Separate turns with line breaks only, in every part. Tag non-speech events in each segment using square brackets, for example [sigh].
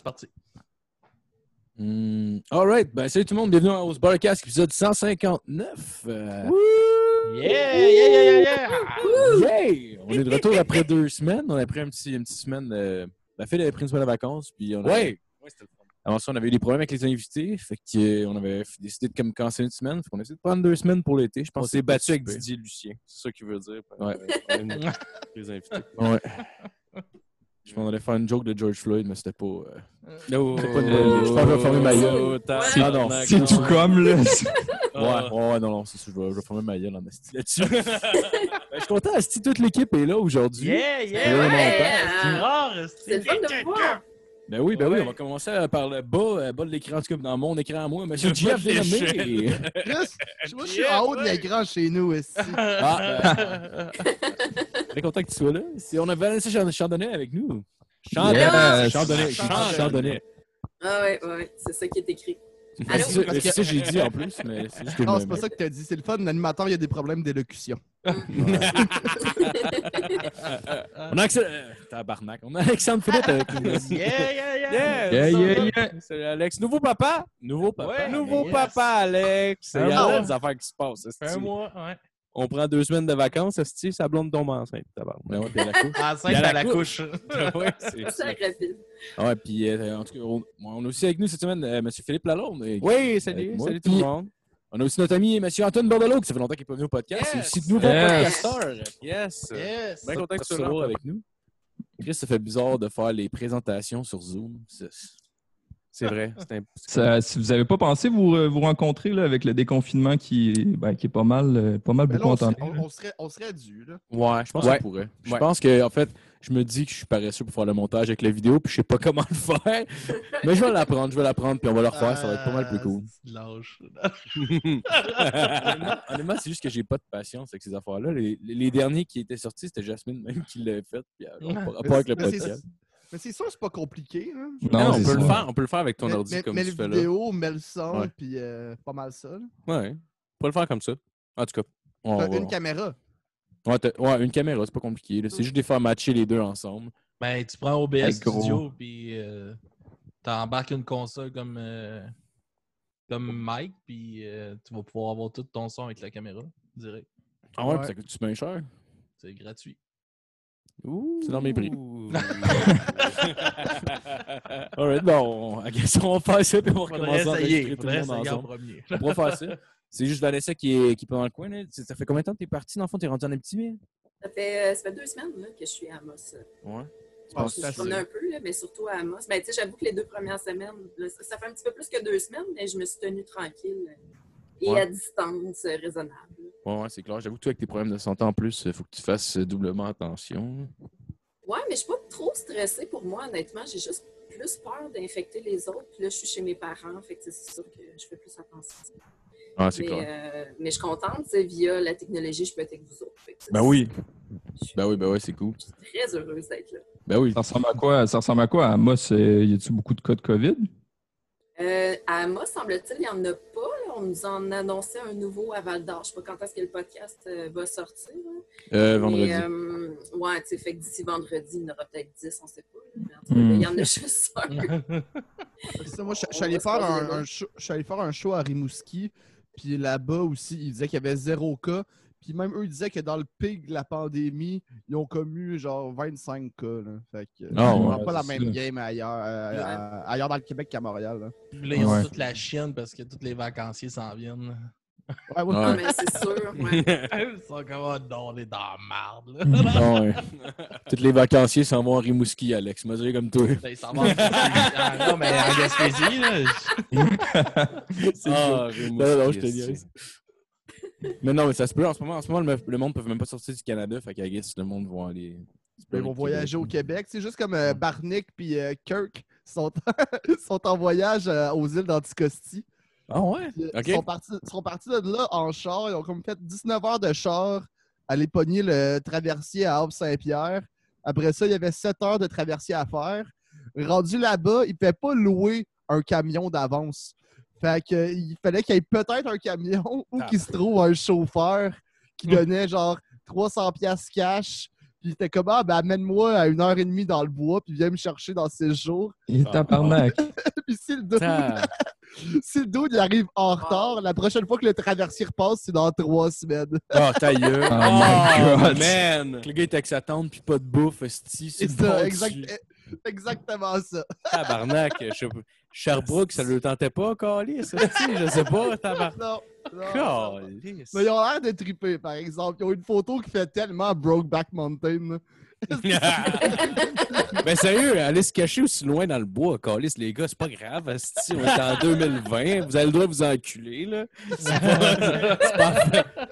C'est parti.
Alright, all right. Ben, salut tout le monde. Bienvenue au Sparcast, épisode 159. Euh,
Yeah, yeah, yeah, yeah, yeah!
yay! On est de retour après deux semaines. On a pris un petit, une petite semaine. euh, ma fille avait pris une semaine de vacances. Puis on a- Avant ça, on avait eu des problèmes avec les invités. Fait que, euh, on avait f- décidé de comme canceler une semaine. Fait qu'on a essayé de prendre deux semaines pour l'été. Je pense
On
que c'est
s'est
battu
battu
avec
avec
Didier.
Didier Lucien. C'est ça qu'il veut dire. par-
Ouais.
[laughs] euh, les invités.
Ouais. Je m'en allais faire une joke de George Floyd, mais c'était pas. euh,
No,
C'est pas une bonne idée. Je pense que je vais fermer ma gueule. Ah non,
tabarnak,
c'est
non.
tout
comme, là.
Ouais, ouais, ouais, non, non, c'est ça. Je vais, je vais fermer ma gueule en esti
[laughs]
là-dessus. Ben, je suis content, esti, toute l'équipe est là aujourd'hui.
Yeah, yeah,
Ouais,
ouais!
ouais.
C'est rare,
C'est le fun de vous voir.
Ben oui, ben
Ouais.
oui, on va commencer euh, par le bas, euh, bas de l'écran, en tout cas, dans mon écran à moi. Monsieur
Le bas
Jeff
de l'échelle.
Denomé.
Chris, moi, je suis en haut de la grange chez nous,
[laughs]
ici.
Ah, ben, très content que tu sois là. Si on a Vanessa Chan- Chandonnet avec nous. Chandonnet.
Yes.
Chandonnet.
Chandonnet.
Chandonnet.
Ah ouais, ouais, ouais, c'est ça qui est [laughs] écrit.
Ben,
Allô?
C'est ça-
Parce
c'est
que-
ça que j'ai dit en plus, mais c'est juste que je
Non,
me-
c'est pas ça que t'as dit. C'est le fun. L'animateur, il y a des problèmes d'élocution.
On a Axel- euh, Tabarnak. On a Alexandre Philippe avec nous.
[laughs] Yeah, yeah, yeah!
Yeah,
Yeah, ça
yeah,
va? Salut Alex. Nouveau papa?
Nouveau papa.
Ouais,
Nouveau
yes.
papa, Alex. Il
Il
y
y
a
Ah,
a
ouais.
là
des
des-
affaires qui se passent. esti.
Un mois, ouais.
On prend deux semaines de vacances. Esti, sa blonde tombe enceinte. tabarnak.
Ben ouais, puis la couche.
Enceinte
Il y a la
à la couche.
Ouais, c'est-
C'est rapide.
Ah ouais, puis euh, en tout cas, on, on a aussi avec nous cette semaine euh, M. Philippe Lalonde. Et-
Oui, salut.
Avec moi.
Salut tout le monde.
On a aussi notre ami M. Antoine Bordelot, qui ça fait longtemps qu'il n'est pas venu au podcast.
Yes!
C'est aussi de nouveau
Yes!
podcasteur.
Yes.
Yes!
Bien content que tu sois
Solo
là.
avec nous. Chris, ça fait bizarre de faire les présentations sur Zoom. C'est-
C'est vrai. c'est un-
Ça, si vous n'avez pas pensé vous, euh, vous rencontrer là, avec le déconfinement qui, ben, qui est pas mal, euh, pas mal
Ben là,
beaucoup
on, serait,
entendu.
on, on serait, on serait dû, là.
Ouais, je
Je pense
pense que
qu'on pourrait. Je
Ouais.
pense que, en fait, je me dis que je suis paresseux pour faire le montage avec la vidéo, puis je sais pas [laughs] comment le faire. Mais je vais l'apprendre, je vais l'apprendre, puis on va le refaire. Ça va être pas mal plus
Euh,
cool.
Ah, c'est Lâche.
Euh, Honnêtement- Honnêtement, c'est juste que j'ai pas de patience avec ces affaires-là. Les, les- les derniers qui étaient sortis, c'était Jasmine même qui l'avait fait. Puis elle a pas rapport avec le
Mais c'est-
podcast.
Mais c'est sûr, c'est pas compliqué. Hein.
Non,
Non, on
c'est
peut le
ça.
faire. On peut le faire avec ton
mais,
ordi
mais-
comme
mais
tu
les
fais là.
vidéos, mais le son,
Ouais.
puis euh, pas mal ça. là.
Ouais. On peut le faire comme ça. En tout cas.
On
T'as
va-
une caméra.
Ouais, t'as- ouais, une caméra, c'est pas compliqué. là. C'est juste de les faire matcher les deux ensemble.
Ben, tu prends OBS
Hey, gros.
Studio, puis euh, t'embarques une console comme, euh, comme Mike, puis euh, tu vas pouvoir avoir tout ton son avec la caméra, direct.
Ah ouais,
Ouais.
puis ça coûte bien cher.
C'est gratuit.
C'est dans mes prix.
Ouh.
Alright, bon, on, I guess on va faire ça, puis on va recommencer à enregistrer tout le monde
essayer en
ensemble.
premier.
On pourra faire ça. C'est juste Vanessa qui est, qui est pas dans le coin. Là. Ça fait combien de temps que t'es parti, dans le fond? T'es rendu en Abitibi?
Ça fait, euh, ça fait deux semaines là, que je suis à Amos.
Ouais.
Je
Je me suis promenée un peu, là, mais surtout à Amos. Mais tu sais, j'avoue que les deux premières semaines, là, ça, ça fait un petit peu plus que deux semaines, mais je me suis tenue tranquille là, et
Ouais.
à distance euh, raisonnable.
Ouais, ouais, c'est clair. J'avoue que toi, avec tes problèmes de santé en plus, il faut que tu fasses euh, doublement attention.
Ouais, mais je suis pas trop stressée pour moi, honnêtement. J'ai juste plus peur d'infecter les autres. Puis là, je suis chez mes parents, fait que tu sais, c'est sûr que je fais plus attention.
Ah, c'est
Mais,
clair.
euh, mais je suis contente, tu sais, via la technologie, je peux être avec vous autres. Fait que, tu sais,
Ben oui.
Je Ah. suis
Ben oui, ben oui, c'est cool.
très heureuse d'être là.
Ben oui.
Ça ressemble à quoi? Ça ressemble à quoi? À Moss, euh, y a-tu beaucoup de cas de COVID?
Euh, à moi, semble-t-il, il n'y en a pas. là. On nous en annonçait un nouveau à Val d'Or. Je ne sais pas quand est-ce que le podcast euh, va sortir. là.
Euh, vendredi.
Mais, euh, ouais, tu sais, fait que d'ici vendredi, il y en aura peut-être 10, on ne sait pas. là. Mais en tout cas,
Hmm.
il y en a juste un.
Ça, moi, je je suis
On
allé
va se
faire
croiser les
un,
doigts.
un show, je suis allé faire un show à Rimouski, puis là-bas aussi, ils disaient qu'il y avait zéro cas. Puis même eux, ils disaient que dans le pic de la pandémie, ils ont commu genre 25 cas. Là. Fait que, euh,
Ah,
c'est
[laughs]
vraiment
ouais,
pas la
c'est
même
ça.
game ailleurs, euh,
Ouais.
à- ailleurs dans le Québec qu'à Montréal. là.
Puis [laughs] là, ils ont
Ouais.
toute la chienne parce que tous les vacanciers s'en viennent.
Ouais, ouais.
Ah, mais c'est sûr. [laughs]
[laughs]
ouais.
[laughs] Ils sont comme, oh non, on est dans la marde. là. [laughs]
Ah ouais. Toutes les vacanciers s'en vont à Rimouski, Alex. Moi, j'ai comme toi.
Ben, Ils s'en vont en Gaspésie. Ah, Non, mais en Gaspésie, là. je-
Ah,
Non, non,
je te niaise. [laughs] Mais non, mais ça se peut. En ce moment, en ce moment le, le monde ne peut même pas sortir du Canada. Fait qu'à guess, le monde va aller.
Ils vont voyager au Québec. C'est juste comme euh, Barnick puis euh, Kirk sont, [laughs] sont en voyage euh, aux îles d'Anticosti.
Ah ouais?
Puis, euh,
Ok.
Ils sont partis, ils sont partis de là en char. Ils ont comme fait 19 heures de char aller pogner le traversier à Havre-Saint-Pierre. Après ça, il y avait 7 heures de traversier à faire. Rendu là-bas, ils ne pouvaient pas louer un camion d'avance. Fait que, euh, il fallait qu'il y ait peut-être un [laughs]
Ah. Hmm.
camion ou qu'il se trouve un chauffeur qui donnait genre 300 pièces cash Puis il était comme, ah, ben, amène-moi à une heure et demie dans le bois, puis viens me chercher dans six jours.
Il est tabarnak.
Puis si le dude, si le dude, il arrive en retard, la prochaine fois que le traversier repasse, c'est dans trois semaines.
[laughs] Oh, ta gueule.
Oh my God.
man!
Le gars est avec sa tante, puis pas de bouffe, esti. [laughs]
C'est
C'est
ça,
bon,
exact- eh,
tu-
exactement ça.
Tabarnak. je- Sherbrooke, ça le tentait pas, Calis. esti, Je sais pas, tabarnak.
Non, non, ça va.
Câlisse.
Mais
[laughs]
ils ont l'air de triper, par exemple. Ils ont une photo qui fait tellement Brokeback Mountain.
Mais Ben, sérieux, allez se cacher aussi loin dans le bois, Calis, les gars, c'est pas grave, esti, on
[laughs]
est en 2020, vous avez le droit de vous enculer, là.
[laughs]
C'est pas, c'est pas-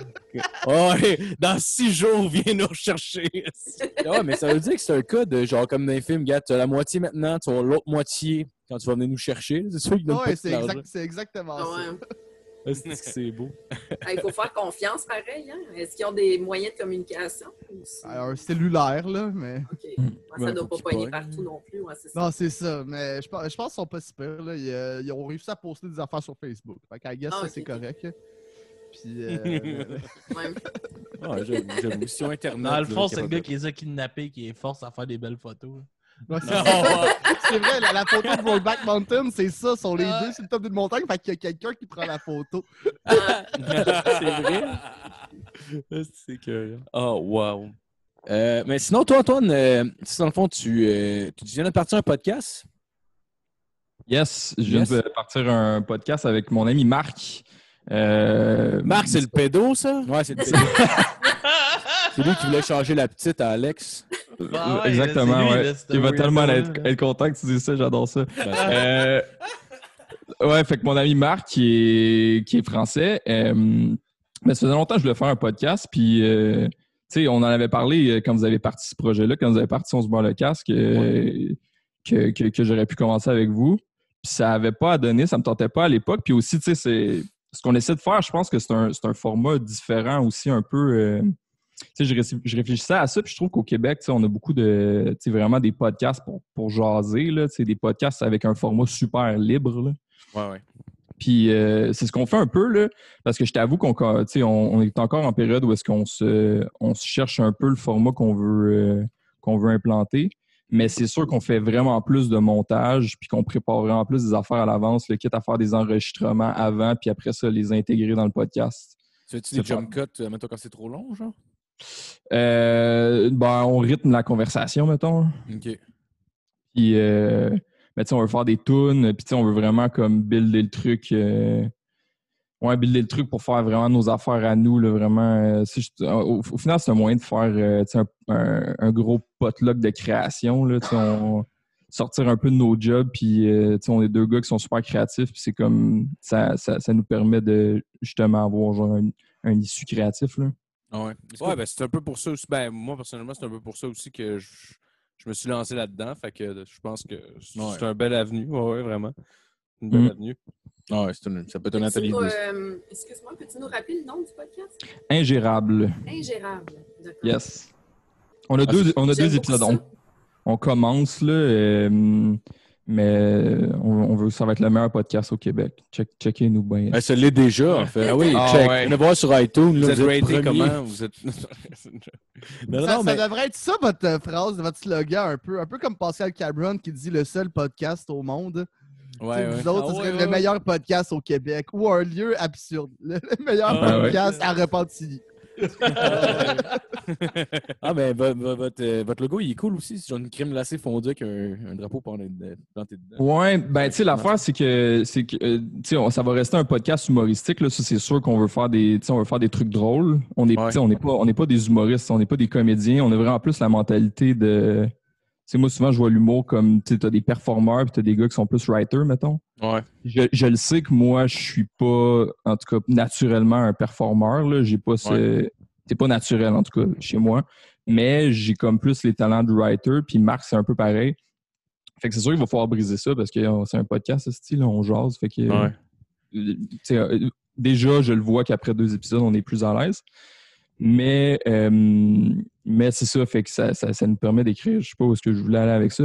Oh, hey, dans six jours, viens nous rechercher. esti. Ah Ouais, mais ça veut dire que c'est un cas de genre comme dans les films, gars, tu as la moitié maintenant, tu as l'autre moitié quand tu vas venir nous chercher. C'est sûr qu'ils donnent
Ouais,
pas
c'est
de hein. l'argent.
exact- c'est
Ah,
exactement ça.
Ah Ouais.
Esti que C'est beau.
Ah, Il faut faire confiance pareil. Hein? Est-ce qu'ils ont des moyens de communication? Ou si-
Ah, Un cellulaire, là, mais.
Ok.
Hmm.
Ouais, ça
Ouais,
ne doit
faut
pas
qu'ils
pogner
pognent.
partout non plus. ouais, c'est ça.
Non, c'est ça. Mais je pense, je pense qu'ils sont pas si pires. Là. Ils, euh, ils ont réussi à poster des affaires sur Facebook. Fait qu'à guess,
Ah,
ça,
ok,
c'est
ok.
correct.
[laughs]
Puis. euh,
Ouais.
Ouais, j'avoue, j'avoue. Si on Internet.
Dans le fond,
là,
c'est le
capable.
gars qui les a kidnappés qui les force à faire des belles photos.
ouais, c'est-
Non, ouais.
c'est vrai, la, la photo de Brokeback Mountain, c'est ça. Ils sont les deux sur le top d'une montagne. Fait qu'il y a quelqu'un qui prend la photo.
Ah,
c'est vrai. c'est curieux. Oh, wow. Euh, mais sinon, toi, Antoine, euh, si dans le fond, tu, euh, tu viens de partir un podcast.
Yes, je viens
Yes.
de partir un podcast avec mon ami Marc. Euh,
Marc, c'est le pédo, ça? Ouais, c'est le pédo.
[laughs]
c'est lui qui voulait changer la petite à Alex.
euh,
Ah ouais,
Exactement,
c'est lui,
ouais.
là, c'est
Il va
un
tellement
weirdo,
être,
là. Bah.
être content que tu dises ça, j'adore ça.
Ben,
Euh, ouais, fait que mon ami Marc, qui est, qui est français, euh, ben, ça faisait longtemps que je voulais faire un podcast. Puis, euh, tu sais, on en avait parlé euh, quand vous avez parti ce projet-là, quand vous avez parti On se barre le casque, euh, que, que- que j'aurais pu commencer avec vous. Puis, ça n'avait pas à donner, ça ne me tentait pas à l'époque. Puis aussi, tu sais, c'est ce qu'on essaie de faire, je pense que c'est un, c'est un format différent aussi, un peu. euh, tu sais, je, ré- je réfléchissais à ça, puis je trouve qu'au Québec, tu sais, on a beaucoup de, tu sais, vraiment des podcasts pour, pour jaser, là, tu sais, des podcasts avec un format super libre. là.
ouais, ouais.
Puis euh, c'est ce qu'on fait un peu, là, parce que je t'avoue qu'on qu'on- tu sais, on, on est encore en période où est-ce qu'on se, on se cherche un peu le format qu'on veut, euh, qu'on veut implanter. Mais c'est sûr qu'on fait vraiment plus de montage, puis qu'on prépare en plus des affaires à l'avance, le kit à faire des enregistrements avant, puis après ça, les intégrer dans le podcast.
Tu fais-tu
C'est
des jump cuts, euh, mettons, quand c'est trop long, genre?
Euh, ben, on rythme la conversation, mettons.
OK.
Puis, euh, ben, tu sais, on veut faire des tunes. Puis, tu sais, on veut vraiment comme builder le truc. euh, ouais, builder le truc pour faire vraiment nos affaires à nous. Là, vraiment, euh, si je- au, au final, c'est un moyen de faire euh, tu sais, un, un- un gros potluck de création. Là, tu sais, on- sortir un peu de nos jobs. Puis, euh, tu sais, on est deux gars qui sont super créatifs. Puis, c'est comme ça, ça, ça nous permet de justement avoir genre, un, un issue créatif. Là.
Ah Ouais, ouais ben, c'est un peu pour ça aussi. Ben, moi, personnellement, c'est un peu pour ça aussi que je, je me suis lancé là-dedans. Fait que je pense que c'est
Ouais.
un bel avenue. Ouais, ouais, vraiment. Une belle
Mhm.
avenue. Ah ouais, c'est une- ça peut être un
peux-tu
atelier.
nous,
de-
euh, Excuse-moi, peux-tu nous rappeler le nom du podcast?
Ingérable.
Ingérable. D'accord.
Yes. On a
Ah,
deux,
c'est-
on a
J'aime
deux
beaucoup
épisodes.
ça.
On, on commence, là, euh, mais on, on veut, ça va être le meilleur podcast au Québec. Check, checkez-nous bien.
Ben, ça l'est déjà, en fait.
Ah oui,
Ah
check.
ouais. Venez voir sur iTunes. là,
Vous êtes rated
premier.
comment?
Vous êtes... [laughs] non, non,
ça,
non,
ça
mais...
devrait être ça, votre euh, phrase, votre slogan, un peu. Un peu comme Pascal Cabron qui dit le seul podcast au monde.
Ouais,
Nous
ouais.
autres, ce
Ah ouais,
serait
ouais,
le
ouais.
meilleur podcast au Québec ou un lieu absurde. [laughs] Le, le meilleur
Ah
ouais.
podcast à Repentigny.
Ah, mais vo- vo- votre, euh, votre logo, il est cool aussi. C'est genre une crème glacée fondue avec un, un drapeau planté dedans. planté dedans.
Ouais, ben, tu sais, l'affaire, c'est que, c'est que euh, tu sais, on- ça va rester un podcast humoristique, là. Ça, c'est sûr qu'on veut faire des, tu sais, on veut faire des trucs drôles. On est,
Ouais.
tu sais, on n'est pas, on n'est pas des humoristes, on n'est pas des comédiens. On a vraiment plus la mentalité de, tu sais, moi, souvent, je vois l'humour comme, tu sais, t'as des performeurs puis t'as des gars qui sont plus writers, mettons.
Ouais.
je, je le sais que moi, je suis pas, en tout cas, naturellement un performeur. Là. J'ai pas ce... C'est pas naturel, en tout cas, chez moi. Mais j'ai comme plus les talents de writer, puis Marc, c'est un peu pareil. Fait que c'est sûr qu'il va falloir briser ça parce que euh, c'est un podcast, ce style, on jase. Fait que, euh, tu sais, euh, déjà, je le vois qu'après deux épisodes, on est plus à l'aise. Mais, euh, mais c'est ça, fait que ça, ça, ça nous permet d'écrire. Je sais pas où est-ce que je voulais aller avec ça.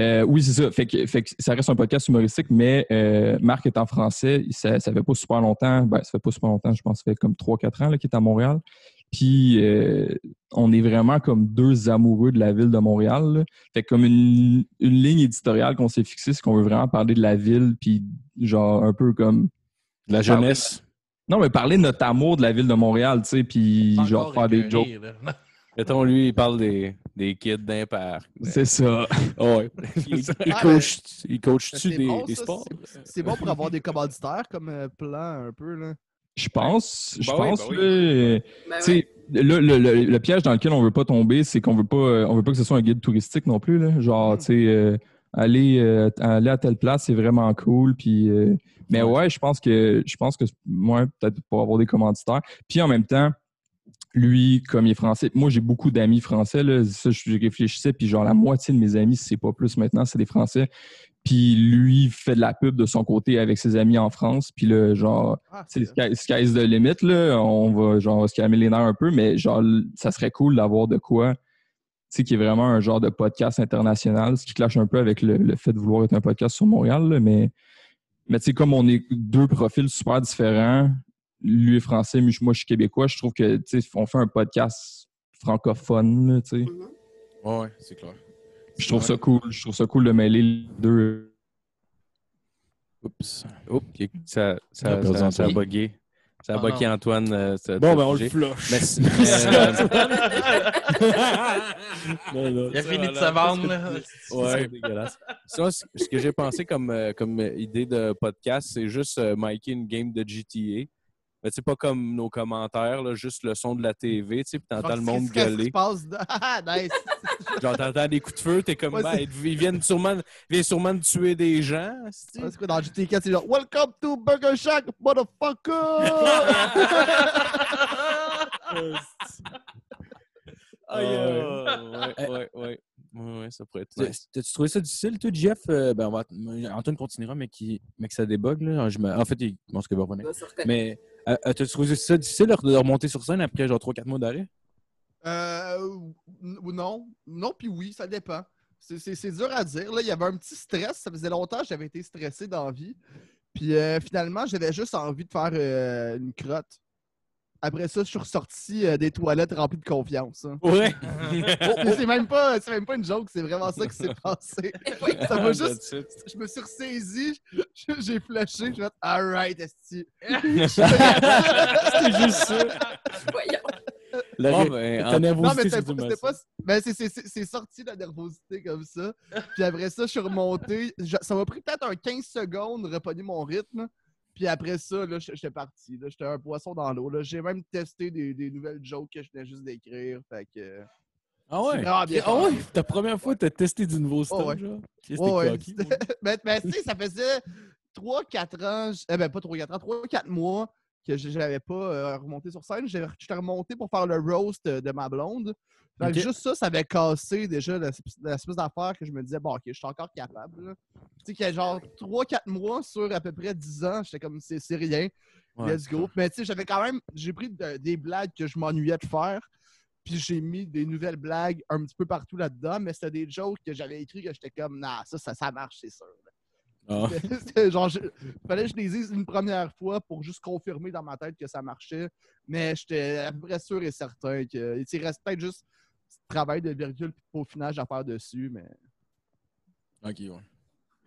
Euh, oui, c'est ça. Fait que, fait que ça reste un podcast humoristique, mais euh, Marc est en français. Ça, ça fait pas super longtemps. Ben, ça fait pas super longtemps, je pense. Ça fait comme 3-4 ans là, qu'il est à Montréal. Puis euh, on est vraiment comme deux amoureux de la ville de Montréal. là. Fait que comme une, une ligne éditoriale qu'on s'est fixée, c'est qu'on veut vraiment parler de la ville, puis genre un peu comme
De la jeunesse.
non mais parler de notre amour de la ville de Montréal, tu sais, puis genre
Encore
faire des jokes.
écœuré, [laughs] là.
Mettons, lui, il parle des, des kids d'un
[laughs]
parc.
C'est ça.
Oh, ouais.
Il, il
Ah,
coach, il coach-tu
c'est
des,
bon,
des
ça,
sports? euh.
C'est bon pour avoir des commanditaires comme euh, plan un peu. Là.
Je pense, je
Ben oui, ben
pense
oui.
là,
Ben
Tu
ouais.
sais, le, le- le- le piège dans lequel on veut pas tomber, c'est qu'on veut pas euh, on veut pas que ce soit un guide touristique non plus. Là.
Mm.
Genre, tu sais, euh, aller, euh, aller à telle place, c'est vraiment cool. Puis, euh, mais ouais, je pense que je pense que moi, peut-être pour avoir des commanditaires. Puis en même temps, lui, comme il est français, moi j'ai beaucoup d'amis français. Là, ça, je réfléchissais, puis genre la moitié de mes amis, si c'est pas plus maintenant, c'est des Français. Puis lui fait de la pub de son côté avec ses amis en France. Puis là, genre,
Ah,
c'est sky, sky's the limit, là. On va, genre, on va se calmer les nerfs un peu, mais genre, l- ça serait cool d'avoir de quoi, tu sais, qui est vraiment un genre de podcast international, ce qui clash un peu avec le, le fait de vouloir être un podcast sur Montréal, là, mais, mais tu sais, comme on est deux profils super différents, lui est français, mais je- moi, je suis québécois, je trouve que, tu sais, on fait un podcast francophone, là, tu sais.
Mhm.
Ah Ouais, c'est clair.
Puis Je trouve ça cool, je trouve ça cool de mêler les deux. euh,
Oups.
Oups, il- Oh, ça, ça,
Ah,
ça, ça a
oui.
bugué. Ça a
Ah,
bugué
non.
Antoine. euh, ça-
Bon,
ça
ben,
a
on le [laughs]
bougé.
flush.
Mais c'est- [laughs] euh,
Non, non,
Il a
ça,
fini de
voilà.
se [laughs] vendre, là.
Ouais. Ça, c- ce que j'ai pensé comme, euh, comme euh, idée de podcast, c'est juste euh, micer une game de GTA. Mais tu sais, pas comme nos commentaires, là, juste le son de la TV, tu sais, puis t'entends le monde
Qu'est-ce qui se
gueuler.
passe? dedans? Ah, [laughs] nice!
Genre, t'entends des coups de feu, t'es comme,
Ouais,
ben,
c'est-
ils viennent sûrement, ils viennent sûrement de tuer des gens, c'est-tu?
Ouais, c'est quoi dans GT4? C'est genre Welcome to Burger Shack, motherfucker!
Ah, ouais,
Euh,
ouais, ouais, ouais, ouais, ouais, ça pourrait être
T'as-
nice.
T'as-tu trouvé ça difficile, toi, Jeff? Euh, ben, on va- Antoine continuera, mais, qui, mais que ça débogue. Là. Je me- En fait, il pense qu'il va revenir.
On va se reconnaître.
Mais euh, euh, t'as-tu trouvé ça difficile de de remonter sur scène après genre 3-4 mois d'arrêt?
Euh, n- ou non. Non, puis oui, ça dépend. C'est- C'est c'est dur à dire. Là, il y avait un petit stress. Ça faisait longtemps que j'avais été stressé dans la vie. Puis euh, finalement, j'avais juste envie de faire euh, une crotte. Après ça, je suis ressorti euh, des toilettes remplies de confiance. hein.
[laughs]
Ouais!
Mais [laughs] c'est même, pas- c'est même pas une joke, c'est vraiment ça qui s'est passé.
[laughs]
Ça
[laughs]
m'a juste
That's it.
je me suis ressaisi, je- j'ai flashé, je vais être alright, esti. [laughs] non,
juste ça.
Voyons.
La
Bon,
ré-
ben,
ta nervosité,
mais
c'est
c'était
du
pas-
mal,
c'était
ça.
pas. Mais c'est- c'est c'est- c'est sorti la nervosité comme ça. Puis après ça, je suis remonté. Je- ça m'a pris peut-être un 15 secondes de repogner mon rythme. Puis après ça, là, j'- j'étais parti. là. J'étais un poisson dans l'eau. là. J'ai même testé des, des nouvelles jokes que je venais juste d'écrire. Fait que.
Ah
C'est
ouais?
vraiment bien
Ah
passé.
ouais? Ta première fois, t'as testé du nouveau stuff,
Oh ouais.
genre? Chris,
Ouais, ouais.
t'es cocky.
[laughs] Mais, mais Ben, tu sais, ça faisait 3-4 ans, je- eh ben pas 3-4 ans, 3-4 mois que je n'avais pas euh, remonté sur scène. J'ai- J'étais remonté pour faire le roast euh, de ma blonde. Fait que
Ok.
juste ça, ça avait cassé déjà la- l'espèce d'affaire que je me disais, bon, ok, je suis encore capable. là. Tu sais, qu'il y a genre 3-4 mois sur à peu près 10 ans, j'étais comme, c'est c'est rien.
Ouais.
Let's go. Mais tu sais, j'avais quand même, j'ai pris de- des blagues que je m'ennuyais de faire. Puis j'ai mis des nouvelles blagues un petit peu partout là-dedans, mais c'était des jokes que j'avais écrits que j'étais comme, nah, ça, ça, ça marche, c'est sûr.
Ah.
[laughs] C'était genre, je- fallait que je les dise une première fois pour juste confirmer dans ma tête que ça marchait. Mais j'étais à peu près sûr et certain que. tu sais, Il reste peut-être juste ce travail de virgule et de peaufinage à faire dessus. Mais...
Ok, ouais.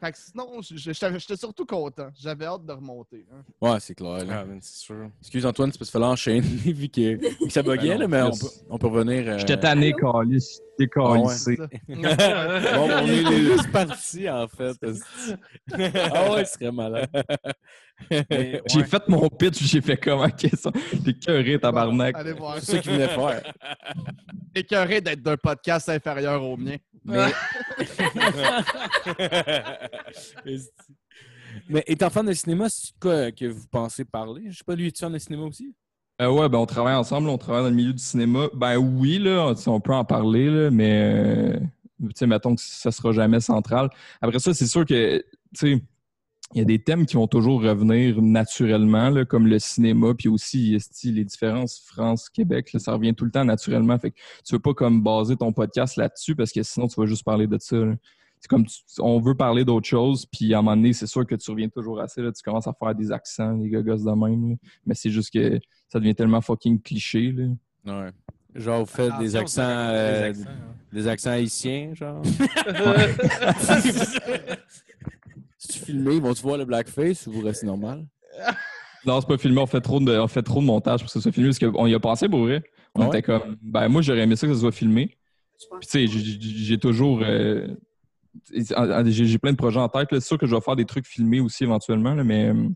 Fait que sinon, j- j- j'étais j'étais surtout content. J'avais hâte de remonter. hein. [laughs]
Ouais, c'est clair. là.
Ah, ben, c'est sûr.
Excuse Antoine, c'est parce qu'il fallait enchaîner [laughs] vu que, vu que ça buguait,
Ben non,
là, mais on
Chris.
peut, on peut revenir. euh,
J'étais tanné, Calis. J'étais calissé.
Ça.
[laughs]
Bon, ben, on est
Il
les-
est juste parti, en fait.
[laughs] Ah ouais, ce serait malade. [laughs] Mais,
J'ai
ouais.
fait mon pitch, j'ai fait comment qu'est-ce ça? T'es curé, tabarnak.
Allez voir.
C'est ça qu'il voulait faire.
écœuré d'être d'un podcast inférieur au mien.
Mais... mais étant fan de cinéma, c'est quoi que vous pensez parler? Je sais pas, lui, est fan de cinéma aussi?
Euh, ouais, ben on travaille ensemble, on travaille dans le milieu du cinéma. Ben oui, là, tu sais, on peut en parler, là, mais euh, tu sais, mettons que ça sera jamais central. Après ça, c'est sûr que, tu sais, il y a des thèmes qui vont toujours revenir naturellement, là, comme le cinéma, puis aussi esti, les différences France-Québec, là, ça revient tout le temps naturellement. Fait que tu veux pas comme baser ton podcast là-dessus parce que sinon tu vas juste parler de ça. là. C'est comme tu- on veut parler d'autre chose, puis à un moment donné, c'est sûr que tu reviens toujours assez là, tu commences à faire des accents, les gars gosses de même. là. Mais c'est juste que ça devient tellement fucking cliché. Là.
Ouais. Genre, vous faites des accents, euh,
hein.
des accents haïtiens, [laughs] genre.
Si tu filmé, vont-tu voir le blackface ou vous restez normal?
Non, c'est pas filmé. On fait trop de, on fait trop de montage pour que ça soit filmé. Parce qu'on y a pensé pour vrai. On
Ah ouais?
était comme, ben moi, j'aurais aimé ça que ça soit filmé.
Je pense
Puis, tu sais, j'ai- j'ai j'ai toujours. euh, j'ai j'ai plein de projets en tête. là. C'est sûr que je vais faire des trucs filmés aussi éventuellement, là, mais, euh,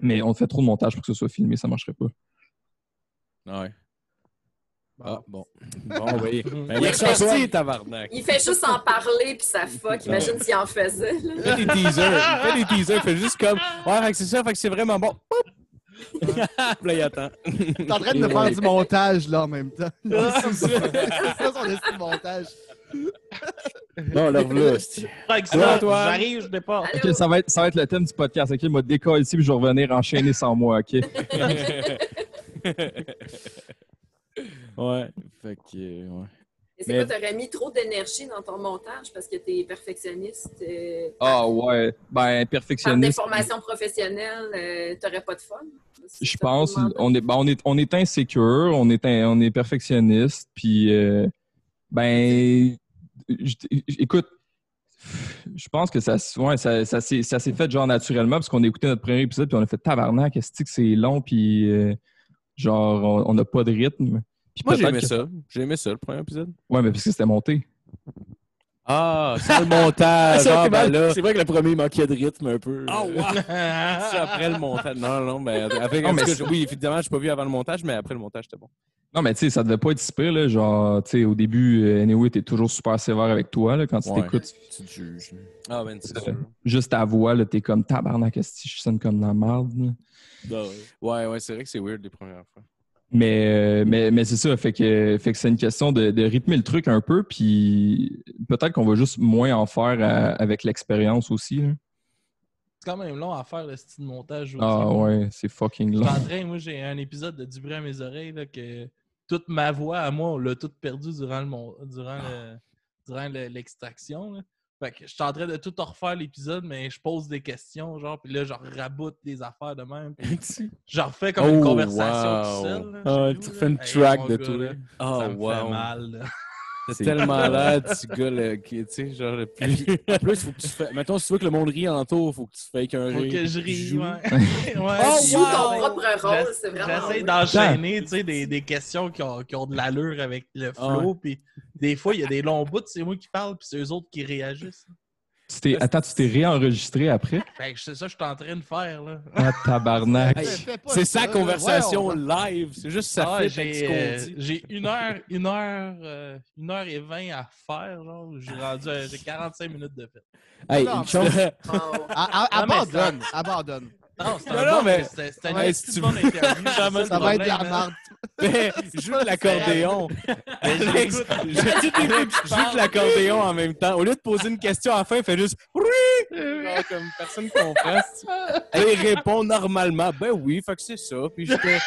mais on fait trop de montage pour que ce soit filmé. Ça marcherait pas.
Ouais. Ah, bon. Bon, oui. Ben, merci,
Merci.
Antoine, tabarnak.
Il fait juste en parler, puis ça fuck. Imagine s'il en faisait. là.
Il fait des teasers. Il fait des teasers. Il fait juste comme. Ouais, fait que c'est ça. Fait que c'est vraiment bon. Poup! Puis là, il [laughs] attend.
T'es en train de me faire du montage, là, en même temps. C'est son esprit de montage.
Non, leur vlog.
Fait que ça,
Allô, Antoine?
J'arrive, je
Ah,
dépasse.
Allô?
Ok, ça va, être, ça va être le thème du podcast. Ok, moi, décolle ici, puis je vais revenir enchaîner sans moi. Ok.
Ouais. Fait que. euh, Ouais.
Mais c'est quoi,
Mais-
t'aurais mis trop d'énergie dans ton montage parce que t'es perfectionniste. euh,
Ah ouais. Ben,
par des
perfectionniste.
formations professionnelles, euh, t'aurais pas de fun.
Je pense, on est, ben, on est, on est insécure, on est, in- on est perfectionniste, puis euh, ben, je- écoute, je pense que ça, s- ouais, ça, ça s'est ça s'est fait genre naturellement parce qu'on a écouté notre premier épisode puis on a fait tabarnak, est-ce que c'est long puis euh, genre on- on n'a pas de rythme. Puis
Moi, j'ai
peut-être
aimé
que-
ça. J'ai aimé ça, le premier épisode.
Ouais, mais parce que c'était monté.
Ah, c'est le montage.
Ça,
ah,
c'est
ben
mal.
là.
C'est vrai que le premier il manquait de rythme un peu.
Ah, ouais. [laughs] C'est après le montage. Non, non, non, mais avec.
Non,
en
mais
tout cas,
c'est-
oui, évidemment, je n'ai pas vu avant le montage, mais après le montage, c'était bon.
Non, mais tu sais, ça devait pas être si pire, là. Genre, tu sais, au début, euh, anyway, t'es toujours super sévère avec toi, là, quand tu
Ouais.
t'écoutes
Tu te juges.
Ah, ben, c'est
C'est
sûr.
vrai. juste ta voix, là, t'es comme tabarnak, est-ce que je sonne comme de la merde, là.
Ouais, ouais, c'est vrai que c'est weird les premières fois.
Mais, euh, mais, mais c'est ça, fait que, fait que c'est une question de, de rythmer le truc un peu, puis peut-être qu'on va juste moins en faire à- avec l'expérience aussi. là.
C'est quand même long à faire le style de montage. aussi.
Ah ouais, c'est fucking
Je
long.
suis en train, moi, j'ai un épisode de Du bruit à mes oreilles là, que toute ma voix à moi, on l'a toute perdue durant le mon- durant le- durant le- l'extraction. là. Fait que je suis en train de tout refaire l'épisode, mais je pose des questions, genre, puis là, je raboute des affaires de même. puis Je refais comme une
Oh,
conversation
wow.
tout seul. là.
Ah,
Chez
tu
nous,
fais une
là.
track
mon
de
gars,
tout,
là,
là.
Ça
Ah,
me fait mal. là.
C'est tellement l'air du gars, le- qui, tu sais, genre le plus.
En plus, faut que tu fais. Mettons, si tu veux que le monde rie en tour, faut que tu fasses un
Faut
rire.
que je rie,
joue. [laughs]
ouais. Ouais,
Oh,
puis-
Joue ton
wow!
propre rôle, c'est vraiment.
J'essaie
weird.
d'enchaîner tu sais, des, des questions qui ont, qui ont de l'allure avec le
Ah,
flow. Puis des fois, il y a des longs bouts, c'est moi qui parle, puis c'est eux autres qui réagissent.
Tu t'es- attends, tu t'es réenregistré après?
Fait que c'est ça que je suis en train de faire. là.
Ah, tabarnak.
Fais- fais pas
C'est
ça,
sa
là.
conversation
Voyons.
live. C'est juste ça
Ah,
fait avec
j'ai
ce
euh,
qu'on dit.
j'ai une heure, une heure, euh, une heure et vingt à faire. genre. J'ai rendu à- j'ai 45 minutes de fait.
Hey,
Non,
une [laughs] chose.
Wow.
A- a-
Non, mais
Abandonne, abandonne.
Non, c'était
Non, non,
un bon,
mais-
c'était- c'était une
Ouais,
petite
si tu
bonne interview. c'est le
Ça va être de la
problème, hein.
merde.
[laughs] Joue de l'accordéon.
Mais je
[laughs] Alex,
l'écoute.
je- [laughs] Joue de l'accordéon en même temps. Au lieu de poser une question à la fin, il fait juste. Genre, comme personne comprend. c'est-tu. Là, il répond normalement. Ben oui, fait que c'est ça. Puis j'étais.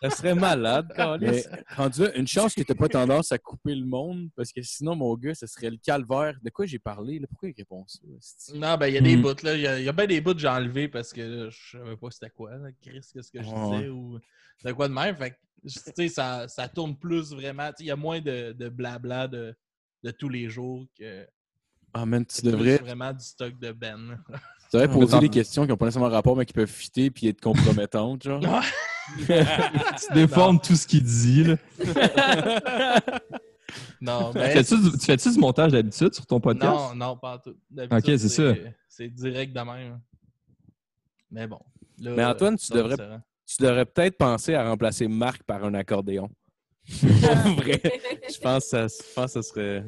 Ça serait malade, Mais rendu là, une chance que t'as pas tendance à couper le monde, parce que sinon, mon gars, ce serait le calvaire. De quoi j'ai parlé? Là? Pourquoi il répond ça? c'est-tu?
Non, ben, il y a des
Hmm.
Mm.
bouts, là. Il y a, il y a bien des bouts que j'ai enlevés parce que là, je savais pas c'était quoi, là, Chris, qu'est-ce que je
Ouais,
disais ou de quoi de même. Fait que, tu sais, ça, ça tourne plus vraiment. Tu sais, Il y a moins de, de blabla de, de tous les jours que
Ah, man, tu
plus
devrais,
vraiment du stock de
[laughs]
Ben.
tu devrais
Mais
poser
t'en-
des questions qui n'ont pas nécessairement rapport, mais qui peuvent fitter puis être compromettantes, [laughs] genre.
[laughs] Tu déformes tout ce qu'il dit. Là.
Non,
Tu
mais.
fais-tu du- tu fais-tu du montage d'habitude sur ton podcast?
Ben, Non, non, pas en tout.
Ok, c'est ça.
C'est direct de même. Mais bon. là,
Mais Antoine, tu
c'est
devrais-
différent. [laughs]
Tu devrais peut-être penser à remplacer Marc par un accordéon. Pour vrai. Je pense que ça, je pense que ça serait,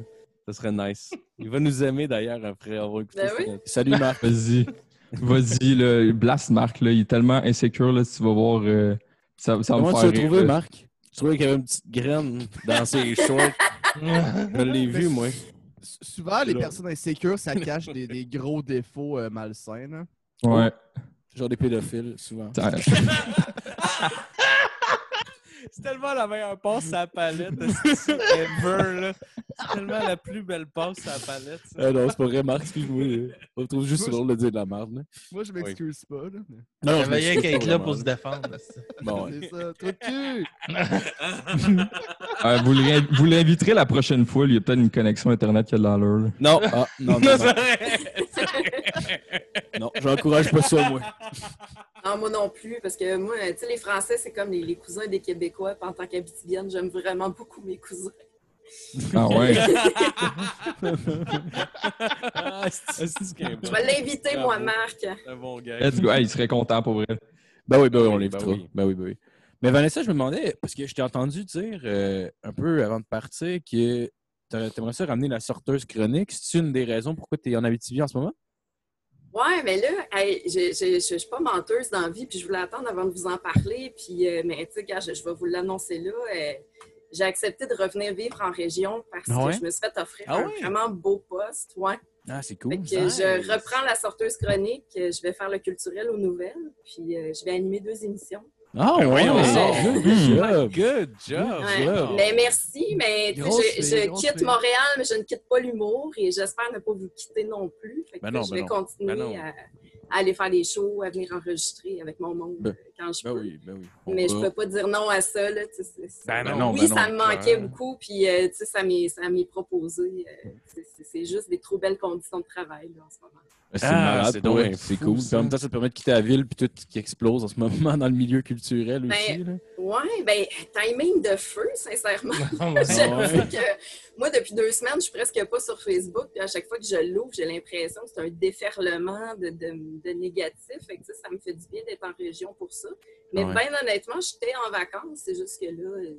ça serait nice. Il va nous aimer d'ailleurs après avoir écouté
Ben
cette-
oui.
Salut, Marc. [laughs]
Vas-y. Vas-y, là, blast Marc, là, il est tellement insécure, là, tu vas voir, euh, ça, ça va me
Comment
faire
tu l'as
rire, euh,
trouvé,
là.
Marc?
Je trouvais qu'il y avait une petite graine
[laughs]
dans ses shorts. Je l'ai vu, moi.
S- Souvent, les personnes insécures, ça cache des, des gros défauts euh, malsains. là.
Ouais. Ah,
Genre des pédophiles, souvent.
Ça-
[laughs] C'est tellement la meilleure passe à la palette c'est- ever, là. C'est tellement la plus belle passe à la palette.
[laughs]
ça.
Euh, non, c'est pas vrai, Marc, excuse-moi. On me trouve juste drôle de dire de la merde. là.
Moi, je m'excuse pas. Là.
Non, non, je
J'avais rien
m'excuse
qu'à être là
vraiment,
pour se défendre. là.
hein.
[laughs]
Bon, ouais.
C'est ça, trou de cul!
Euh, vous l'in- vous l'inviterez la prochaine fois. Il y a peut-être une connexion Internet qui a de l'allure. là.
Non, ah, [laughs] non, non, non, non, j'encourage pas ça, moi.
[laughs] Non, moi non plus, parce que moi, tu sais, les Français, c'est comme les, les cousins des Québécois. Puis en tant qu'habitibienne, j'aime vraiment beaucoup mes cousins.
Ah ouais.
Ah,
[laughs]
c'est c'est qu'il est bon.
Je vais l'inviter, moi,
Bravo.
Marc.
C'est un bon gars.
Let's go. Hey, il serait content pour vrai.
Ben oui, ben oui, on
oui,
l'évitera.
ben
Ben
oui.
oui. ben oui, Mais Vanessa, je me demandais, parce que je t'ai entendu dire euh, un peu avant de partir que t'a- t'aimerais ça ramener la sorteuse chronique. C'est une des raisons pourquoi t'es en Abitibi en ce moment?
Ouais, mais là, hey, j'ai- j'ai- je ne suis pas menteuse dans la vie, puis je voulais attendre avant de vous en parler. Puis, euh, mais tu sais, quand je, je vais vous l'annoncer là, euh, j'ai accepté de revenir vivre en région parce
Ah ouais?
que je me suis fait offrir
Ah
un
ouais?
vraiment beau poste. Ouais.
Ah, c'est
Fait
cool.
que je reprends la sorteuse chronique, euh, je vais faire le culturel aux nouvelles, puis euh, je vais animer deux émissions.
Ah, ouais,
voyons
ouais,
donc.
good
Hmm.
job.
Good job!
Ouais.
wow.
Mais merci, mais tu sais,
Grosse
je,
fille,
je
grosse
quitte
fille.
Montréal, mais je ne quitte pas l'humour et j'espère ne pas vous quitter non plus. Fait que
Ben non,
je
ben
vais
non,
continuer
ben non.
à, à aller faire des shows, à venir enregistrer avec mon monde
Ben-
euh, quand
[laughs]
je
Ben
peux.
oui, ben oui. On
Mais je
va-
peux pas dire non à ça. Là, tu sais, c'est- c'est-
Ben
non,
oui,
ben
ça
non,
me manquait
ben-
beaucoup, puis euh, tu sais, ça m'est ça m'est proposé. euh, c'est- c'est- c'est juste des trop belles conditions de travail là, en ce moment.
Ben, C'est
Ah,
malade,
c'est
pour
donc
vrai,
fou,
c'est cool. Puis
ça.
En même temps, ça te permet de quitter la ville puis tout qui explose en ce moment dans le milieu culturel
Ben,
aussi. là.
Ouais, ben, timing de feu, sincèrement. [laughs]
Non,
Je sais que moi, depuis deux semaines, je suis presque pas sur Facebook. Puis à chaque fois que je l'ouvre, j'ai l'impression que c'est un déferlement de, de, de négatif. Fait que, tu sais, ça me fait du bien d'être en région pour ça. Mais
Ouais.
bien honnêtement, j'étais en vacances. C'est juste que là, euh,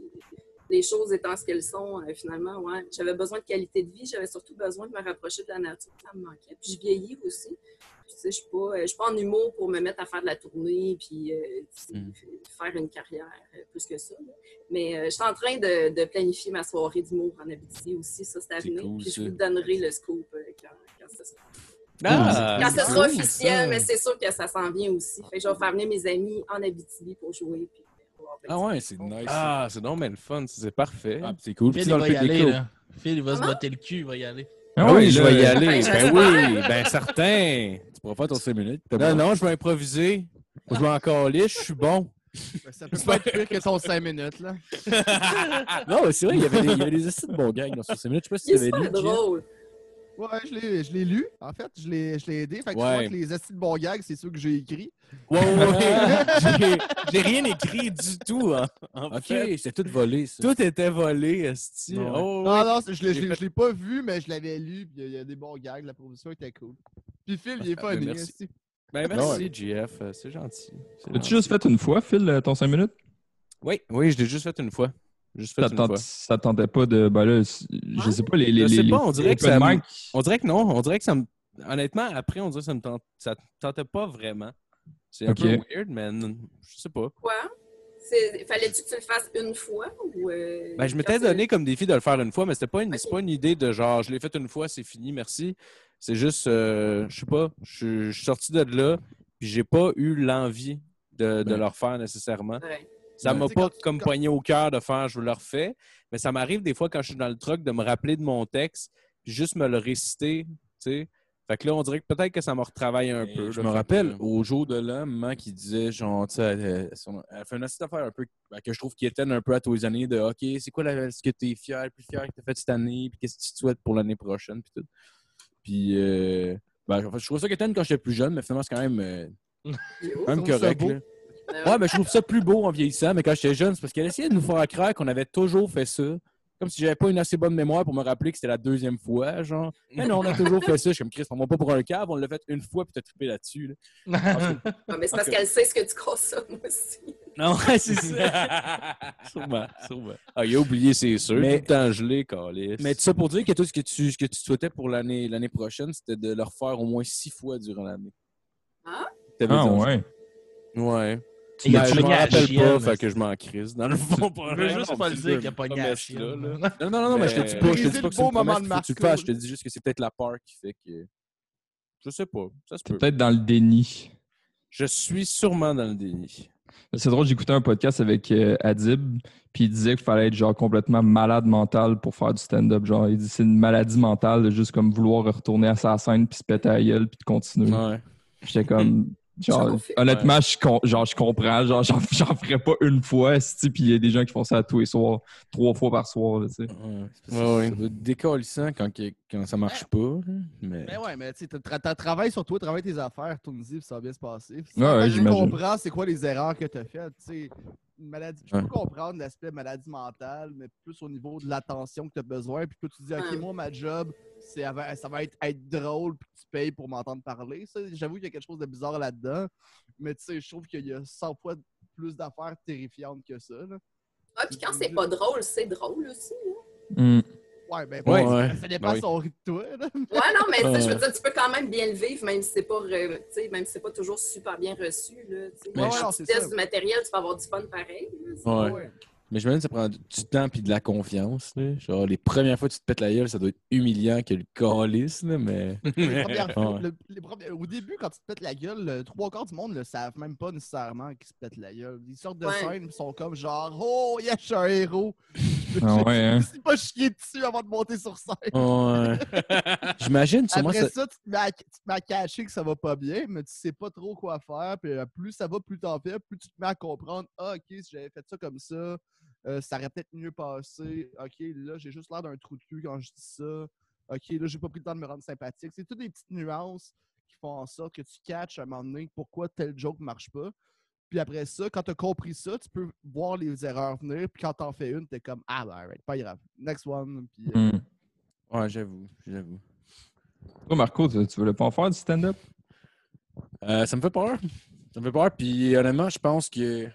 les choses étant ce qu'elles sont, euh, finalement, ouais, j'avais besoin de qualité de vie. J'avais surtout besoin de me rapprocher de la nature. Ça me manquait. Puis je vieillis aussi. Puis, tu sais, je suis pas, euh, je suis pas en humour pour me mettre à faire de la tournée puis euh, tu sais,
Mm.
faire une carrière euh, plus que ça. là. Mais euh, je suis en train de, de planifier ma soirée d'humour en Abitibi aussi, ça c'est à
C'est
venir.
cool,
puis je
ça.
vous donnerai le scoop euh, quand, quand ce sera,
Ah,
quand ce sera
cool,
officiel,
ça.
mais c'est sûr que ça s'en vient aussi. Fait que je vais faire venir mes amis en Abitibi pour jouer. Puis, on va voir
Ah
bien
ouais, c'est nice. Ah,
Ah, c'est donc mais le fun, c'est parfait.
Ben
c'est cool. Puis
Phil,
c'est
il
dans
va
le oh,
y aller,
PDK.
là. Phil, il va se
Comment?
botter le cul, il va y aller.
Ah
Ah
ouais,
oui, je
là,
vais y
euh,
aller.
Ben, je
Ben oui, ben certain.
Tu pourras faire ton 5 minutes. t'as
Non,
bon.
non, je vais improviser. Je vais encore lire, je suis bon.
Ben, ça peut pas être pire que son 5 minutes, là.
Non, mais c'est vrai, il y avait des, il y avait des astuces de bons gags dans son 5 minutes. Je sais pas si tu
ça. C'est
l'avais lu.
super drôle.
Ouais, je l'ai, je l'ai lu, en fait. Je l'ai, je l'ai aidé. Fait que tu
Ouais.
vois que les astis de bon gag, c'est ceux que j'ai écrits.
Ouais, ouais, ouais. [laughs] J'ai- J'ai rien écrit du tout. hein, en
Jeff.
fait.
Ok, c'est tout volé, ça.
Tout était volé, esti.
Non.
Oh,
Non, non, c'est- je l'ai,
J'ai
je l'ai-
fait-
je l'ai pas vu, mais je l'avais lu. Puis il y a- il y, a des bons gags. La proposition était cool. Puis Phil, il est
Ah, ben,
funny.
merci.
esti.
Ben,
Non,
merci, GF. euh, C'est gentil. C'est
L'as-tu
gentil.
juste fait une fois, Phil, euh, ton 5 minutes?
Oui, oui, je l'ai juste fait une fois. Juste fait
Ça
une fois.
te ça te tentait pas de. Ben là, c- je sais pas, les. les,
Hein? Je sais
les-
pas,
les-
on dirait que
open
ça me-
mic.
On dirait que non. On dirait que ça me. Honnêtement, après, on dirait que ça me tente... ça tentait pas vraiment. C'est un
Ok.
peu weird, mais non, je sais pas.
Quoi? C'est- Fallait-tu que tu le fasses une fois? Ou, euh,
Ben, je
quand
m'étais
tu-
donné comme défi de le faire une fois, mais c'était pas une,
Ok.
c'est pas une idée de genre, je l'ai fait une fois, c'est fini, merci. C'est juste, euh, je sais pas, je suis- je suis sorti de là, puis j'ai pas eu l'envie de, de
Ben.
le refaire nécessairement.
Ouais.
Ça
Ben,
m'a
tu sais, quand
pas
tu-
comme
quand-
poigné au cœur de faire, je le refais, mais ça m'arrive des fois quand je suis dans le truck de me rappeler de mon texte, puis juste me le réciter, tu sais. Fait que là, on dirait que peut-être que ça me retravaille un
Et
peu.
Ben, Je
là,
me
fait
rappelle,
que- euh,
au jour de l'an, maman qui disait, genre, tu sais, elle, euh, son- elle fait une petite affaire un peu ben, que je trouve qui étonne un peu à tous les années de OK, c'est quoi la- ce que tu es fier, plus fier que tu as fait cette année, puis qu'est-ce que tu te souhaites pour l'année prochaine, puis tout. Puis, euh, ben, en fait, je trouve ça qu'étonne quand j'étais plus jeune, mais finalement, c'est quand même, euh,
Yo.
quand même
Je trouve ça
correct.
beau.
là. Ouais, mais je trouve ça plus beau en vieillissant, mais quand j'étais jeune, c'est parce qu'elle essayait de nous faire croire qu'on avait toujours fait ça. Comme si j'avais pas une assez bonne mémoire pour me rappeler que c'était la deuxième fois, genre. Mais non, on a toujours fait ça. Je suis comme Chris, on pas pour un cave, on l'a fait une fois puis t'as trippé là-dessus. là.
Ouais, Ah, mais c'est parce qu'elle sait ce que tu consommes aussi.
Non, ouais, c'est ça. [laughs]
Sûrement, sûrement.
ah, il a oublié, c'est sûr.
Mais-
Tout le temps gelé,
[laughs]
câlisse.
Mais tout ça pour dire que tout ce que tu, ce que tu souhaitais pour l'année l'année prochaine, c'était de le refaire au moins six fois durant l'année.
Ah?
T'avais
Ah
dit-
ouais.
Ouais.
Il a
Ben, je
pogné
m'en
à la
rappelle pas,
chienne,
fait que je m'en crisse. Dans le fond, pas
Je veux
vrai,
juste
non,
pas le
c'est
dire
ça,
qu'il a pogné
promesse-là,
à la chienne,
là.
là.
Non, non, non, non, mais je te dis
Mais-
pas, je te
Briser
dis
le
pas que c'est une
beau moment
promesse,
de
faut que tu le
Marco.
fasses. Je te dis juste que c'est peut-être la peur qui fait que.
Je sais pas. Ça se
T'es
peut.
peut-être dans le déni.
Je suis sûrement dans le déni.
C'est drôle, j'écoutais un podcast avec euh, Adib, puis il disait qu'il fallait être genre complètement malade mental pour faire du stand-up. Genre, il dit c'est une maladie mentale de juste comme vouloir retourner à sa scène, puis se péter à la gueule, puis de continuer.
Ouais.
J'étais comme.
Hmm.
Genre,
confirme.
honnêtement, je, con- genre, je comprends. Genre, [laughs] j'en, j'en ferais pas une fois, esti, puis il y a des gens qui font ça tous les soirs, trois fois par soir. là, tu sais.
Ouais,
Ouais, ouais.
Ça doit être décalissant quand, que- quand ça marche pas. hein, Mais...
Mais Ben ouais, mais tu sais, t'as- tra- t'as- travaille sur toi, travaille tes affaires, tourne-y, puis ça va bien se passer. Puis
Ouais,
quand
ouais,
tu
j'imagine.
comprends c'est quoi les erreurs que t'as faites, tu sais. Une maladie, je peux
Ouais.
comprendre l'aspect maladie mentale, mais plus au niveau de l'attention que t'as besoin. Puis que tu dis, OK,
Ouais.
moi, ma job, c'est av- ça va être, être drôle, puis tu payes pour m'entendre parler. Ça, J'avoue qu'il y a quelque chose de bizarre là-dedans. Mais tu sais, je trouve qu'il y a 100 fois plus d'affaires terrifiantes que ça. là.
Ah, puis quand
Mhm.
c'est pas drôle, c'est drôle aussi. hein. là.
Mm.
Ouais, ben,
Ouais,
bon,
ouais.
ça- ça dépend
Ben oui.
son rythme, toi. là.
Ouais, non, mais tu sais, je
Ouais.
veux dire, tu peux quand même bien le vivre, même si c'est pas, re- tu sais, même si c'est pas toujours super bien reçu. Là, tu sais.
Ben,
Mais
Quand
je-
tu
c'est
testes
ça.
du matériel, tu peux avoir du fun pareil. là, c'est-
[laughs] Ouais.
Ouais.
Mais j'imagine que ça prend du temps puis de la confiance. là. Genre, les premières fois que tu te pètes la gueule, ça doit être humiliant que le calice, là,
[laughs]
mais.
Les premières fois,
Ouais.
le- les premières- au début, quand tu te pètes la gueule, le trois quarts du monde ne le savent même pas nécessairement qu'ils se pètent la gueule. Ils sortent de
Ouais.
scène ils sont comme genre Oh, yes, je suis un héros!
Ah
[laughs]
ouais, hein?
Je me suis pas chier dessus avant de monter sur scène.
Ouais. J'imagine, sûrement,
Après
ça.
ça, tu, te mets à, tu te mets à cacher que ça va pas bien, mais tu sais pas trop quoi faire. Puis euh, plus ça va, plus t'en fais, plus tu te mets à comprendre Ah, ok, si j'avais fait ça comme ça, euh, ça aurait peut-être mieux passé. Ok, là, j'ai juste l'air d'un trou de cul quand je dis ça. OK, là, j'ai pas pris le temps de me rendre sympathique. C'est toutes des petites nuances qui font en sorte que tu catches à un moment donné pourquoi tel joke marche pas. Puis après ça, quand t'as compris ça, tu peux voir les erreurs venir. Puis quand t'en fais une, t'es comme Ah, ben, alright, pas grave. Next one. Puis, euh,
Mm.
Ouais, j'avoue, j'avoue.
Toi, Marco, tu, tu voulais pas en faire du stand-up?
Euh, ça me fait peur. Ça me fait peur. Puis honnêtement, je pense que.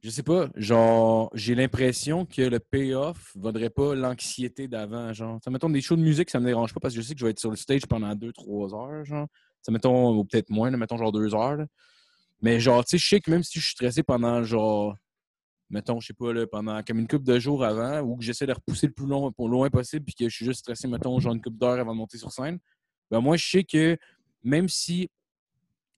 Je sais pas. Genre, j'ai l'impression que le payoff vaudrait pas l'anxiété d'avant. Genre, ça mettons des shows de musique, ça me dérange pas parce que je sais que je vais être sur le stage pendant 2-3 heures. Genre, ça mettons, ou peut-être moins, là, mettons genre 2 heures. là. Mais genre, tu sais, je sais que même si je suis stressé pendant genre. Mettons, je sais pas, là, pendant comme une couple de jours avant, ou que j'essaie de repousser le plus long, pour loin possible, puis que je suis juste stressé, mettons, genre une couple d'heures avant de monter sur scène, ben moi, je sais que même si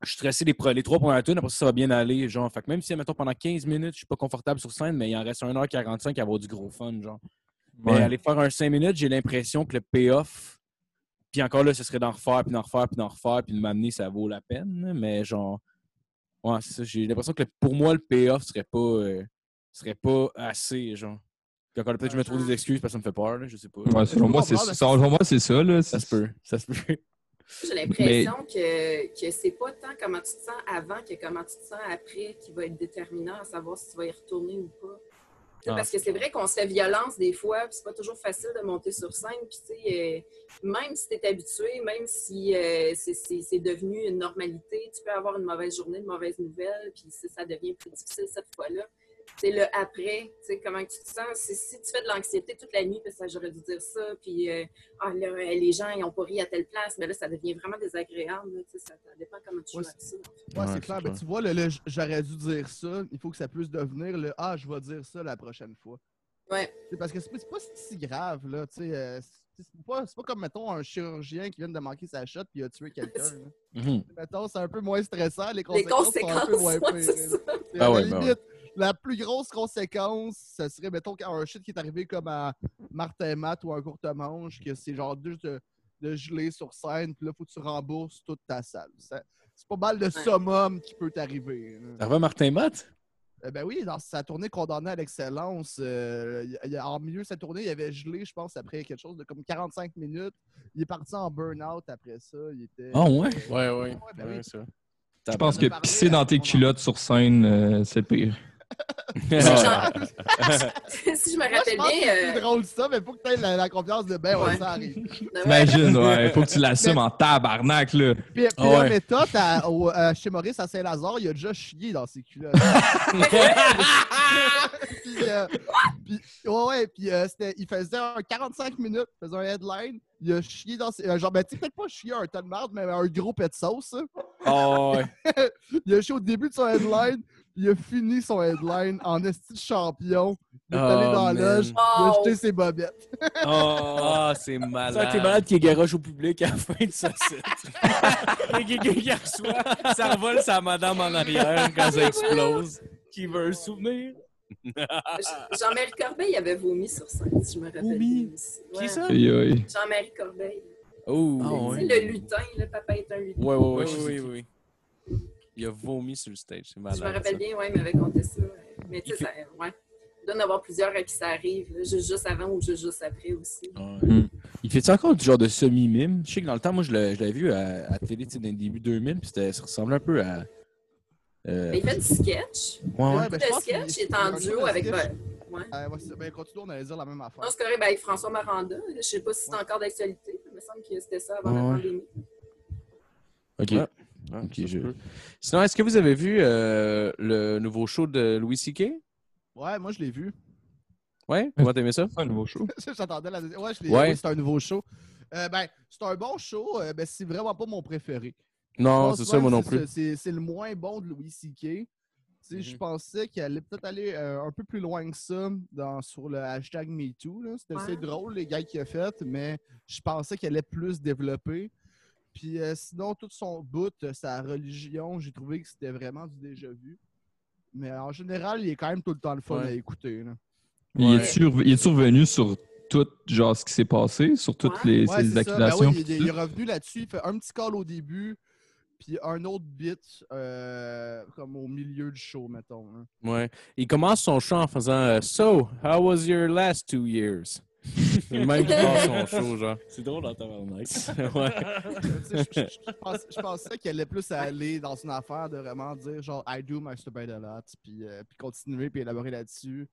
je suis stressé les, pro- les trois premières tunes, après ça, ça va bien aller. Genre, fait que même si, mettons, pendant 15 minutes, je suis pas confortable sur scène, mais il en reste 1h45 à avoir du gros fun, genre. Mais
Ouais.
aller faire un 5 minutes, j'ai l'impression que le payoff, puis encore là, ce serait d'en refaire, puis d'en refaire, puis d'en refaire, puis de m'amener, ça vaut la peine. hein, Mais genre, ouais, c'est ça. J'ai l'impression que le- pour moi, le payoff serait pas, euh, serait pas assez, genre. Puis encore là, peut-être que je me trouve des excuses parce que ça me fait peur, là, je sais pas.
Ouais, selon,
Je comprends,
moi, c'est,
mais-
selon moi, c'est ça. Là.
ça se peut, ça se peut. [laughs]
J'ai l'impression que, que c'est pas tant comment tu te sens avant que comment tu te sens après qui va être déterminant à savoir si tu vas y retourner ou pas. Tu sais,
Ah,
Parce que c'est vrai qu'on se fait violence des fois, puis c'est pas toujours facile de monter sur scène. Puis, tu sais, euh, même si tu es habitué, même si euh, c'est- c'est c'est devenu une normalité, tu peux avoir une mauvaise journée, une mauvaise nouvelle, puis c'est- ça devient plus difficile cette fois-là. C'est le après, tu sais, comment tu te sens. Si, si tu fais de l'anxiété toute la nuit, puis ça, j'aurais dû dire ça, puis euh, ah, là, euh, les gens, ils ont pas ri à telle place, mais là, ça devient vraiment désagréable. là, tu sais, ça, ça dépend comment tu joues
Ouais,
avec ça.
Ouais,
Ouais,
c'est
c'est
clair.
clair.
Mais tu vois, le, le- j'aurais dû dire ça. Il faut que ça puisse devenir le Ah, je vais dire ça la prochaine fois.
Ouais.
C'est parce que c'est c'est pas si grave, là. Tu sais, euh, c'est c'est pas, c'est pas comme, mettons, un chirurgien qui vient de manquer sa shot puis il a tué quelqu'un. là.
Mhm.
mettons, c'est un peu moins stressant. Les
Les
conséquences, sont un
conséquences,
peu moins
[laughs] ouais,
pires.
c'est ça.
C'est
Ah
à la
ouais, ben
limite, La plus grosse conséquence, ce serait, mettons, quand un shit qui est arrivé comme à Martin Matt ou un courte manche, que c'est genre juste de, de geler sur scène, puis là, faut que tu rembourses toute ta salle. Ça- C'est pas mal de summum qui peut t'arriver. là.
Ça va, Martin Matt?
Euh, ben oui, dans sa tournée condamnée à l'excellence, euh, il- il- en milieu de sa tournée, il avait gelé, je pense, après quelque chose de comme 45 minutes. Il est parti en burn-out après ça. Il était.
Ah ouais?
Ouais, ouais.
Ouais, ben oui.
ça.
Je pense que
parler
pisser dans tes
à-
culottes sur scène, euh, c'est pire.
Genre- [laughs] si je me
Moi, je
rappelle
pense que c'est
bien,
plus
euh,
drôle ça, mais faut que tu aies la, la confiance de ben, ouais,
Ouais.
ça arrive.
ben ouais,
[laughs]
Imagine, ouais, faut que tu l'assumes en tabarnak, là.
Puis, puis
Ah ouais.
la méthode à- au- à- chez Maurice à Saint-Lazare, il a déjà chié dans ses
[laughs]
culottes. puis, euh, puis- ouais, ouais, puis euh, c'était- il faisait un 45 minutes, il faisait un headline, il a chié dans ses. euh, genre, ben, tu sais, peut-être pas chié un tas de merde, mais un gros pet de sauce. hein.
Oh,
[laughs]
ouais.
Il a chié au début de son headline, il a fini son headline en esti de champion. Il est allé
Oh,
dans la
man.
loge, il a
Wow.
jeté ses bobettes.
Ah, c'est
C'est vrai
malade.
que t'es malade qui garoche au public à la fin de sa set.
[laughs] Et quelqu'un qui reçoit, ça revole sa madame en arrière quand ça explose. Qui veut un souvenir?
Jean-Marie Corbeil avait vomi sur scène, si je me rappelle.
Vomi?
bien aussi.
Qui
Ouais.
ça?
Aïe, aïe.
Jean-Marie Corbeil.
Oh,
Ah, ouais.
Tu sais, le lutin, le papa est un lutin.
Ouais, ouais, ouais.
Ouais,
je
ouais,
sais qui. Il a vomi sur le stage, c'est malade.
je me rappelle
ça.
bien, ouais, il m'avait conté ça. ouais. Mais tu
Il
sais, ça, ouais. Il doit y en avoir plusieurs à qui ça arrive, là, juste, juste avant ou juste, juste après aussi.
Il fait encore du genre de semi-mime? Je sais que dans le temps, moi, je l'ai- je l'avais vu à, à télé tu sais, dans le début 2000, puis c'était- ça ressemblait un peu à. euh,
Mais il fait du sketch.
ouais, ouais.
Ouais, ben, je
le
pense qu'il-
sketch est
il
en
a
duo
un
avec.
sketch.
Ouais.
Euh, ouais, c'est ça. ben, continue, on allait dire la même affaire.
Non, c'est correct, ben, avec François Maranda. Je sais pas si c'est encore d'actualité. mais Il me semble que c'était ça avant
Ouais.
la pandémie.
Ok.
Ouais. Ouais,
Ok,
ça se
je-
peut. Sinon, est-ce que vous avez vu euh, le nouveau show de Louis C.K.?
Ouais, moi, je l'ai vu.
Ouais? Comment t'aimais ça?
Un nouveau show.
[laughs] J'attendais la deuxième. Ouais, je l'ai
Ouais.
vu. C'est un nouveau show. Euh, ben, c'est un bon show, euh, mais c'est vraiment pas mon préféré. Je
Non,
pense
Ah, c'est ça,
même
moi non
c'est
plus.
ce- C'est c'est le moins bon de Louis C.K. Tu sais, Je pensais qu'il allait peut-être aller euh, un peu plus loin que ça dans, sur le hashtag MeToo. là. C'était assez
Ouais.
drôle, les gars qu'il a fait, mais je pensais qu'il allait plus développer. Puis euh, sinon, tout son bout, euh, sa religion, j'ai trouvé que c'était vraiment du déjà vu. Mais en général, il est quand même tout le temps le fun
Ouais.
à écouter. là.
Il
Ouais.
est-tu rev- il est-tu revenu sur tout genre, ce qui s'est passé, sur toutes
Ouais.
les,
Ouais,
ces
c'est ça. Ben
accusations?
oui, il, est- il est revenu là-dessus. Il fait un petit call au début, puis un autre bit euh, comme au milieu du show, mettons. hein.
Ouais. Il commence son chant en faisant euh, So, how was your last two years? C'est le même qui commence son show, genre.
C'est drôle en tabarnak.
Tu
[laughs] ouais.
sais, je, je- je pense- je pensais qu'elle allait plus aller dans une affaire de vraiment dire genre I do masturbate a lot, puis, euh, puis continuer puis élaborer là-dessus.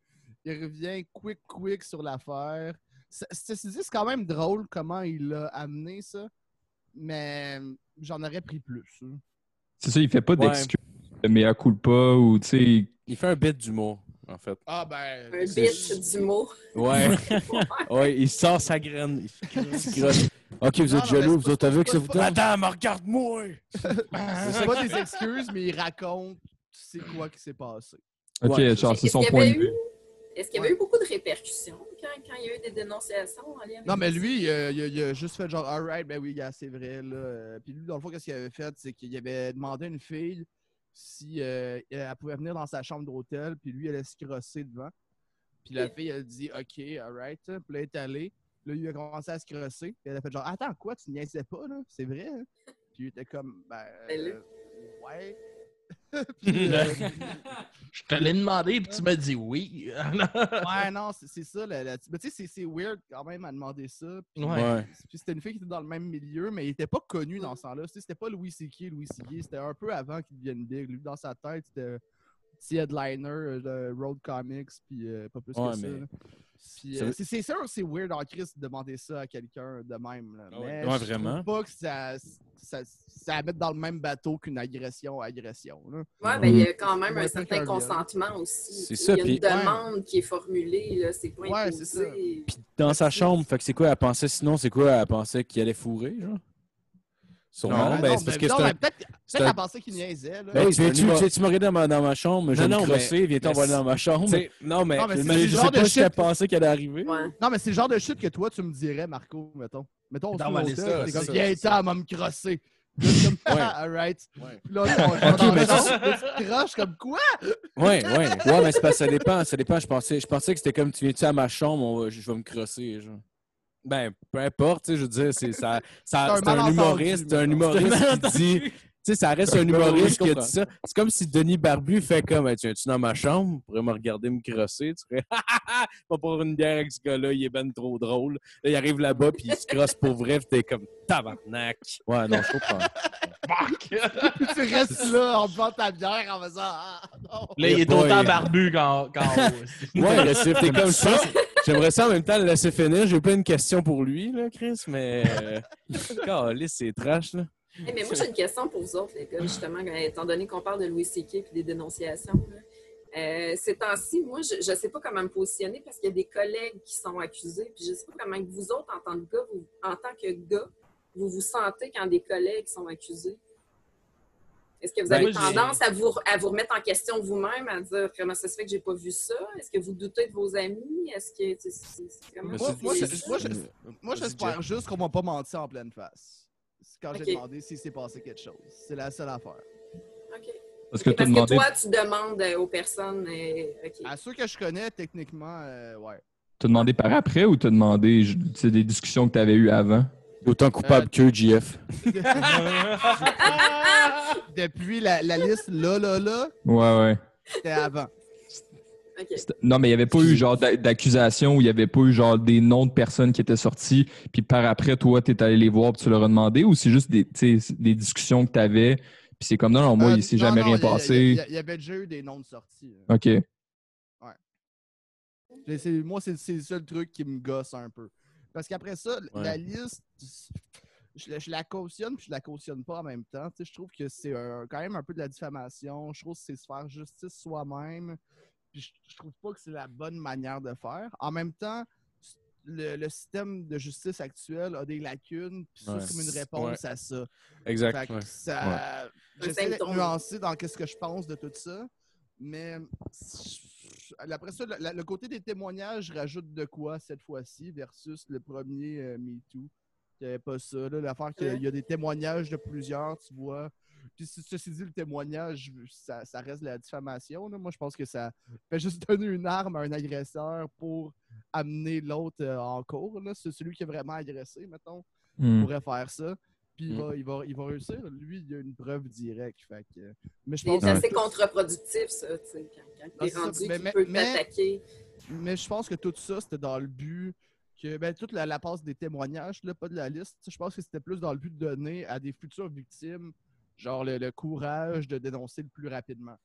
Il revient quick quick sur l'affaire. Ça- Ceci dit, c'est quand même drôle comment il a amené ça, mais hum, j'en aurais pris plus. hein.
C'est ça, il fait pas
Ouais.
d'excuses de mea culpa ou, tu sais,
Il fait un bit d'humour, en fait.
Ah ben.
Un bit du mot.
Ouais. [laughs] ouais, il sort sa graine. Il [laughs] se crosse.
Ok, vous
Non,
êtes
non,
jaloux,
mais
vous
c'est
autres aveux que
pas-
ça vous
c'est pas-
donne.
Madame, regarde-moi!
Ah.
C'est pas des excuses, mais il raconte c'est quoi qui s'est passé.
OK,
Ouais,
Charles, c'est
Est-ce
son
qu'il y
point
avait
de vue.
eu- Est-ce qu'il y avait eu beaucoup de répercussions quand, quand il y a eu des dénonciations en lien avec
Non, mais
ça?
lui, euh, il, a, il a juste fait genre, alright, ben oui, gars, c'est vrai. Là. Euh, Puis lui, dans le fond, qu'est-ce qu'il avait fait? C'est qu'il avait demandé à une fille si euh, elle pouvait venir dans sa chambre d'hôtel, puis lui, elle allait se crosser devant. Puis la fille, elle a dit, OK, alright. Puis là, elle est allée. Là, lui, il a commencé à se crosser. Puis elle a fait genre, attends, quoi, tu niaisais pas, là? C'est vrai, hein? Puis il était comme, ben.
Elle est-
euh, ouais. Puis, euh,
Je te l'ai demandé, puis tu m'as dit oui.
ouais, non, c'est- c'est ça. La, la- Mais tu sais, c'est- c'est weird quand même à demander ça.
[laughs]
Puis,
Ouais.
Puis c'était une fille qui était dans le même milieu, mais il était pas connu dans ce temps-là. Tu sais, C'était pas Louis C.K. Louis C.K. C'était un peu avant qu'il devienne big. Lui, dans sa tête, c'était un petit headliner euh, de Road Comics, puis euh, pas plus
Ouais,
que ça.
mais-
là. Puis,
Ça
euh,
veut-
c'est- c'est sûr que c'est weird en Chris de demander ça à quelqu'un de même. Là.
Ah
mais
ouais.
je
Ouais,
trouve
vraiment.
pas que ça, ça, ça la mette dans le même bateau qu'une agression à agression. là.
Ouais, ben, il y a quand
Mm.
même
Ouais,
un
c'est un
certain
viol.
consentement aussi.
C'est
tu sais.
ça,
Il y a une
puis-
demande qui est formulée, là, c'est pas
Ouais,
imposé.
c'est ça.
Puis dans sa chambre, fait que c'est quoi, elle pensait sinon, c'est quoi, elle pensait qu'il allait fourrer, genre? Sûrement,
Ah
ben,
non,
c'est parce
mais-
que
non,
c'est un-
mais Peut-être
c'est
peut-être
un-
elle pensait qu'il niaisait. Là.
Ben,
Ben oui,
tu
c'est un
viens-tu
humour.
tu viens-tu me regarder dans ma, dans ma chambre? Je
Non,
vais me
non,
crosser, viens-tu
mais-
envoyer dans ma chambre?
T'sais, Non, mais,
Non, mais c'est
mais
le
je
genre
sais
de
pas si
shit
elle
qui-
pensait qu'elle allait arriver.
Ouais.
Non, mais c'est le genre de shit que toi, tu me dirais, Marco, mettons. Mettons, on se
Dans
fout
Vanessa,
l'hôtel, t'es
c'est
comme,
ça.
viens ça, elle va me crosser. Là, t'es comme,
Ouais.
Ah, alright.
Ouais.
Puis là, on- on va dans
mais
le
ça-
champ, là, tu te croches comme quoi?
Ouais, ouais.
Ouais, mais c'est parce que ça dépend, ça dépend. Je pensais, je pensais que c'était comme tu viens-tu à ma chambre, on va- je, je vais me crosser, genre.
Ben, peu importe, tu sais, je veux dire, c'est ça,
C'est
ça,
un
c'est un,
malentendu,
humoriste, c'est un
mettons.
humoriste qui dit, tu sais,
[laughs]
ça reste un humoriste qui a
comprends.
dit ça. C'est comme si Denis Barbu fait comme, Hey, tu viens-tu dans ma chambre, pourrais me regarder me crosser, tu ferais, ha ha ha, [laughs] pas pour une bière avec ce gars-là, il est ben trop drôle. Là, il arrive là-bas puis il se crosse pour vrai, puis t'es comme tabarnak.
Ouais, non, je comprends.
Puis tu restes là en buvant ta bière en faisant Ah non!
Là, il est
boy.
autant barbu qu'en [laughs] qu'en haut.
Ouais, le chiffre, t'es comme ça. J'aimerais ça en même temps le laisser finir. J'ai pas une question pour lui, là, Chris, mais. euh, [laughs] Calice, c'est trash, là.
Hey, mais moi, j'ai une question pour vous autres, les gars, justement, euh, étant donné qu'on parle de Louis C.K. et des dénonciations. là. Euh, ces temps-ci, moi, je ne sais pas comment me positionner parce qu'il y a des collègues qui sont accusés. Puis je ne sais pas comment que vous autres, en tant que gars, vous, en tant que gars, vous vous sentez quand des collègues sont accusés. Est-ce que vous
Ben,
avez
moi, j'ai-
tendance à vous, à vous remettre en question vous-même, à dire comment ça se fait que j'ai pas vu ça? Est-ce que vous doutez de vos amis? Est-ce que tu sais, c'est c'est vraiment.
Mais
Moi,
c'est-
moi,
c'est-
je- moi, je- moi,
Vas-y,
j'espère juste qu'on m'a pas menti en pleine face. C'est quand
Ok.
j'ai demandé s'il s'est passé quelque chose. C'est la seule affaire.
OK.
Parce que tu as
Parce
demandé.
que toi, tu demandes euh, aux personnes. euh, OK.
À ceux que je connais, techniquement, euh, ouais.
T'as demandé par après ou t'as demandé je- tu sais, des discussions que t'avais eues avant?
Autant coupable que
Euh,
JF.
Depuis la, la liste là, là, là,
Ouais, ouais.
c'était avant.
OK.
C'était- Non, mais il n'y avait pas eu genre d'a- d'accusation ou il n'y avait pas eu genre des noms de personnes qui étaient sorties, puis par après, toi, tu es allé les voir puis tu leur as demandé ou c'est juste des, tu sais, des discussions que tu avais, puis c'est comme non, non, moi,
Euh,
il s'est
non,
jamais
non,
rien
il y a-
passé.
Il y, a- il y avait déjà eu des noms de sortie.
OK.
Mais c'est- Moi, c'est c'est le seul truc qui me gosse un peu. Parce qu'après ça,
Ouais.
la liste, je, la- je la cautionne puis je la cautionne pas en même temps. Tu sais, je trouve que c'est un- quand même un peu de la diffamation. Je trouve que c'est se faire justice soi-même. Puis je, je trouve pas que c'est la bonne manière de faire. En même temps, le, le système de justice actuel a des lacunes. Puis ça,
Ouais.
c'est comme une réponse à ça. Fait
Exact.
que ça- J'essaie d'être
symptôme.
nuancé dans qu'est-ce que je pense de tout ça. Mais après ça, le, le côté des témoignages rajoute de quoi cette fois-ci versus le premier euh, Me Too. C'était pas ça. là, L'affaire qu'il y a- il y a des témoignages de plusieurs, tu vois. Puis ce- ceci dit, le témoignage, ça, ça reste de la diffamation. là. Moi, je pense que ça fait juste [laughs] donner une arme à un agresseur pour amener l'autre euh, en cours. là. C'est celui qui est vraiment agressé, mettons
Hmm.
pourrait faire ça. Puis il,
Mm.
va, il, va, il va réussir. Lui, il a une preuve directe. Fait que... Mais je
C'est
pense que
assez
tous-
contre-productif, ça, tu sais, quand, quand
Ah,
t'es
c'est ça.
rendu,
Mais-
qui
mais-
peut
mais-
t'attaquer.
Mais je pense que tout ça, c'était dans le but que ben, toute la, la passe des témoignages, là, pas de la liste, je pense que c'était plus dans le but de donner à des futures victimes, genre le, le courage de dénoncer le plus rapidement.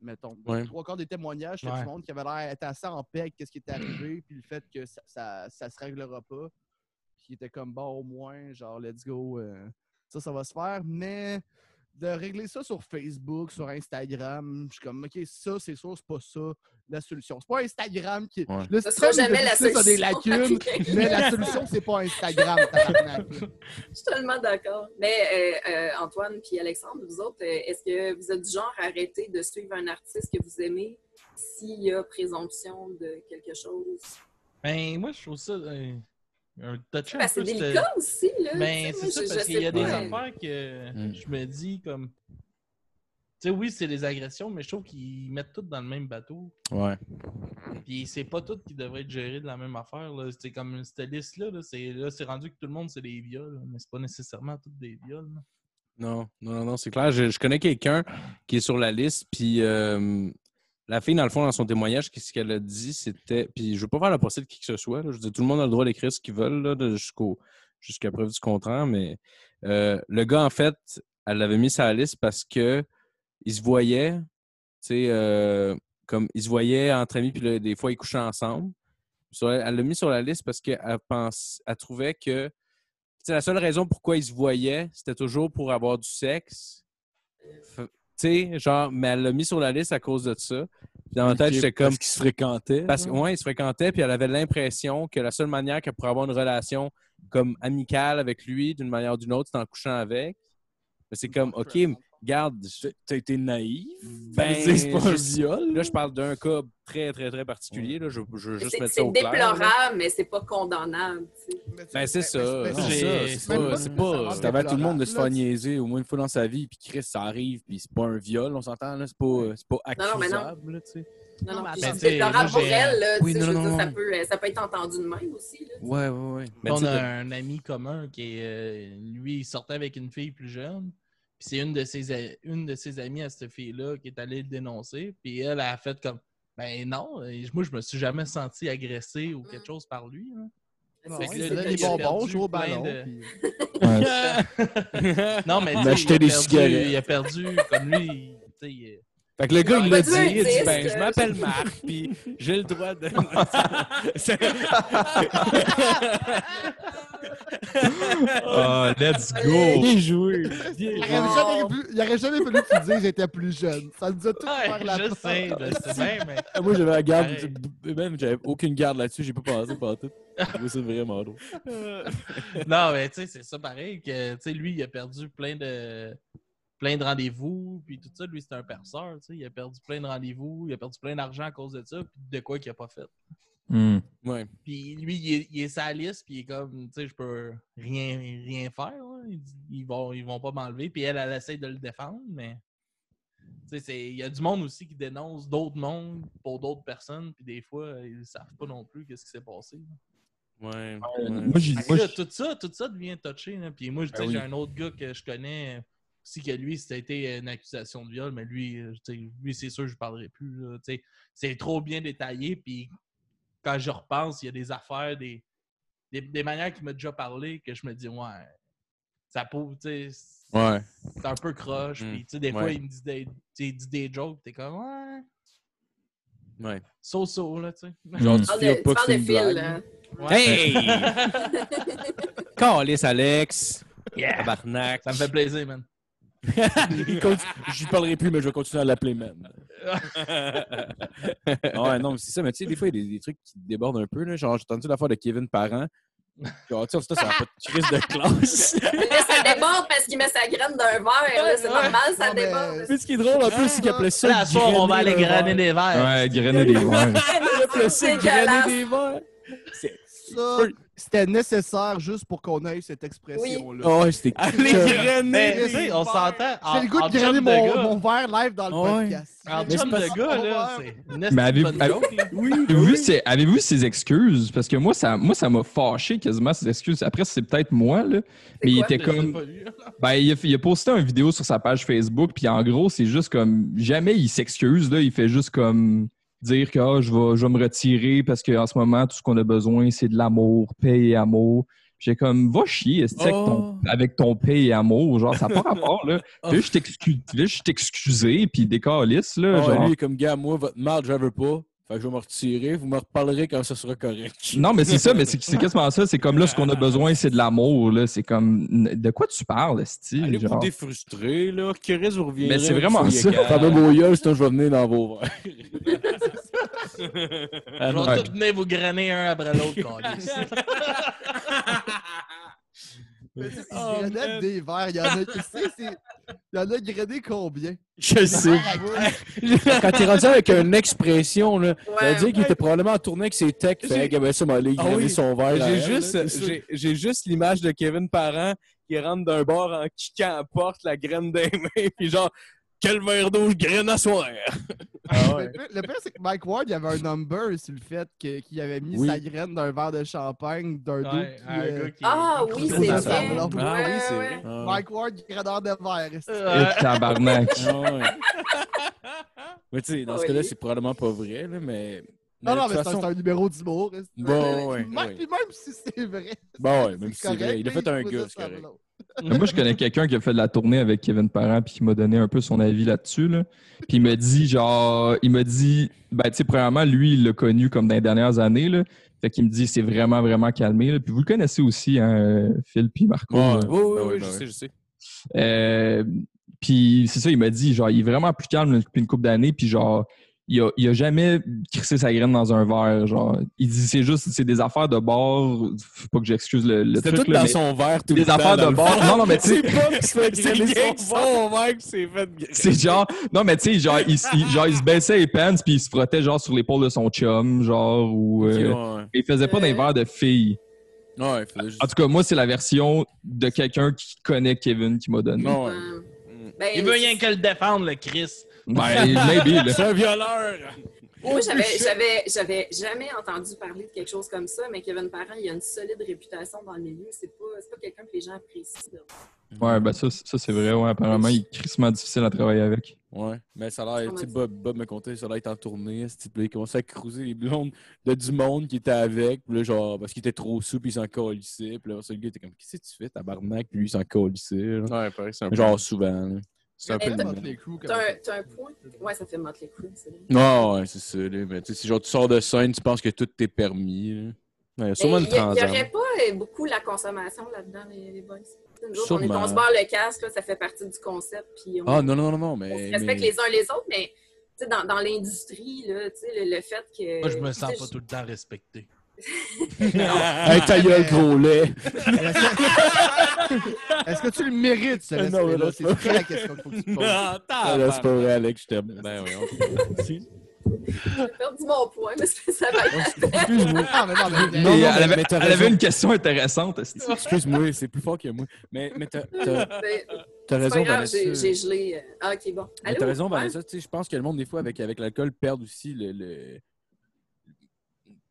Mettons. Ben,
Ouais.
Trois quarts des témoignages, c'était
Ouais.
du monde qui avait l'air d'être assez en paix avec ce qui était arrivé, puis le fait que ça, ça, ça se réglera pas. Puis il était comme bon au moins, genre let's go, euh, ça, ça va se faire. Mais de régler ça sur Facebook, sur Instagram, je suis comme ok, ça, c'est sûr, c'est pas ça la solution. C'est pas Instagram qui.
Ouais.
Le
Ce sera
système de
jamais la
justice
solution.
a des
[laughs]
lacunes, mais la solution, c'est pas Instagram. tabarnak.
Je suis tellement d'accord. Mais euh, euh, Antoine puis Alexandre, vous autres, euh, est-ce que vous êtes du genre à arrêter de suivre un artiste que vous aimez s'il y a présomption de quelque chose?
Ben, moi, je trouve ça euh, un touchy un
Ben, c'est
peu, cette-
délicat aussi, là.
Ben,
Tu sais,
c'est
moi,
ça,
je-
parce
je
qu'il y
sais
a des
pas.
affaires que
Mm.
je me dis comme. Tu sais, oui, c'est des agressions, mais je trouve qu'ils mettent tout dans le même bateau.
Ouais.
Puis c'est pas tout qui devrait être géré de la même affaire. Là. C'est comme cette liste-là. Là, c'est, là, c'est rendu que tout le monde, c'est des viols, là, mais c'est pas nécessairement toutes des viols. là.
Non, non, non, non, c'est clair. Je, je connais quelqu'un qui est sur la liste, puis euh, la fille, dans le fond, dans son témoignage, ce qu'elle a dit, c'était. Puis je veux pas faire la procès de qui que ce soit. là. Je dis, tout le monde a le droit d'écrire ce qu'ils veulent, là, de- jusqu'au, jusqu'à preuve du contraire, mais euh, le gars, en fait, elle l'avait mis sur la liste parce que il se voyait, tu sais, euh, comme il se voyait entre amis, puis là, des fois, ils couchaient ensemble. Sur la- elle l'a mis sur la liste parce qu'elle pense, elle trouvait que c'est la seule raison pourquoi ils se voyaient, c'était toujours pour avoir du sexe. F- Tu sais, genre, mais elle l'a mis sur la liste à cause de ça. Puis dans ma tête, j'étais comme.
Parce qu'ils se fréquentaient.
Parce que, ouais, ils se fréquentaient, puis elle avait l'impression que la seule manière qu'elle pourrait avoir une relation comme amicale avec lui, d'une manière ou d'une autre, c'est en couchant avec. Mais c'est comme, OK, mais garde, je-
T'as été naïf.
Ben,
Je veux dire, c'est pas un
je-
viol.
là, je parle d'un cas très, très, très particulier. Là, je, je veux
C'est
juste mettre
c'est
ça au clair. là.
déplorable, mais c'est pas condamnable. tu sais.
Mais tu-
Ben, c'est
mais-
ça.
mais- mais-
Non,
J'ai-
ça, C'est
même
pas.
pas-
C'est
ça
pas.
rend
Ça va à tout le monde de se faire
Là, tu-
niaiser au moins une fois dans sa vie, puis Chris, ça arrive, puis c'est pas un viol, on s'entend, là, c'est pas, c'est pas
Non, non, mais non.
accusable, là, tu sais.
Non, non,
Non, mais
puis
attends,
c'est
moi,
déplorable
j'ai-
pour elle, là. tu
Oui,
sais,
non,
je veux
non,
dire,
non,
ça,
non.
peut, euh, ça peut être entendu de même aussi, là.
Ouais, ouais, ouais.
Mais tu
on
sais,
a un ami commun qui, est, euh, lui, il sortait avec une fille plus jeune. Puis c'est une de ses a- une de ses amies à cette fille-là qui est allée le dénoncer. Puis elle a fait comme ben non, euh, moi je me suis jamais senti agressé ou quelque chose par lui. hein.
Non,
Fait
ouais,
que là,
c'est là,
il
les
a
bonbons,
perdu
je joue au
plein
ballon.
de-
puis-
[laughs]
[laughs]
non mais tu sais, il
M'acheter
a
des
perdu-
cigarettes.
Il a perdu comme lui. il- tu sais, il-
Fait que le gars, il
Pas
l'a
du
dit, il a dit,
artiste,
ben,
euh,
je m'appelle Marc, puis j'ai le
[laughs]
droit de.
[laughs]
[laughs]
Ah, let's
go!
joué!
Il aurait jamais voulu- il aurait jamais voulu que tu dises j'étais plus jeune. Ça nous a
[laughs]
tout
Ouais,
faire la
je
part.
sais, je sais bien, mais
Ah, Moi, j'avais la garde,
Pareil.
même, j'avais aucune garde là-dessus, j'ai pas pensé pas tout. C'est vraiment drôle.
[laughs] non, mais tu sais, c'est ça pareil que tu sais, lui, il a perdu plein de plein de rendez-vous, puis tout ça. Lui, c'est un perceur, tu sais. Il a perdu plein de rendez-vous, il a perdu plein d'argent à cause de ça, puis de quoi qu'il a pas fait.
Hmm.
Ouais.
Puis lui, il est, il est sa liste, puis il est comme, tu sais, je peux rien, rien faire. là. Il dit, Ils, vont, ils vont pas m'enlever. Puis elle, elle essaie de le défendre, mais. Tu sais, c'est- il y a du monde aussi qui dénonce d'autres mondes pour d'autres personnes, puis des fois, ils savent pas non plus qu'est-ce qui s'est passé.
Ouais.
Euh,
ouais.
Moi, j'ai-
Fait que
moi,
là,
j'ai-
tout ça, tout ça devient touché. là. Puis moi, je- tu sais,
Ben oui.
j'ai un autre gars que je connais euh, aussi que lui, c'était une accusation de viol, mais lui, euh, tu sais, lui c'est sûr que je ne parlerai plus. là. Tu sais, C'est trop bien détaillé. Puis quand je repense, il y a des affaires, des, des, des manières qu'il m'a déjà parlé que je me dis, ouais, ça prouve, tu sais, c'est
Ouais.
c'est un peu croche.
Mm.
Puis tu sais, des fois,
Ouais.
il me dit des, tu sais, il dit des jokes, t'es comme, ouais,
Ouais.
so-so, là, tu sais. [laughs]
Genre,
Tu
tu
parles
feels
Ah, de-
pas
tu
que
parles
c'est
de
une
Phil,
blague.
là.
Hey! Calice, Alex! Tabarnak!
Ça me fait plaisir, man.
[laughs]
Il continue- J'y parlerai plus, mais je vais continuer à l'appeler man.
ouais, non, mais c'est ça. Mais tu sais, des fois, il y a des, des trucs qui débordent un peu. Là. Genre, j'ai entendu l'affaire de Kevin Parent. Genre, tu sais, ça, ça n'a pas de crise de classe.
Mais ça déborde parce qu'il met sa graine d'un verre. là. C'est normal, ça
Non, mais-
déborde.
Mais ce qui est drôle un peu, c'est qu'il appelait ça.
Là, à soir, on va aller
grainer
grainer des
le verre.
verres.
Ouais, grainer des verres.
Il
[laughs]
appelait ça
C'est
grainer
dégueulasse.
des verres.
Ça, c'était nécessaire juste pour qu'on ait cette expression-là.
Oh, ouais, c'était.
Ah,
Allez,
Mais,
grainer!
tu sais, on s'entend. en-
J'ai le goût
en
de grainer
chum de
mon,
gars-
mon verre live dans le
Ouais.
podcast.
En
J'ai le
chum
goût
de gars, là,
mon verre.
c'est une esti
Mais avez-
de bonne
avez-
joke, là.
Avez-vous vu, ces- avez-vous ces excuses? Parce que moi, ça moi, ça m'a fâché quasiment ces excuses. Après, c'est peut-être moi, là. Mais il
quoi?
était
Je l'ai
comme.
pas vu.
Ben, il a, il a posté une vidéo sur sa page Facebook, puis en gros, c'est juste comme. Jamais il s'excuse, là. Il fait juste comme dire que Ah, je, vais, je vais me retirer parce qu'en ce moment, tout ce qu'on a besoin, c'est de l'amour, paix et amour. J'ai comme, va chier, esti, avec,
Oh.
ton, avec ton paix et amour. Genre, ça n'a pas rapport, là. Puis Là, je t'excuse, là, je t'excusais, puis décalisse, là.
Ah ouais,
genre.
lui, il est comme gars, moi, votre marde, je la veux pas. Fait que je vais me retirer. Vous me reparlerez quand ça sera correct.
Non, mais c'est ça, mais c'est c'est quasiment ça. C'est comme là, ce qu'on a besoin, c'est de l'amour. là. C'est comme, de quoi tu parles,
Allez
style?
vous défrustrer, là. Chris, vous reviendrez.
Mais c'est vraiment
vous
ça.
seriez calme.
Fabien Boyol, c'est un je vais venir dans vos verres.
Je
ouais.
vais tous venir vous grainer un après [laughs] l'autre, câlisse. Euh,
Mais tu sais,
Oh,
ils graignent
man.
des verres. Il y en a, tu sais, c'est- il y en a grainé combien? Ah,
Je sais. Quand t'es rendu avec une expression, là,
Ouais.
il a dit qu'il était probablement en tournée avec ses techs.
J'ai-
Fait que, ben, ça m'a allé
Ah
grainer
oui.
son verre. à
J'ai
elle, là,
juste,
c'est sûr.
j'ai- j'ai juste l'image de Kevin Parent qui rentre d'un bar en kickant à la porte, la graine des mains, puis genre, quel verre d'eau je graine à soir! [laughs]
Le pire- Le pire, c'est que Mike Ward, il y avait un number sur le fait que- qu'il avait mis
Oui.
sa graine d'un verre de champagne d'un dos
Ouais,
qui,
un
euh,
gars qui-
Ah oui,
qui
c'est
roule
vrai.
dans sa blonde.
Ah oui, c'est
Ouais,
vrai.
ouais.
Mike Ward, gradeur de verre. est-ce
Euh,
que-
Ouais.
Et Eh, tabarnak.
Ah ouais. mais tu sais, dans ce
Oui.
cas-là, c'est probablement pas vrai, là, mais.
Non, non,
de toute
mais c'est un- c'est
façon-
un numéro d'humour. est-ce que-
Bon, ouais.
Même,
ouais.
puis même si
[laughs]
c'est vrai.
Bon, ouais, même si c'est
correct,
vrai. Il a
mais
fait un
faut
gars,
dire
c'est
ça à
correct.
l'autre.
Moi, je connais quelqu'un qui a fait de la tournée avec Kevin Parent puis qui m'a donné un peu son avis là-dessus. Là. Puis il m'a dit, genre, il m'a dit, ben, tu sais, premièrement, lui, il l'a connu comme dans les dernières années. Là. Fait qu'il me dit, c'est vraiment, vraiment calmé. là. Puis vous le connaissez aussi, hein, euh, Phil puis Marco. là.
Oui, oui,
Ben
oui,
oui,
je
ben
sais, je sais.
Euh, puis c'est ça, il m'a dit, genre, il est vraiment plus calme depuis une couple d'années, puis genre, il a, il a jamais crissé sa graine dans un verre, genre. Il dit, c'est juste, c'est des affaires de bord, faut pas que j'excuse le, le
C'était
truc,
tout
là,
dans
mais
son verre, tout
des
le temps.
affaires
dans
de
le
bord.
fond.
Non, non,
[laughs]
mais tu sais,
pas qui se fait
C'est le gang
grainer son verre, qui s'est fait
c'est genre, non, mais tu sais, genre, il, s- il- genre, il se baissait les pants, puis il se frottait, genre, sur l'épaule de son chum, genre, ou...
Ok,
euh,
ouais.
Il faisait pas des verres de filles.
Ouais, il faisait juste.
En tout cas, moi, c'est la version de quelqu'un qui connaît Kevin qui m'a donné.
Non, ouais.
Ouais.
Mm.
Ben,
Il veut rien que le défendre, le Chris.
Ben, maybe, là.
C'est un violeur!
Moi, j'avais- j'avais j'avais jamais entendu parler de quelque chose comme ça, mais Kevin Parent, il a une solide réputation dans le milieu. C'est pas, c'est pas quelqu'un que les gens apprécient. là.
Ouais, ben ça, ça c'est vrai, ouais. Apparemment, il est crissement difficile à travailler avec.
Ouais, mais ça a l'air,
On
tu sais,
va-
Bob, Bob me contait, ça a l'air en tournée, ce type-là, il commençait à cruiser les blondes de du monde qui était avec, puis là, genre, parce qu'il était trop sous, puis il s'en colissait, puis là, ça, le gars était comme, qu'est-ce que tu fais, tabarnak, puis lui, il s'en colissait, là.
Ouais, pareil, c'est un peu.
Genre, souvent, là.
C'est un peu le
Mais-
même.
Motley Crue, comme
T'as
ça.
un, t'as un
[laughs]
point. Ouais, ça fait Motley Crue, c'est vrai.
Non, Ah, ouais, c'est ça, là, mais tu sais, si genre, tu sors de scène, tu penses que tout t'est permis, là. Ouais, il y a sûrement
Mais
une
Ben, il y a- Il n'y
transam.
aurait pas euh, beaucoup la consommation là-dedans, les, les boys. Nous autres, on, est,
Sûrement.
on se barre le casque, là, ça fait partie du concept. Puis on,
Ah, non, non, non, non,
on se
mais...
respecte
mais-
les uns les autres, mais tu sais, dans, dans l'industrie, là, tu sais, le, le fait que.
Moi, je me
tu sais,
sens pas tout le temps respecté.
Ah, Hey, ta gueule, gros lait!
Est-ce que tu le mérites, ce
[laughs] Non, mais
respect-là?
là,
C'est
c'est
ça
pas
la question qu'il faut que
[laughs]
tu te poses.
Ah,
Ah, là, c'est pas vrai, Alex, je t'aime.
Ben oui,
J'ai perdu mon point, mais c'est- ça va être
Ben, Excuse-moi.
Ah, mais non, mais-
Non,
Et
non,
elle,
mais-
avait,
mais t'as
elle
raison.
avait une question intéressante. est-ce que-
Excuse-moi, c'est plus fort que moi. Mais, mais t'as- t'as
euh, c'est
t'as
pas
raison,
grave,
Vanessa.
j'ai j'ai gelé. euh, Ah, ok, bon.
Mais
Allô?
t'as raison,
Ouais.
Vanessa. Tu sais, je pense que le monde, des fois, avec, avec l'alcool, perd aussi le, le-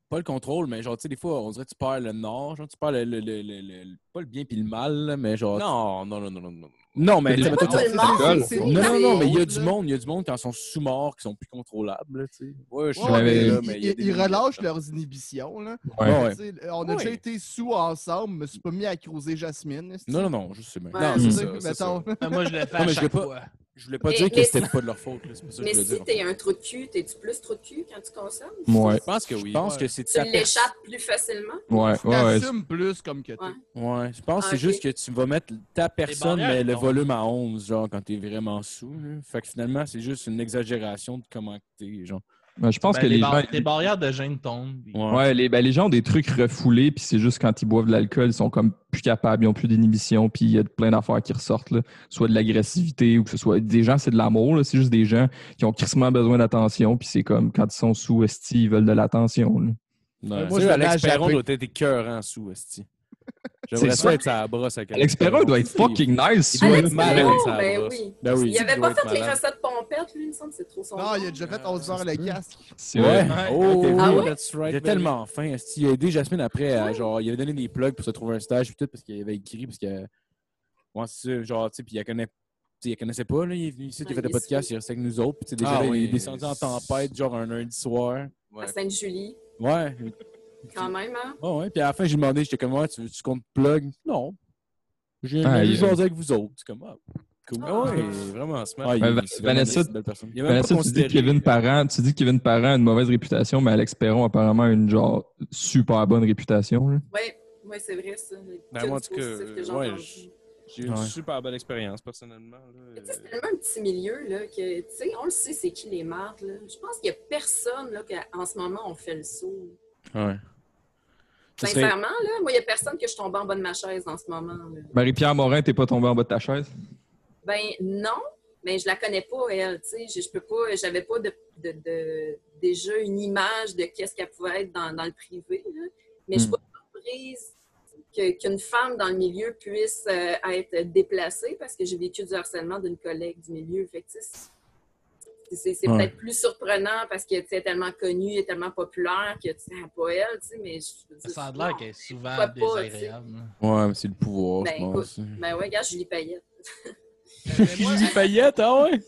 Pas le contrôle, mais genre, tu sais, des fois, on dirait que tu perds le nord, genre, tu perds le. le- le- le- le- le- Pas le bien puis le mal, là, mais genre.
Non, non, non, non, non, non.
Non, mais. tu sais,
Pas
mettons,
tout le
tu-
monde,
c'est-
Non, non, non, mais il y a
L'autre,
du
là.
monde, il y a du monde quand ils sont sous-morts, qui sont plus contrôlables, là, tu sais.
Ouais, je
Ouais,
suis
Ouais,
mais
mais
ils-
là, mais il y a
ils,
des
ils
limites,
relâchent
là.
leurs inhibitions. Là.
Ouais.
Ouais.
Tu sais, On a déjà
Ouais.
été sous ensemble, mais je me suis pas mis à croiser Jasmine. est-ce que-
Non, non, non, je sais bien.
Ouais.
Non, c'est
Mm.
ça,
Tu sais,
c'est ça.
mettons. [laughs]
Mais Ah, Moi, je le fais
Non,
à
mais je
chaque
l'ai pas-
fois.
Je voulais pas
Mais-
dire que
mais-
c'était pas de leur faute, là, c'est pas ça que
Mais
je voulais
si
dire.
t'es un trou de cul, t'es-tu plus trou de cul quand tu consommes?
Ouais.
Je pense que oui.
Je pense que c'est
Tu
ta personne.
l'échappes plus facilement?
Ouais,
Tu
ouais, ouais.
t'assumes plus comme que t'es.
Ouais.
Ouais, je pense que
Ah,
c'est
ok.
juste que tu vas mettre ta personne,
barrières,
mais le
non.
volume à 11, genre, quand t'es vraiment sous. là. Fait que finalement, c'est juste une exagération de comment que t'es, genre.
Ben, je pense
Ben,
que
les,
les
bar-
gens.
les barrières de gêne tombent. puis-
Ouais.
Ouais, les, ben, les gens ont des trucs refoulés, puis c'est juste quand ils boivent de l'alcool, ils sont comme plus capables, ils ont plus d'inhibition, puis il y a plein d'affaires qui ressortent, là. soit de l'agressivité ou que ce soit. Des gens, c'est de l'amour, là. c'est juste des gens qui ont crissement besoin d'attention, puis c'est comme quand ils sont sous esti, ils veulent de l'attention. là.
Ouais.
Moi,
Moi,
je
je
vais
Alex
l'ajapper.
Perron doit être écœurant sous, Esti.
[laughs]
J'aimerais
C'est
ça
sûr.
être sa brosse à quelqu'un.
Alex Perron il doit être fucking nice, soit,
Alex
là.
malade,
Perron,
ça,
Ah, ben
là.
oui.
Ben oui.
Il avait
doit
pas
être
fait les
malade.
recettes pompettes, lui, il me semble, c'est trop son
Non, il a
nom.
déjà
Euh,
fait 11 heures le casque.
C'est vrai.
Ouais.
Ouais.
Oh,
Okay,
Ah
oui,
ouais?
that's right,
J'ai
baby.
tellement faim. esti. Il a aidé Jasmine après, à,
Ouais.
genre, il avait donné des plugs pour se trouver un stage, puis tout, parce qu'il avait écrit, parce que. Ouais, c'est ça, genre, tu sais, puis il la connaît. tu sais, il la connaissait pas, là. Il est venu ici, Ah, il a
Ouais,
fait des
il est
podcasts, il est resté avec nous autres. Puis, tu sais, déjà,
Ah
là, il
oui.
est descendu en tempête, genre, un lundi soir.
À Sainte-Julie,
Ouais.
quand même, hein?
Oh, ouais. Puis à la fin, j'ai demandé, j'étais comme, ouais, tu veux-tu qu'on te plug? Non. J'ai
Ah,
j'ai
il-
jasé avec vous autres. C'est comme, ah, cool.
Ah,
Ouais, vraiment smart.
Ah, il-
Ben, Va-
c'est vraiment
Vanessa,
une belle personne.
Il a même pas
Vanessa, Ben, tu dis
considéré.
que Kevin Parent, tu dis que Kevin Parent a une mauvaise réputation, mais Alex Perron apparemment a une genre super bonne réputation. là.
Ouais, ouais c'est vrai, ça. Le
Ben, moi, en
du
tout cas,
positif que j'ai
ouais,
entendu.
je- J'ai eu une
Ouais.
super bonne expérience, personnellement. là.
Mais tu sais, c'est tellement un petit milieu là, que, tu sais, on le sait, c'est qui les marques. Là. Je pense qu'il n'y a personne là, qu'en ce moment, on fait le saut.
Ouais. Ça serait-
Sincèrement, là, moi, il n'y a personne que je tombe en bas de ma chaise en ce moment. là.
Marie-Pierre Morin, t'es pas tombé en bas de ta chaise?
Ben non, mais je la connais pas, elle. Tu sais, je, je peux pas, j'avais pas de, de- de- déjà une image de qu'est-ce qu'elle pouvait être dans, dans le privé. là. Mais
Hmm.
je suis pas surprise que- qu'une femme dans le milieu puisse euh, être déplacée parce que j'ai vécu du harcèlement d'une collègue du milieu. Fait que, tu sais, c'est- c'est c'est
Ouais.
peut-être plus surprenant parce que tu sais, elle est tellement connue, elle est tellement populaire que tu sais, pas elle, tu sais, mais je veux dire,
Ça a l'air
non.
qu'elle est souvent
Pourquoi pas,
désagréable. hein.
Ouais, mais c'est le pouvoir,
Ben,
je pense. [laughs]
Ben ouais, regarde, Julie Payette. euh,
Julie Payette, ah ouais?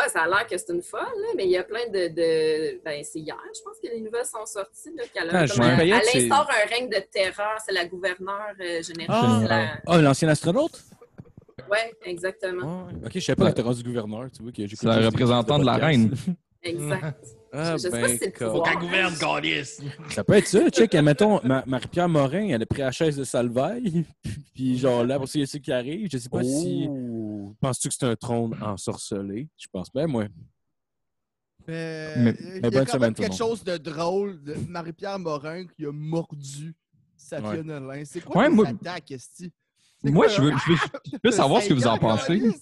Ah, ça a l'air que c'est une folle, là, mais il y a plein de. de- Ben, c'est hier, je pense que les nouvelles sont sorties. Là, qu'elle a
Ah,
comme
Jean
un-
Payette,
elle
c'est-
instaure un règne de terreur. C'est la gouverneure euh, générale.
Ah.
la-
Ah, l'ancien astronaute?
Ouais, exactement.
Ok, je savais pas la terrasse du gouverneur, tu vois. que j'ai
C'est la
écouté-
représentante de la
podcast.
reine.
Exact.
Ah,
Je sais pas si c'est le
God.
pouvoir.
Qu'elle gouverne, Gaulis!
Ça peut être ça, check. Mettons, Ma- Marie-Pierre Morin, elle a pris la chaise de Salvaille. [laughs] Puis, genre, là, pour ça, il y a ceux qui arrivent. Je sais pas si.
Oh. Penses-tu que c'est un trône
[laughs]
ensorcelé?
Je pense bien, moi.
Mais, euh,
Mais-
il y
mais
a
bonne
quand
semaine,
même
tout le
quelque
monde.
chose de drôle de Marie-Pierre Morin qui a mordu Safia
Ouais.
Nolin. C'est quoi
Ouais,
les
moi-
attaques, Esti? C'est
Moi,
quoi,
je veux, je veux- je veux
un
savoir ce que vous en
cinq ans,
pensez.
Carlis?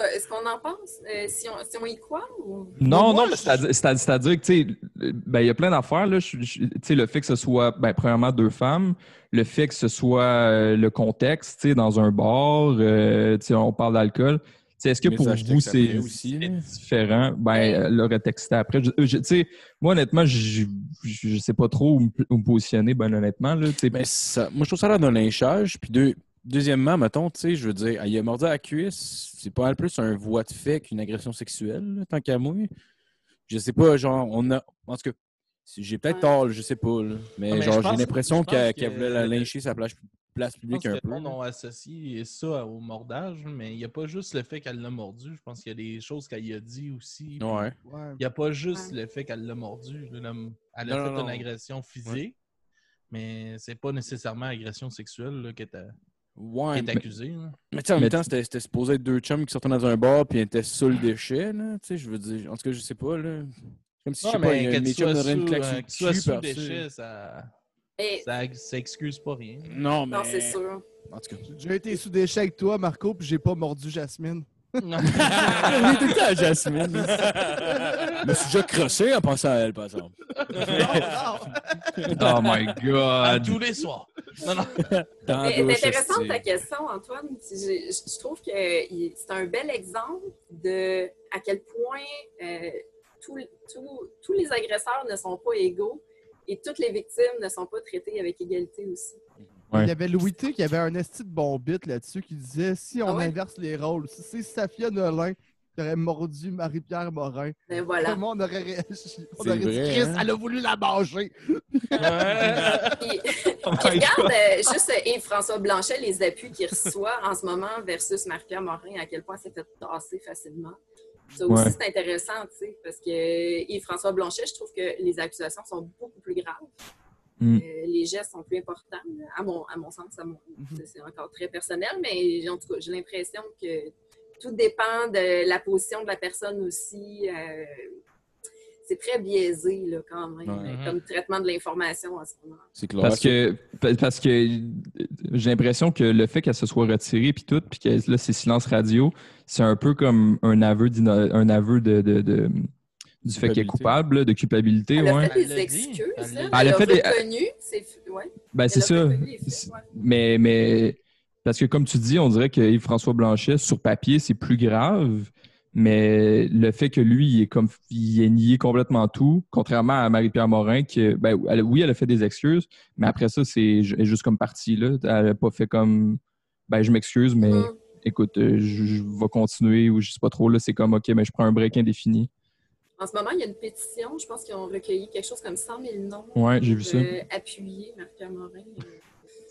Euh, Est-ce qu'on en pense? Euh, si, on, si on y croit? Ou...
Moi,
Non, non,
je-
mais c'est-à-dire c'est-à- c'est-à-dire que, tu sais, ben, il y a plein d'affaires, là. Je- je- Tu sais, le fait que ce soit, ben, premièrement, deux femmes, le fait que ce soit euh, le contexte, tu sais, dans un bar, euh, tu sais, on parle d'alcool. Tu sais, Est-ce que
Mais
pour
ça, je
vous,
texte après
c'est
aussi,
c'est
là.
différent? Ben, elle aurait texté après. Je- je- Tu sais, moi, honnêtement, je je- je sais pas trop où me, où me positionner, ben, honnêtement, là. Tu sais,
Ben, ça, moi, je trouve ça l'air d'un lynchage. Puis deux- deuxièmement, mettons, tu sais, je veux dire, il a mordu à la cuisse. C'est pas mal plus un voie de fait qu'une agression sexuelle, là, tant qu'à moi. Je sais pas, genre, on a. En tout cas, si- j'ai peut-être
Ouais.
tort, là, je sais pas, là. Mais,
Ah, mais
genre,
je pense-
j'ai l'impression
je pense
qu'elle
que-
qu'elle voulait la lyncher sa place, place
Je pense
publique
que
un
le
peu.
monde a associé ça au mordage, mais il n'y a pas juste le fait qu'elle l'a mordu. Je pense qu'il y a des choses qu'elle y a dit aussi. puis
Ouais.
Ouais.
Il n'y a pas juste le fait qu'elle l'a mordu. là, la- Elle a
Non,
fait
non,
une
non.
agression physique, mais c'est pas nécessairement agression sexuelle là, qui est, à- qui
Ouais.
est
Mais,
accusée. là.
mais tu sais, en
Mais
même temps, c'était c'était supposé être deux chums qui sortaient dans un bar puis ils étaient sous le déchet, là. Tu sais, je veux dire, en tout cas, je sais pas, là. Comme si, je sais
Ouais,
pas,
mais
il y a-
que tu
mes chums
sois
auraient une
sous-
claque
euh,
sur le
que tu sois
cul
sous
par ça.
déchet, ça.
Eh,
Ça ça excuse pas
[laughs]
rien.
Non, mais.
Non, c'est sûr.
En tout cas.
J'ai déjà été sous des chèques avec toi, Marco, puis j'ai pas mordu Jasmine.
Il était tout le temps à Jasmine. Je me suis déjà crossé en pensant à elle, par exemple.
Oh my
[laughs] À
god!
tous les soirs. Non, non.
Dans
Mais
la douche,
C'est intéressant
esti.
ta question, Antoine. Puis j'ai- Je, je trouve que il- c'est un bel exemple de à quel point euh, tous- tous- tous les agresseurs ne sont pas égaux et toutes les victimes ne sont pas traitées avec égalité aussi.
Ouais.
Il y avait Louis T qui avait un esti de bon bit là-dessus qui disait si on
Ah ouais?
inverse les rôles, si c'est Safia Nolin qui aurait mordu Marie-Pierre Morin,
Ben voilà.
comment on aurait réagi On
C'est
aurait dit
vrai,
Chris,
hein?
elle a voulu la manger.
Puis-
[laughs]
[laughs] Puis
Oh my God.
regarde euh, juste euh, Yves-François Blanchet, les appuis qu'il reçoit en ce moment versus Marie-Pierre Morin, à quel point c'est fait tasser facilement. Ça aussi,
Ouais.
c'est intéressant, tu sais, parce que Yves-François Blanchet, je trouve que les accusations sont beaucoup plus graves.
Mm.
Euh, les gestes sont plus importants, là, à mon, à mon sens, à mon-
Mm-hmm.
c'est- c'est encore très personnel, mais en tout cas, j'ai l'impression que tout dépend de la position de la personne aussi. euh, c'est très biaisé, là, quand même,
Ouais.
Mm-hmm.
euh, comme traitement de l'information en ce moment.
C'est clair.
Parce que, pa- parce que euh, j'ai l'impression que le fait qu'elle se soit retirée puis tout, puis que là, c'est silence radio, c'est un peu comme un aveu, d'ino- un aveu de, de- de- du fait qu'elle
Culpabilité.
est coupable, là, de culpabilité.
Elle a
ouais.
fait
Elle
des
l'a dit.
excuses. hein.
Elle l'a
Elle,
dit.
elle
Elle
a
a fait des-
reconnu. C'est ouais.
Ben, c'est
Elle a
ça.
reconnu les faits, ouais.
Mais, mais parce que comme tu dis, on dirait que Yves-François Blanchet, sur papier, c'est plus grave. Mais le fait que lui, il est comme il a nié complètement tout, contrairement à Marie-Pierre Morin, que ben, elle- oui, elle a fait des excuses, mais après ça, c'est ju- elle est juste comme partie. Là. Elle n'a pas fait comme ben je m'excuse, mais
Hum.
écoute, euh, je, je vais continuer ou je sais pas trop. Là, c'est comme OK, mais je prends un break indéfini.
En ce moment, il y a une pétition. Je pense qu'ils ont recueilli quelque chose comme 100 000 noms.
Ouais, j'ai vu ça.
Euh, appuyer Marc-Pierre Morin. euh,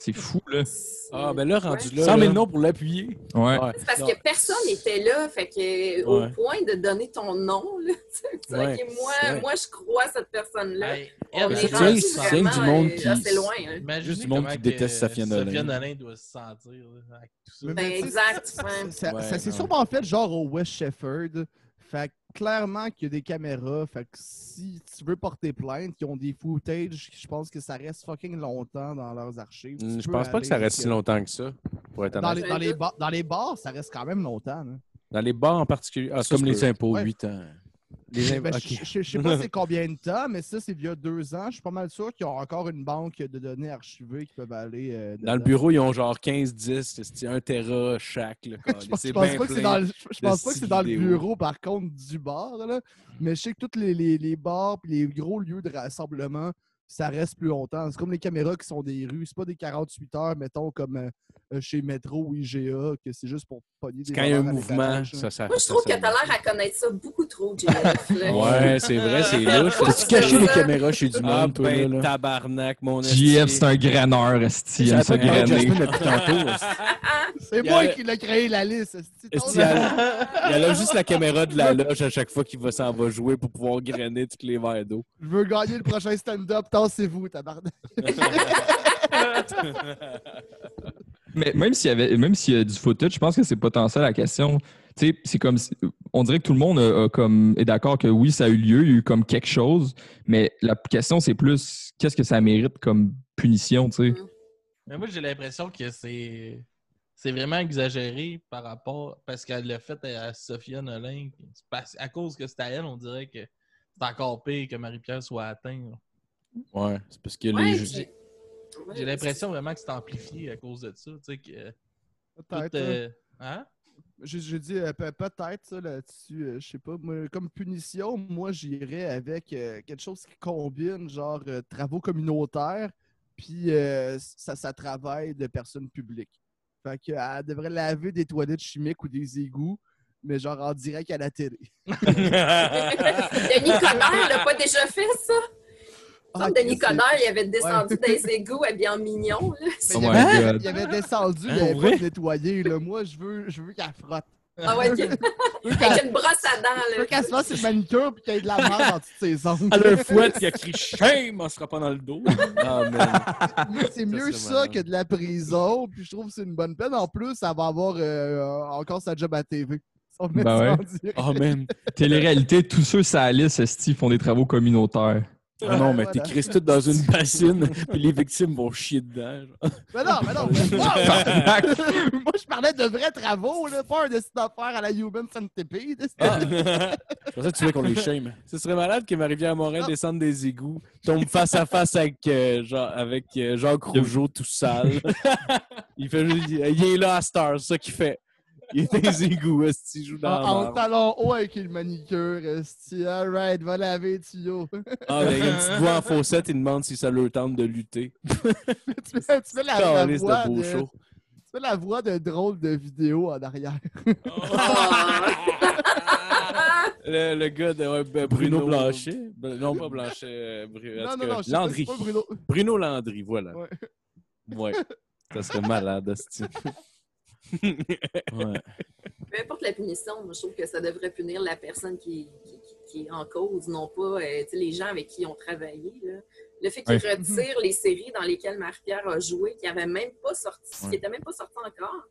C'est fou, là.
Ah, ben là, rendu
Ouais.
là.
100 000
noms pour l'appuyer.
Ouais.
ben,
C'est parce que personne n'était là, fait que, au
Ouais.
point de donner ton nom, là, [laughs] tu sais, tu sais,
Ouais,
ok, moi,
c'est vrai.
moi, je crois à cette personne-là.
Hey,
On
Ben, elle,
est
c'est
rendu
rendu
rien- c'est rien
vraiment,
que du monde
euh,
qui-
là, c'est loin. hein.
Imaginez
Juste du monde
comment
qui
que
déteste Safia Nolin.
Safia Nolin doit se sentir là, avec tout ça.
Ben,
Mais-
exact.
Ça,
ouais.
ça-
Ouais,
ça s'est
non.
sûrement fait genre au West Shefford. Fait que clairement qu'il y a des caméras. Fait que si tu veux porter plainte, ils ont des footage. Je pense que ça reste fucking longtemps dans leurs archives. Tu
hmm, Je
peux
pense pas
aller
que ça reste
jusqu'à-
si longtemps que ça, pour être
Dans
honnête.
les, dans, les bars, dans les bars, ça reste quand même longtemps. hein.
Dans les bars en particulier. Ah, ça,
comme
c'est
les
sûr.
impôts,
Ouais.
8 ans.
Les im-
Ben,
ok.
je- Je je sais pas c'est combien de temps, mais ça, c'est il y a deux ans. Je suis pas mal sûr qu'ils ont encore une banque de données archivées qui peuvent aller. euh,
Dans le
dedans.
bureau, ils ont genre 15, 10, c'est un téra
[laughs]
chaque. Là,
Je
câlisse,
pense,
c'est
je pense
bien
pas que c'est
plein.
dans le, je- je pense
de
pas que c'est
petites
dans le
vidéos.
bureau, par contre, du bar. Là. Mais je sais que tous les, les, les bars et les gros lieux de rassemblement, ça reste plus longtemps. C'est comme les caméras qui sont des rues. C'est pas des 48 heures, mettons, comme euh, euh, chez Metro ou IGA, que c'est juste pour pogner des
Quand il y a un
voleurs à
mouvement,
l'étalage, là.
ça, ça
Moi, je trouve que t'as l'air à connaître ça beaucoup trop, JF. là.
Ouais, c'est
[laughs]
vrai, c'est louche.
T'as-tu caché
C'est
les
ça.
caméras chez du
Ah,
monde, toi, là,
ben,
là?
tabarnak, mon
JF, c'est un graneur, esti. Il aime ça
J'avais pas
grainer.
Jasmine depuis tantôt. esti.
C'est
Il y
moi
avait-
qui l'ai créé la liste. c'est-tu, ton-
Est-ce qu'il y a- [laughs] Il y a là juste la caméra de la loge à chaque fois qu'il va s'en va jouer pour pouvoir grainer tous les verres d'eau.
Je veux gagner le prochain stand-up. Tassez-vous, tabarnak.
Mais même s'il y avait, même s'il y a du footage, je pense que c'est pas tant ça la question. Tu sais, c'est comme, si- on dirait que tout le monde a- a comme, est d'accord que oui, ça a eu lieu, il y a eu comme quelque chose, mais la question c'est plus, qu'est-ce que ça mérite comme punition, [laughs] tu sais?
[laughs] Mais moi, j'ai l'impression que c'est. C'est vraiment exagéré par rapport. Parce qu'elle l'a fait à Sophia Nolin. puis c'est parce- À cause que c'était à elle, on dirait que c'est encore pire que Marie-Pierre soit atteinte.
Ouais, c'est parce que
Ouais,
les
j'ai- [laughs]
juges.
ouais,
J'ai l'impression vraiment que c'est amplifié à cause de ça. Tu sais, que euh,
Peut-être,
tout, euh, hein?
J'ai j'ai dit euh, pe- peut-être ça là-dessus, euh, je sais pas. Moi, comme punition, moi j'irais avec euh, quelque chose qui combine genre euh, travaux communautaires puis euh, ça, ça travaille de personnes publiques. Fait que euh, elle devrait laver des toilettes chimiques ou des égouts, mais genre en direct à la télé.
[laughs] Denis Coderre l'a pas déjà fait, ça?
Ah,
Comme
Chris,
Denis Coderre, il avait descendu
Ouais.
des égouts habillé en mignon. Là.
c'est-
Oh
il,
my
avait,
God. Hein,
il avait descendu, il avait pas nettoyé. Là. Moi, je veux, je veux qu'elle frotte.
Ah ouais, ok.
[laughs] Je veux
avec
qu'elle
une brosse
je
à
veux
dents. Là.
qu'elle se fasse une manicure puis qu'il y ait de la merde dans toutes ses ongles.
À
[laughs]
leur fouette, il a crié Shame, on se fera pas dans le dos.
Ah, [laughs] man.
C'est
Ça,
mieux
c'est
ça
malade.
que de la prison, puis je trouve que c'est une bonne peine. En plus, ça va avoir euh, encore sa job à TV. Si on met
Ben
ça
ouais.
en direct.
Oh, man.
Télé-réalité, tous ceux ça liste, esti, font des travaux communautaires.
Ah non, mais
Voilà.
t'es Christ tout dans une bassine, puis les victimes vont chier dedans. genre.
Mais non, mais non.
[laughs]
mais- Wow! Moi, je parlais de vrais travaux, là, pas un dessin d'affaires à la Human Centipede.
Ah,
C'est pour ça que tu veux qu'on les shame.
Ce serait malade que
Ah.
Marie-Pierre-Morin descende des égouts, tombe face à face avec, euh, Jean- avec euh, Jacques Rougeau
[laughs]
tout sale. il, fait juste- il- il est là à Star, ça qu'il fait. Il est des égouts, est-ce qu'il joue dans la
Ah, En, en
merde.
talon haut avec une manicure, esti. Alright, va laver, tuyau.
Ah, ben, il a une petite voix en faussette, il demande si ça leur tente de lutter.
[laughs] tu fais, tu fais la, la
Caliste
Ah, voix
de beau
de,
show.
tu fais la voix de drôle de vidéo en arrière.
Le, le gars de ouais, ben, Bruno,
Bruno
Blanchet.
Blanchet?
non, pas Blanchet. euh, Bru- en
Non,
tout
non,
cas,
non, je sais pas,
Landry.
c'est pas Bruno.
Bruno Landry, voilà.
Ouais. [laughs]
Ouais. Ça serait malade, hostie.
Ouais.
Peu importe la punition, moi, je trouve que ça devrait punir la personne qui, qui- qui- qui est en cause, non pas euh, tu sais, les gens avec qui on travaillé. là. Le fait qu'ils retirent les séries dans lesquelles Marie-Pierre a joué, qui n'avaient même pas sorti, qui n'étaient même pas sorties encore,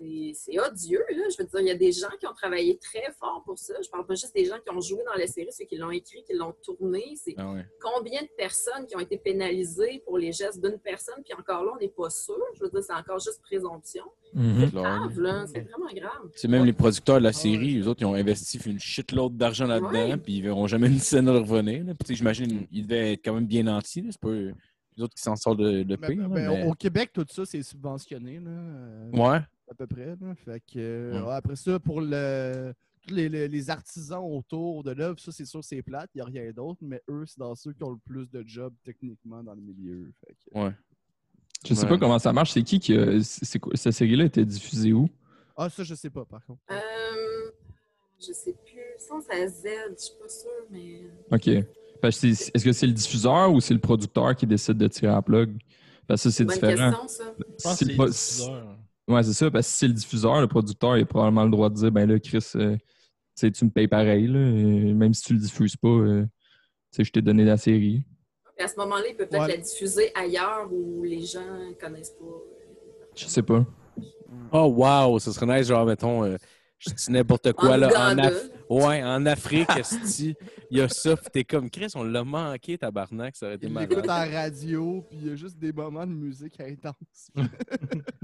c'est c'est odieux. là. Je veux dire, il y a des gens qui ont travaillé très fort pour ça. Je parle pas juste des gens qui ont joué dans la série, ceux qui l'ont écrit, qui l'ont tourné. C'est
Ah ouais.
combien de personnes qui ont été pénalisées pour les gestes d'une personne, puis encore là, on n'est pas sûr. Je veux dire, c'est encore juste présomption.
Mm-hmm.
Mhm.
Grave, là. C'est vraiment grave.
C'est même les producteurs de la série, eux autres, ils ont investi une shitload d'argent là-dedans,
Ouais.
puis ils verront jamais une scène de revenir. là. Puis, tu sais, J'imagine qu'ils devaient être quand même bien nantis. là. C'est pas eux les autres qui s'en sortent de, de
Mais-
pire. là,
mais
mais-
Au Québec, tout ça, c'est subventionné, là, euh,
Ouais.
à peu près. là. Fait que, euh,
Ouais.
ouais, après ça, pour le, tous les, les- les artisans autour de l'œuvre, ça, c'est sûr, c'est plate, il n'y a rien d'autre, mais eux, c'est dans ceux qui ont le plus de jobs techniquement dans le milieu. Fait que-
Je sais pas comment ça marche. C'est qui qui a. c'est quoi- Cette série-là était diffusée où?
Ah, ça, je sais pas, par contre.
Euh, je sais plus. Je pense à Z, je suis pas sûre, mais.
OK. Parce que c'est- Est-ce que c'est le diffuseur ou c'est le producteur qui décide de tirer la plug? Parce que ça, c'est
Bonne
différent.
question, ça.
Je pense que
Si le
c'est hein.
pro-
diffuseur.
Ouais, c'est ça. Parce que si c'est le diffuseur, le producteur, il a probablement le droit de dire, ben là, Chris, euh, tu sais, tu me payes pareil, là, euh, même si tu le diffuses pas, euh, tu sais, je t'ai donné la série.
Puis à ce moment-là, il peut peut-être
Ouais.
la diffuser ailleurs où les gens connaissent pas.
Je sais pas.
Oh, wow! Ce serait nice, genre, mettons, euh, je dis
[laughs]
n'importe quoi,
En
là, en,
Ouganda.
Af- ouais, en Afrique, esti, il y a ça, pis t'es comme, Chris, on l'a manqué, tabarnak, ça aurait été
Ils l'écoutent
malade.
à la radio, puis il y a juste des moments de musique intense.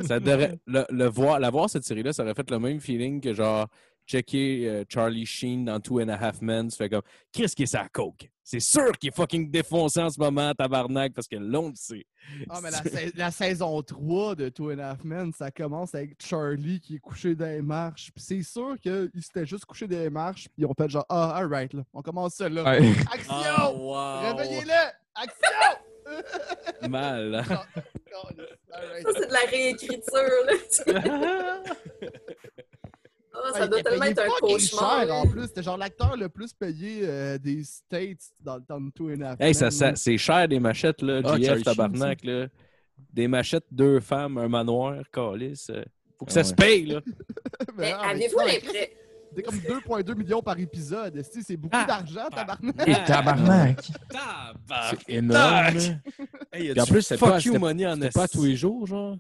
Ça devrait- le, le voir, la voir, cette série-là, ça aurait fait le même feeling que, genre, checker euh, Charlie Sheen dans Two and a Half Men, tu fais comme, Chris, qui est sa coke? C'est sûr qu'il est fucking défoncé en ce moment, tabarnak, parce que l'on le sait.
Ah, mais la, sais- la saison 3 de Two and a Half Men, ça commence avec Charlie qui est couché dans les marches. Puis c'est sûr qu'ils s'étaient juste couché dans les marches, puis ils ont fait genre, ah, alright, là, on commence ça là.
[laughs]
Ouais.
Action!
Ah,
Oh,
wow!
Réveillez-le! Action! [laughs]
Mal.
Alright.
Ça, c'est de la
[laughs]
réécriture, là. Ah, ça
Ah, il
doit
était
tellement
payé
être un
fucking
cauchemar.
cher,
là.
en plus. C'était genre l'acteur le plus payé euh, des States dans le temps de Two and a Half
Hey, ça,
Men, [laughs]
ça-
là.
c'est cher des machettes, là.
Ah,
JF,
Charlie Sheen,
tabarnak, là. Des machettes, deux femmes, un manoir, calice. euh, Faut que ça
Ah
se
ouais.
paye, là.
Mais
ah,
avez-vous
c'est-
l'impression.
C'est comme 2,2 millions par épisode. esti, C'est beaucoup
Ah.
d'argent, tabarnak.
Et tabarnak!
Tabarnak!
C'est énorme! là.
Hey,
Puis en plus, c'est pas,
fuck you
c'était-
money en
c'était pas à tous
esti.
les jours, genre.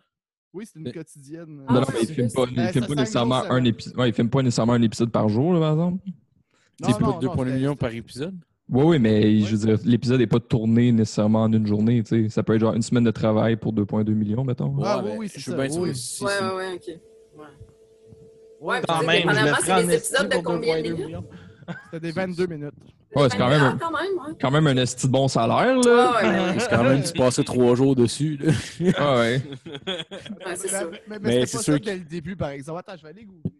Oui, c'est une quotidienne.
Ah
Non, non,
ouais,
mais il
c'est
filme
juste-
pas,
Ben,
il filme
ça,
pas
cinq
nécessairement
jours
un
semaine.
épisode. Ouais, il filme pas nécessairement un épisode par jour, là, par exemple.
Non,
C'est
non,
pas
non,
2,1
c'était-
millions par épisode.
Oui, oui, mais
Ouais.
je veux dire, l'épisode n'est pas tourné nécessairement en une journée. tu sais. Ça peut être genre une semaine de travail pour 2,2 millions, mettons.
Ah, oui,
ben,
oui,
je
c'est
suis
ça,
bien sûr
oui.
que si-
Ouais,
si-
ouais, ouais, ok.
Ouais,
Quand
mais
même,
c'était-
je le prends en
esti
esti pour deux points deux
C'était des 22 minutes.
Ouais, c'est quand même
Ah,
un-
quand même, ouais.
Quand même un esti de bon salaire, là.
Ah, ouais, ben ouais.
C'est quand même, tu passais trois jours dessus. là.
Ah [laughs] ouais.
Ouais, c'est ça.
Mais, mais,
Mais
c'est
c'est
pas
sûr
ça
que-
dès le début, par exemple. Attends, je vais aller googler.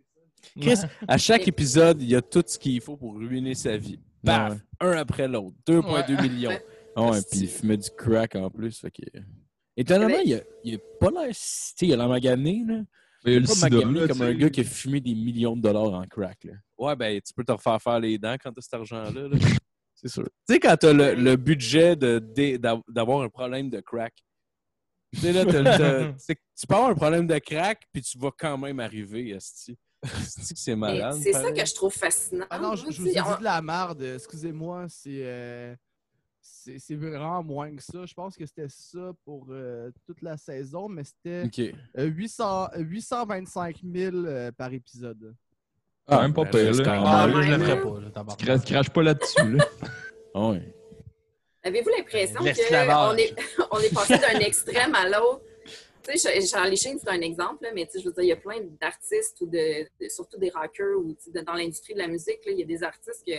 Chris, à chaque
Mais-
épisode, il y a tout ce qu'il faut pour ruiner sa vie. Paf!
Ouais.
Un après l'autre. 2,2 millions.
[laughs] Ouais.
Ah ouais,
Esti.
puis il fumait du crack en plus. Fait que... Étonnamment, il a, il a pas l'air. si- tu sais, Il a l'air magané, là.
Il y a le
Pas
sida,
magané
là, tu
comme un
sais.
gars qui a fumé des millions de dollars en crack, là.
Ouais, ben, tu peux te refaire faire les dents quand t'as cet argent-là. là.
[laughs] C'est sûr.
Tu sais, quand t'as le, le budget de- dé- d'av- d'avoir un problème de crack, tu sais, là, t'as- t'as-
[laughs]
c'est que tu peux avoir un problème de crack, puis tu vas quand même arriver, Esti. Esti que c'est
[laughs]
Mais
malade.
C'est ça
pareil.
que je trouve fascinant.
Ah non,
Moi,
je, je
tu
vous ai
sais, on-
dit de la merde. Excusez-moi, c'est. euh, C'est c'est vraiment moins que ça. Je pense que c'était ça pour euh, toute la saison, mais c'était
Ok.
euh, 800 825 000 euh, par épisode.
Ah, même pas
ben,
pire,
c'est
là.
quand
Ah,
même-
là, je le
Ouais.
ferais pas, là, tabarnak.
Cra- Crache pas là-dessus, là.
Ah ouais.
Avez-vous l'impression qu'on
L'esclavage.
est, [laughs] on est passé d'un extrême à l'autre? Tu sais, Ch- Charlie Sheen, c'est un exemple, là, mais tu sais, je veux dire, il y a plein d'artistes, ou de, de- surtout des rockers, ou tu sais, dans l'industrie de la musique, là, il y a des artistes que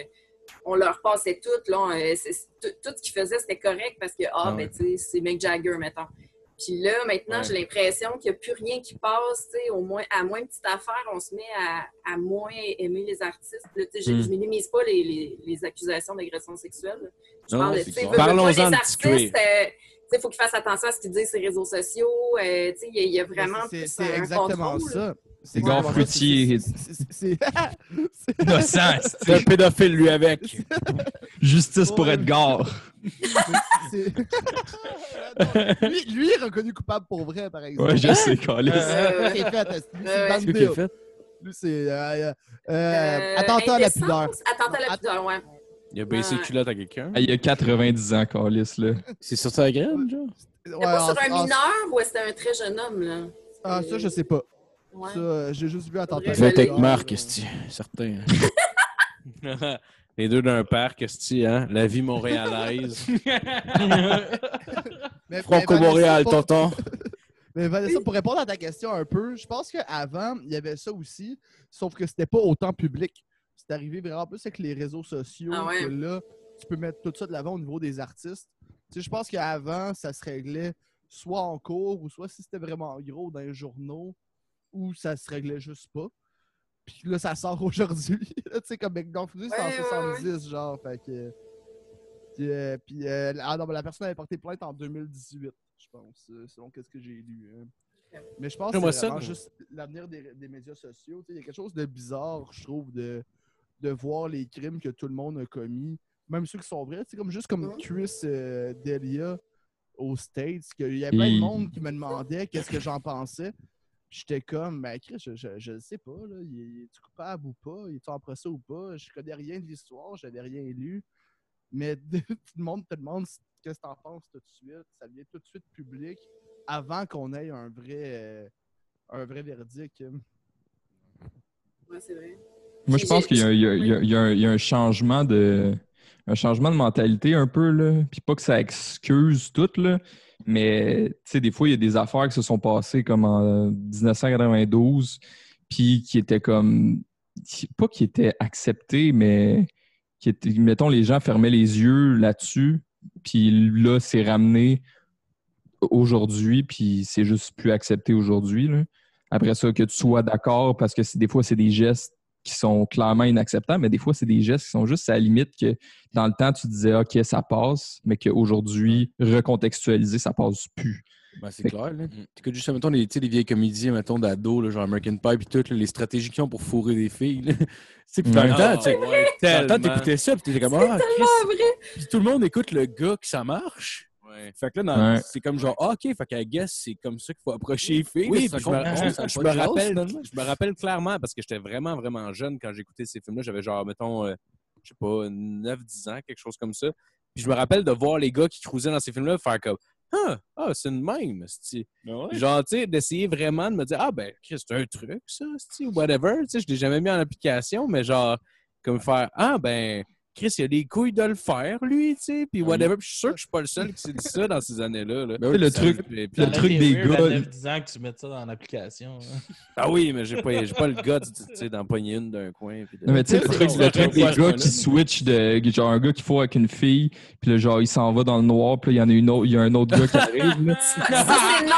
on leur passait tout. Là, on, euh, c'est- c'est- tout, tout ce qu'ils faisaient, c'était correct parce que, ah,
Ah
ben, tu sais, c'est Mick Jagger, mettons. Puis là, maintenant,
Ouais.
j'ai l'impression qu'il n'y a plus rien qui passe. tu sais, Au moins, à moins de petite affaire, on se met à, à moins aimer les artistes. Là, tu sais, je
Mm.
ne minimise pas les, les- les accusations d'agression sexuelle. là. Je
Non,
parle,
c'est
tu sais,
clair.
veux- veux pas,
Parlons-en
les
de
artistes,
Ticoué.
euh, tu sais, faut qu'ils fassent attention à ce qu'ils disent sur les réseaux sociaux. euh, tu sais, il y, a- il y a vraiment
Ben, C'est-
plus
C'est
un
exactement
contrôle, là.
ça. C'est
Gare
exactement ça.
fruitier.
C'est- c'est- c'est- c'est-
Innocent,
C'est un pédophile, lui, avec.
Justice pour
Ouais.
Edgar.
c'est- c'est- [laughs] lui, lui est reconnu coupable pour vrai, par exemple.
Hein? Ouais, je sais, Colin.
Euh,
Qu'est-ce qu'il fait, Tess? Lui,
Euh,
c'est
C'est
Van
qui a
Bill.
fait?
Lui, c'est. euh, euh,
euh,
euh, Attentat à la
indécence,
pudeur.
Attentat à la pudeur, ouais.
Il a baissé
Ouais.
le culotte à quelqu'un.
Ah, Il y a 90 ans, Calis, là.
C'est sur sa graine, genre?
Ouais,
C'était pas
en-
sur un
en-
mineur ou c'était un très jeune homme, là?
Ah, ça, je sais pas.
Ouais.
Ça, euh, j'ai juste vu Attentat à la
Il
Fait
fait
pudeur.
avec
avec
Marc, esti. [laughs] Certain.
[laughs] Les deux d'un parc, esti, hein? La
[laughs]
vie montréalaise.
Mais- ben, mais
Franco-Montréal,
Vanessa, pour-
tonton.
Mais Vanessa, pour répondre à ta question un peu, je pense qu'avant, il y avait ça aussi, sauf que c'était pas autant public. C'est arrivé vraiment plus avec les réseaux sociaux
Ah ouais.
que là, tu peux mettre tout ça de l'avant au niveau des artistes. Tu sais, je pense qu'avant, ça se réglait soit en cours ou soit si c'était vraiment gros dans les journaux ou ça se réglait juste pas. Puis là, ça sort [laughs] aujourd'hui. là, tu sais, comme McDonald's, c'est
Ouais, ouais,
en 70, genre. Fait que. Puis, euh, puis, euh, ah non, mais la personne avait porté plainte en 2018, je pense, euh, selon qu'est-ce que j'ai lu. hein. Mais je pense que
J'aimerais
c'est
ça,
vraiment
moi.
juste l'avenir des, des médias sociaux. Tu sais, Il y a quelque chose de bizarre, je trouve, de, de voir les crimes que tout le monde a commis, même ceux qui sont vrais. C'est comme juste comme
Mhm.
Chris euh, Delia aux States, qu'il y a plein de
Et-
monde qui me demandait qu'est-ce que j'en pensais. Puis J'étais comme, ben Chris, je, je, je le sais pas, là. Il est- il est-tu coupable ou pas? Il est-tu en procès ou pas? Je connais rien de l'histoire, j'avais rien lu. Mais [laughs] tout le monde te demande c- qu'est-ce que t'en penses tout de suite. Ça devient tout de suite public avant qu'on ait un vrai, euh, un vrai verdict.
Ouais, c'est vrai.
Moi, je pense qu'il y, a- il y a- il y a- il y a un- il y a un changement de un changement de mentalité un peu, là. Puis pas que ça excuse tout, là. Mais, tu sais, des fois, il y a des affaires qui se sont passées comme en 1992, puis qui étaient comme... Pas qui étaient acceptées, mais qui étaient... Mettons, les gens fermaient les yeux là-dessus, puis là, c'est ramené aujourd'hui, puis c'est juste plus accepté aujourd'hui, là. Après ça, que tu sois d'accord, parce que c'est- des fois, c'est des gestes qui sont clairement inacceptables, mais des fois, c'est des gestes qui sont juste à la limite que dans le temps, tu disais OK, ça passe, mais qu'aujourd'hui, recontextualisé, ça passe plus.
Ben, c'est clair, là. T'écoutes juste, mettons, les, tu sais, les vieilles comédies, mettons, d'ados, là, genre American Pie, pis tout, là, les stratégies qu'ils ont pour fourrer des filles, là. [laughs] Tu sais, pis dans le
Ouais.
Ah,
temps, tu sais,
ouais,
dans le temps,
tellement.
t'écoutais ça, pis t'étais comme, ah,
Ah,
Chris.
vrai?
Pis tout le monde écoute le gars que ça marche.
Ouais.
Fait que là, dans-
Ouais.
c'est comme genre, ah, OK, fait qu'à guess, c'est comme ça qu'il faut approcher les filles.
Oui,
là, c'est
puis je me,
un
je-
concours,
je
ça
me
a pas de
rappelle,
classe, finalement.
je me rappelle clairement parce que j'étais vraiment, vraiment jeune quand j'écoutais ces films-là. J'avais genre, mettons, euh, je sais pas, 9-10 ans, quelque chose comme ça. Puis je me rappelle de voir les gars qui cruisaient dans ces films-là faire comme Ah, ah c'est une même. esti. Genre, tu sais, d'essayer vraiment de me dire Ah, ben, Chris, c'est un truc, ça, esti, ou whatever. Tu sais, je l'ai jamais mis en application, mais genre, comme faire Ah, ben, Chris, il a les couilles de le faire, lui, tu sais, puis whatever. Puis je suis sûr que je suis pas le seul qui s'est dit ça dans ces années-là. là.
Ben oui,
le
Ça-
truc-
puis-
le
Ça
truc
aurait
des
été weird à
gars-
9-10 ans que tu mettes ça dans l'application. hein.
Ah oui, mais j'ai pas, j'ai pas le gars tu tu sais, d'empoigner une d'un coin. puis de-
Non, mais tu sais, le
C'est
truc,
ça,
le
on
truc
va
des
faire
gars
ça,
qui
là.
switch de. Genre, un gars qui faut avec une fille, puis là, genre, il s'en va dans le noir, puis là, il y en a une autre, il y a un autre gars qui arrive. là.
[laughs] Ça, c'est non!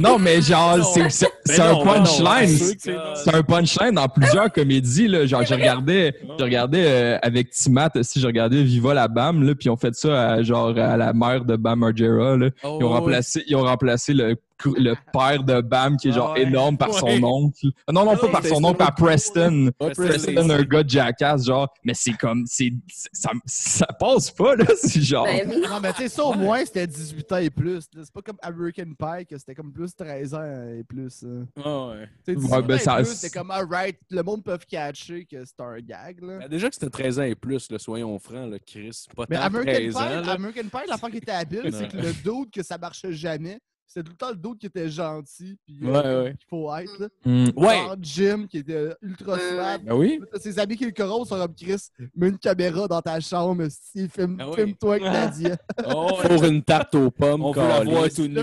Non, mais genre, c'est- c'est
Ben
c'est un punchline. C'est un punchline dans plusieurs comédies. Là. Genre, je regardais, je regardais euh, avec Timat aussi, je regardais Viva la Bam, là, puis on fait ça à, genre à la mère de Bam Margera. Là.
Oh,
Ils, ont remplacé, ils ont remplacé le, cou- le père de Bam, qui est genre
Ah ouais.
énorme par
Ouais.
son oncle. Ah Non, non, pas
Ah,
par
c'est
son
ça.
oncle, par Preston. Preston,
c'est-
un gars de jackass, genre, mais c'est comme, c'est, ça, ça passe pas, là, c'est genre.
Ben, oui.
Non, mais tu sais, ça au moins, c'était 18 ans et plus. là. C'est pas comme American Pie, que c'était comme plus 13 ans et plus. hein. Tu sais, 18
Ouais,
ans
ben,
et
ça-
plus, c'est comme, alright, le monde peut catcher que c'est un gag, là.
Ben, déjà que c'était 13 ans et plus, là, soyons francs, là, Chris, pas
Mais
tant
American
13
Pie,
ans. là.
American Pie, l'affaire qui était habile, c'est que le doute que ça marche jamais, C'était tout le temps le d'autre qui était gentil, puis euh,
Ouais, ouais.
qu'il faut être. Là.
Mm.
Ouais.
Genre Jim, qui était ultra
Ouais,
swag.
Ben oui.
T'as Ses amis qui le corrompent sont comme Chris, mets une caméra dans ta chambre, si, filme-
Ah oui.
filme-toi avec
[laughs]
Nadia.
Pour une tarte aux pommes,
On veut la voir
calice.
tout nu.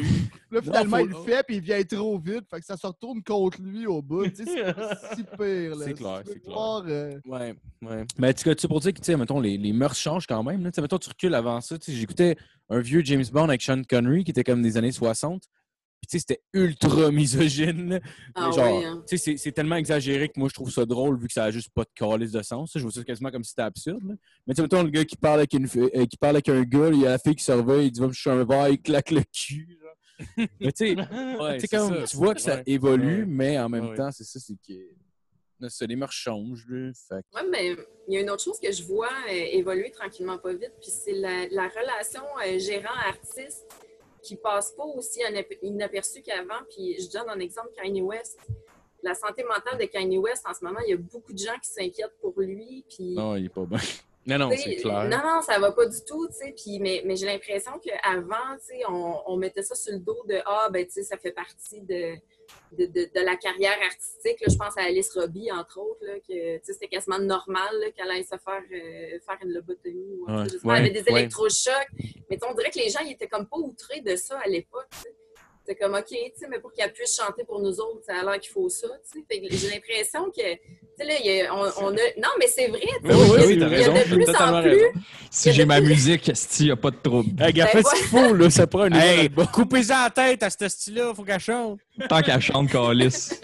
Là, finalement,
faut-
il le fait, puis il vient trop vite. Fait que ça se retourne contre lui au bout. Tu sais, c'est pas si pire. là.
C'est clair,
Si tu veux
c'est clair.
voir, euh,
Ouais, ouais.
Mais tu sais, pour dire que, tu sais, mettons, les, les mœurs changent quand même. Là. Tu sais, Mettons, tu recules avant ça. tu sais, J'écoutais un vieux James Bond avec Sean Connery qui était comme des années 60. Puis, tu sais, c'était ultra [laughs] misogyne. là.
Ah
Mais genre,
oui, hein.
tu sais, c'est- c'est tellement exagéré que moi, je trouve ça drôle vu que ça a juste pas de calice de sens. Je vois ça quasiment comme si c'était absurde. là. Mais, tu sais, mettons, le gars qui parle avec, une, fi- euh, qui parle avec un gars, il y a la fille qui surveille, il dit, va me chercher un verre, il claque le cul. genre. Mais, tu sais,
Ouais,
[laughs] tu sais,
c'est
comme,
ça.
tu vois que ça
Ouais.
évolue,
Ouais.
mais en même
Ouais.
temps, c'est ça, c'est que. là, ça, les mœurs changent, là. Fait que-
Ouais, mais il y a une autre chose que je vois euh, évoluer tranquillement pas vite, puis c'est la, la relation euh, gérant-artiste qui passe pas aussi inap- inaperçue qu'avant. Puis je donne un exemple Kanye West. La santé mentale de Kanye West en ce moment, il y a beaucoup de gens qui s'inquiètent pour lui. Puis
Ah
Non, il est pas bon. Non, non,
T'sais,
c'est clair.
Non, non, ça va pas du tout, tu sais. Puis, mais, mais j'ai l'impression qu'avant, tu sais, on, on mettait ça sur le dos de Ah, ben, tu sais, ça fait partie de, de, de- de la carrière artistique. là. Je pense à Alice Robbie, entre autres, là, que tu sais, c'était quasiment normal là, qu'elle aille se faire, euh, faire une lobotomie. Ou,
Ouais,
autre chose. Elle avait des
ouais.
électrochocs. Mais tu sais, on dirait que les gens, ils étaient comme pas outrés de ça à l'époque, tu sais. C'était comme, OK, tu sais, mais pour qu'elle puisse chanter pour nous autres, ça a l'air qu'il faut ça, tu sais. Fait que j'ai l'impression que, tu sais, là, il y a- on, on a... Non, mais c'est vrai, tu sais.
Oui, oui,
Il y a-
oui, t'as
il y a
raison,
de
t'as
plus en
totalement
plus-
raison.
Si j'ai ma musique, il n'y a pas de trouble.
Hey, gars,
Ben,
fais ce
voilà.
qu'il faut, là. Ça prend une
Hey,
heure.
coupez-en la tête à ce style-là, faut qu'elle chante.
Tant qu'elle chante Calice.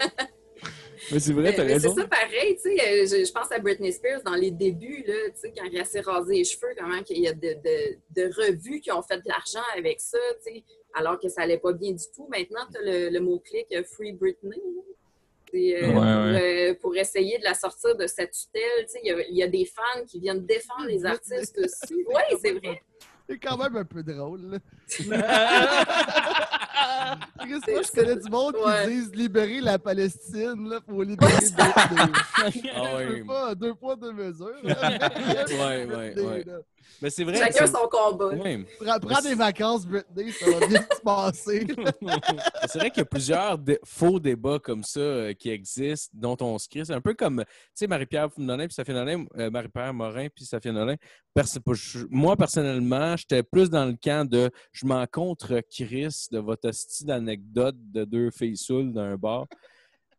Mais c'est vrai,
Mais-
t'as
mais
raison.
C'est ça pareil, tu sais, euh, je, je pense à Britney Spears dans les débuts, là, tu sais, quand elle s'est rasé les cheveux, comment qu'il y a de, de- de revues qui ont fait de l'argent avec ça, tu sais, alors que ça allait pas bien du tout. Maintenant, tu as le, le mot-clic euh, Free Britney. là. C'est, euh,
Ouais,
pour, euh, pour essayer de la sortir de sa tutelle, tu sais, il y a- il y, a des fans qui viennent défendre les artistes aussi.
[laughs]
Oui, c'est vrai.
c'est quand même un peu drôle.
[laughs]
là. Chris,
C'est-
moi, je connais du monde
Ouais.
qui disent libérer la Palestine, là, faut libérer des...
Ah ouais.
des- pas deux poids, deux mesures. là.
[laughs] Ouais, ouais,
Des-
ouais.
là.
Mais c'est vrai.
Chacun son combat.
Ouais.
Prends, prends des vacances, Britney, ça va bien se
[laughs]
passer.
C'est vrai qu'il y a plusieurs dé- faux débats comme ça euh, qui existent, dont on se crie. C'est un peu comme, tu sais, Marie-Pierre Morin puis Safia Nolin, euh, Marie-Pierre Morin puis Safia Nolin. Perso- pas- je- moi, personnellement, j'étais plus dans le camp de je m'en contre Chris de votre hostie d'anecdote de deux filles saoules d'un bar.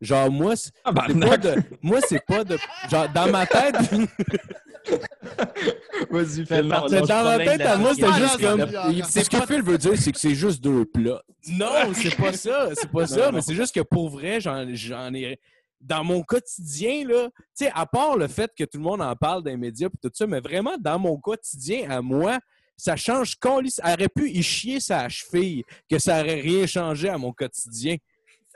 Genre, moi, c'est
Ah,
c'est pas de. Moi, c'est pas de. Genre, dans ma tête.
Vas-y,
Fais
fais-le.
partie
dans
de
ma
problème
tête,
de la
à moi, c'était
société.
juste comme-
Il-
Ce que Phil veut dire, c'est que c'est juste deux plats.
Non, c'est pas ça, c'est pas ça,
non.
mais c'est juste que pour vrai, j'en j'en ai. Dans mon quotidien, là, tu sais, à part le fait que tout le monde en parle dans les médias et tout ça, mais vraiment, dans mon quotidien, à moi, ça change qu'on Elle aurait pu y chier sa cheville, que ça aurait rien changé à mon quotidien.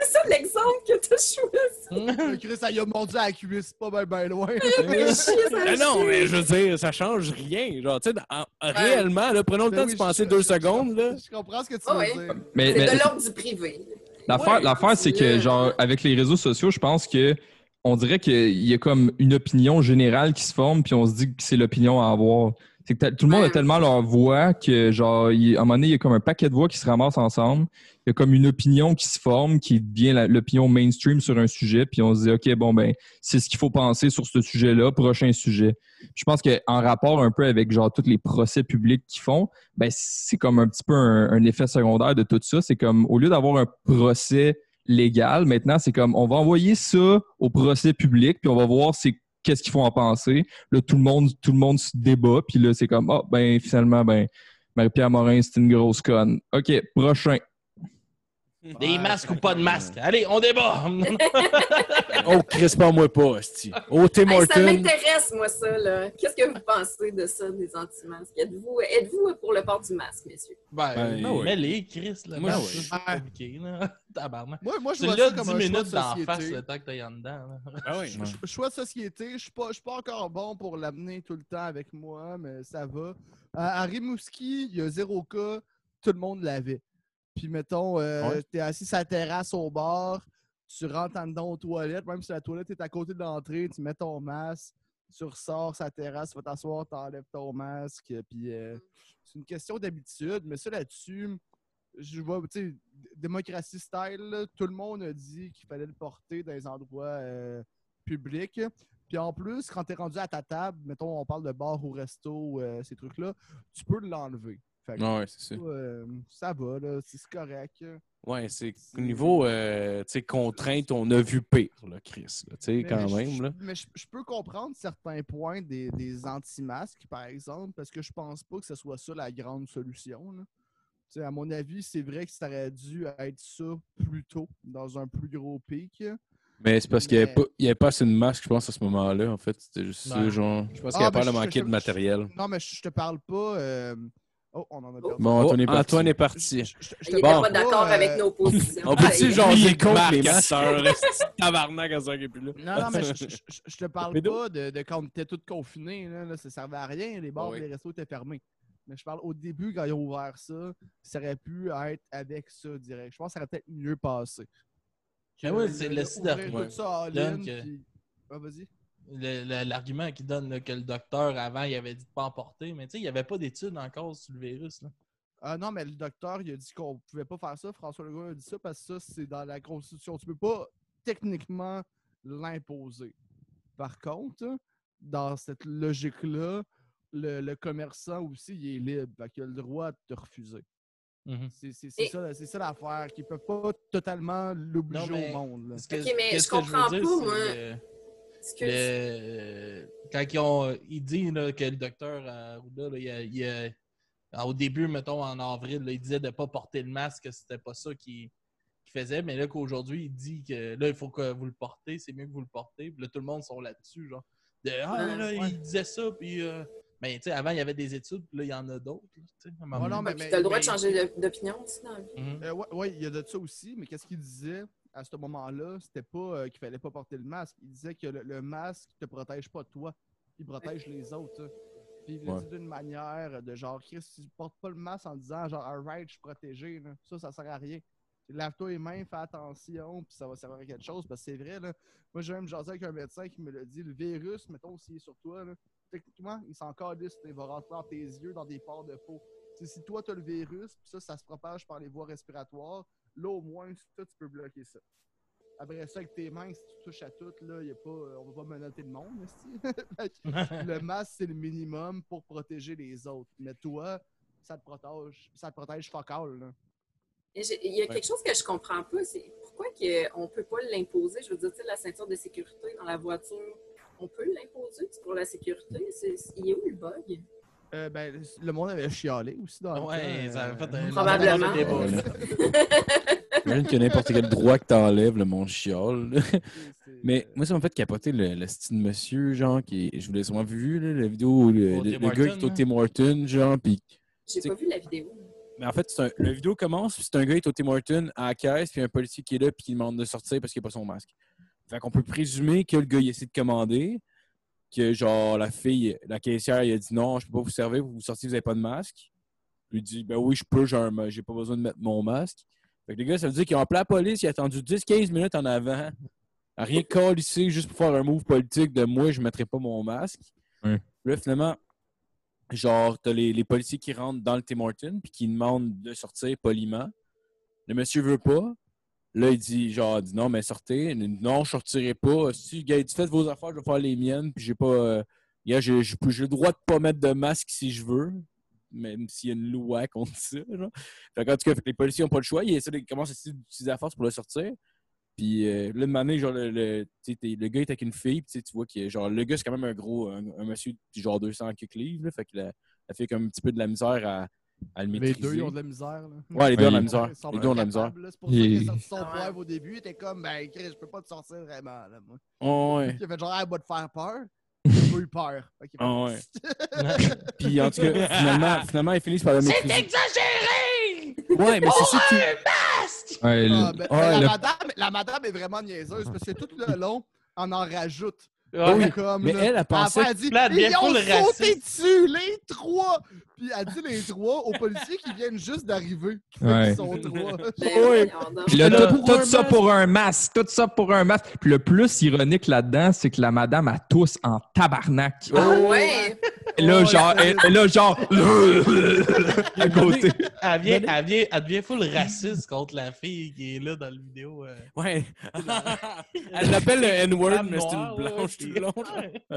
C'est ça l'exemple que tu as
[laughs]
choisi.
Chris, ça y a mordu à la cuisse, pas bien ben loin.
Mais chier, ça
Mais Ah non,
chie.
mais je veux dire, ça change rien. Genre, tu sais, en- réellement, là, prenons le
Ben
temps
oui,
de penser
je-
deux
je-
secondes, là.
Je comprends ce que tu
Ah
veux
ouais.
dire.
Mais,
C'est
mais
de l'ordre du privé.
l'affaire,
Ouais.
l'affaire, c'est que, genre, avec les réseaux sociaux, je pense que on dirait qu'il y a comme une opinion générale qui se forme, puis on se dit que c'est l'opinion à avoir. C'est que t'as- tout le monde a
Ouais.
tellement leur voix que, genre, il- à un moment donné, il y a comme un paquet de voix qui se ramassent ensemble. Il y a comme une opinion qui se forme, qui devient la- l'opinion mainstream sur un sujet, puis on se dit, OK, bon, ben, c'est ce qu'il faut penser sur ce sujet-là, prochain sujet. Je pense qu'en rapport un peu avec, genre, tous les procès publics qu'ils font, ben, c'est comme un petit peu un, un effet secondaire de tout ça. C'est comme, au lieu d'avoir un procès légal, maintenant, c'est comme, on va envoyer ça au procès public, puis on va voir c'est qu'est-ce qu'ils font en penser. Là, tout le monde, tout le monde se débat, puis là, c'est comme, ah, ben, finalement, ben, Marie-Pierre Morin, c'est une grosse conne. OK, prochain.
Des masques ou pas de Ah masques? Allez, on débat!
[laughs] Oh, Chris, parle-moi pas, hostie. Oh, Tim
Hey, ça
Horton.
m'intéresse, moi, ça. là. Qu'est-ce que vous pensez de ça, des anti-masques? Êtes-vous êtes-vous pour le port du masque, messieurs?
ben,
Ben,
non, [laughs]
ouais.
mais les Chris, là,
Moi,
ben,
ouais.
c'est pas compliqué, là. [laughs] Tabarnak.
Moi, moi, je
Tu
vois
l'as
ça comme
10
un choix de
minutes d'en face
société.
le temps que t'es en dedans. là.
Ah oui.
Je- je- Choix de société, je suis pas, je suis pas encore bon pour l'amener tout le temps avec moi, mais ça va. Euh, À, à Rimouski, il y a zéro cas, tout le monde l'avait. Puis mettons, euh, t'es assis sur la terrasse au bar, tu rentres en dedans aux toilettes, même si la toilette est à côté de l'entrée, tu mets ton masque, tu ressors sa terrasse, tu vas t'asseoir, t'enlèves ton masque, puis euh, c'est une question d'habitude, mais ça là-dessus, je vois, tu sais, d- démocratie style, là, tout le monde a dit qu'il fallait le porter dans les endroits euh, publics. Puis en plus, quand t'es rendu à ta table, mettons, on parle de bar ou resto, euh, ces trucs-là, tu peux l'enlever. Fait que,
Ouais, ouais, c'est ça.
euh, ça va, là, c'est c'est correct.
Ouais, c'est au niveau euh, tu sais, contrainte, on a vu pire, là, Chris. là, tu sais,
Mais-
quand
mais
même.
je-
Là.
Mais je, je peux comprendre certains points des, des anti-masques, par exemple, parce que je pense pas que ce soit ça la grande solution. là. Tu sais, à mon avis, c'est vrai que ça aurait dû être ça plus tôt, dans un plus gros pic.
Mais c'est parce qu'il n'y avait,
Mais-
pas- il y avait pas assez de masques, je pense, à ce moment-là. En fait, c'était juste ça,
Ouais.
genre. Je pense
Ah,
qu'il y a
ben,
pas le
je-
manquer
je-
de matériel.
Non, mais je, je te parle pas. euh, Oh, on en a perdu.
Bon, Antoine est parti.
Antoine est
Je- je- je- je te
Il n'était
Bon.
parle
pas d'accord
euh,
avec nos positions.
On peut-tu
Hey,
jaser
Lui, il compte
contre
les
les
masques.
masseurs? Tabarnak, à ça qui est plus là.
Non, non, mais je, je- je- je te parle
Pédo.
pas de, de quand on était tous confinés. Là, là, ça servait à rien. Les bars,
Ah oui.
les restos étaient fermés. Mais je parle au début, quand ils ont ouvert ça, ça aurait pu être avec ça direct. Je pense que ça aurait peut-être mieux passé. Euh,
Mais oui, c'est le site
ouvrir
d'argument.
tout ça en
Donne
ligne,
que-
puis- Ah, vas-y.
Le- le- L'argument qu'il donne, là, que le docteur, avant, il avait dit de pas emporter, mais tu sais, il n'y avait pas d'études encore sur le virus. là.
Ah non, mais le docteur, il a dit qu'on pouvait pas faire ça. François Legault a dit ça parce que ça, c'est dans la Constitution. Tu peux pas techniquement l'imposer. Par contre, dans cette logique-là, le, le commerçant aussi, il est libre. Fait qu'il a le droit de te refuser.
Mhm.
C'est c'est- c'est
Et-
ça, c'est ça l'affaire, qu'ils peuvent pas totalement l'obliger
Non, mais-
au monde. là.
Parce que-
Ok, mais
qu'est-ce
je
que
comprends
veux dire,
pas,
c'est,
moi.
euh,
excuse.
euh,
le- euh, quand ils ont, il dit là, que le docteur euh, Arruda, là, il a- il a- alors, au début, mettons en avril, là, il disait de ne pas porter le masque, que c'était pas ça qu'il qu'il faisait, mais là qu'aujourd'hui, il dit que là, il faut que vous le portez, c'est mieux que vous le portez. Puis là, tout le monde sont là-dessus, genre. de, ah, là, là, il disait ça, puis. euh, mais tu sais, avant, il y avait des études, puis là, il y en a d'autres. là, tu sais, à un moment
Ouais,
donné.
non,
Ah,
mais-
puis
mais-
t'as le droit
mais-
de changer de- d'opinion aussi dans la vie.
Mhm.
Euh, ouais, ouais, il y a de ça aussi, mais qu'est-ce qu'il disait à ce moment-là? C'était pas euh, qu'il fallait pas porter le masque. Il disait que le, le masque te protège pas toi, il protège les autres. hein. Puis il le
Ouais.
dit d'une manière de genre, Chris, tu portes pas le masque en disant genre, alright, je suis protégé. là. Ça, ça sert à rien. Lave-toi les mains, fais attention, puis ça va servir à quelque chose. Parce que c'est vrai, là. Moi, j'ai même jasé avec un médecin qui me l'a dit, le virus, mettons, s'il est sur toi, là, techniquement, il s'en calisse, il va rentrer dans tes yeux, dans tes pores de peau. Tu sais, si toi, tu as le virus, puis ça, ça se propage par les voies respiratoires, là, au moins, ça, tu peux bloquer ça. Après ça, avec tes mains, si tu touches à tout, là, y a pas, euh, on va pas menoter le monde. esti. [laughs] Fait que le masque, c'est le minimum pour protéger les autres. Mais toi, ça te protège, ça te protège focal. Là.
Mais j'ai- Il y a quelque chose que je comprends pas, c'est pourquoi que on peut pas l'imposer. Je veux dire, tu sais, la ceinture de sécurité dans la voiture, on peut l'imposer c'est pour la sécurité. C'est- c'est- Il est où le bug?
Euh, ben, le monde avait chialé aussi dans le
[laughs] Ouais,
temps,
ça
euh,
avait fait un
Probablement.
un débat, là.
[laughs]
Imagine qu'il y a n'importe quel droit que t'enlèves, le monde chiole.
c'est- c'est-
Mais moi, ça m'a fait capoter le, le style de monsieur, genre, qui est- je vous l'ai sûrement vu, là, la vidéo où le,
Au
le-
Tim
le gars qui est au
Hortons,
Tim Hortons, genre, puis
J'ai
C'est-
pas vu la vidéo.
Mais en fait, c'est un- la vidéo commence, puis c'est un gars qui est au Tim Hortons à la caisse, puis un policier qui est là, puis qui demande de sortir parce qu'il n'a pas son masque. Fait qu'on peut présumer que le gars, il essaie de commander, que genre la fille, la caissière, il a dit non, je peux pas vous servir, vous sortez, vous n'avez pas de masque. Lui dit, ben oui, je peux, j'ai un ma- j'ai pas besoin de mettre mon masque. Fait que les gars, ça veut dire qu'ils ont appelé la police, il a attendu 10-15 minutes en avant, à rien ici juste pour faire un move politique de moi, je mettrai pas mon masque.
Ouais.
Là, finalement, genre, t'as les, les policiers qui rentrent dans le Tim Hortons puis qui demandent de sortir poliment. Le monsieur veut pas. Là, il dit, genre, il dit, non, mais sortez. Il dit, non, je sortirai pas. Si, le gars, il dit, faites vos affaires, je vais faire les miennes, puis j'ai pas. euh, gars, j'ai j'ai- j'ai le droit de pas mettre de masque si je veux, même s'il y a une loi contre ça, genre. Fait qu'en tout cas, fait que les policiers n'ont pas le choix. Ils, essaient de, ils commencent à essayer d'utiliser la force pour le sortir. Puis euh, là, de manière, genre, le, le, tu sais, t'es- le gars est avec une fille. Puis tu sais, tu vois que genre, le gars, c'est quand même un gros, un, un monsieur, de genre 200 quelques livres. là. fait que la, la fille a comme un petit peu de la misère à, à le
Les
maîtriser.
deux, ils ont Ben, de la misère. Là.
Ouais, les deux ont de la
Ouais,
misère.
Ils sont
Les deux ont de la misère.
incapables, là. C'est pour ça qu'il
Et-
est sorti son
Ah ouais.
poivre au début. Il était comme, ben, Chris, je peux pas te sortir vraiment. Là, moi.
Ouais, ouais.
Il a fait genre, ah, va te faire
[laughs]
peur. Il a eu peur. Fait qu'il a fait,
Ah ouais. Puis en tout cas, finalement, finalement ils finissent par le maîtriser.
exagéré!
Ouais, mais c'est ça qui.
Ouais, le-
Ah, ben,
ouais,
la,
le-
madame, la madame est vraiment niaiseuse parce que tout le long, on en rajoute.
Ouais.
Comme,
Ah Mais
là,
elle, elle
à la fin,
pensait.
elle dit,
Là, elle devient
ils ont
full
sauté
raciste.
dessus, les trois! Puis Puis elle dit les trois aux policiers qui viennent juste d'arriver.
Ouais.
Ils [laughs] sont trois.
Ben,
Ouais.
voyons donc.
Puis là,
Là,
tout,
pour
tout
un
ça
masque.
pour un masque, tout ça pour un masque. Puis le plus ironique là-dedans, c'est que la madame a tous en tabarnak.
Ah ouais!
Et là,
Oh,
genre,
la-
et, et là, genre, [laughs] à côté.
Elle vient, elle vient, elle devient full raciste contre la fille qui est là dans la vidéo. euh.
[laughs]
Ouais.
Elle
Elle l'appelle le N-word,
Femme
mais c'est une
noire, ouais,
blanche
ouais,
tout le long.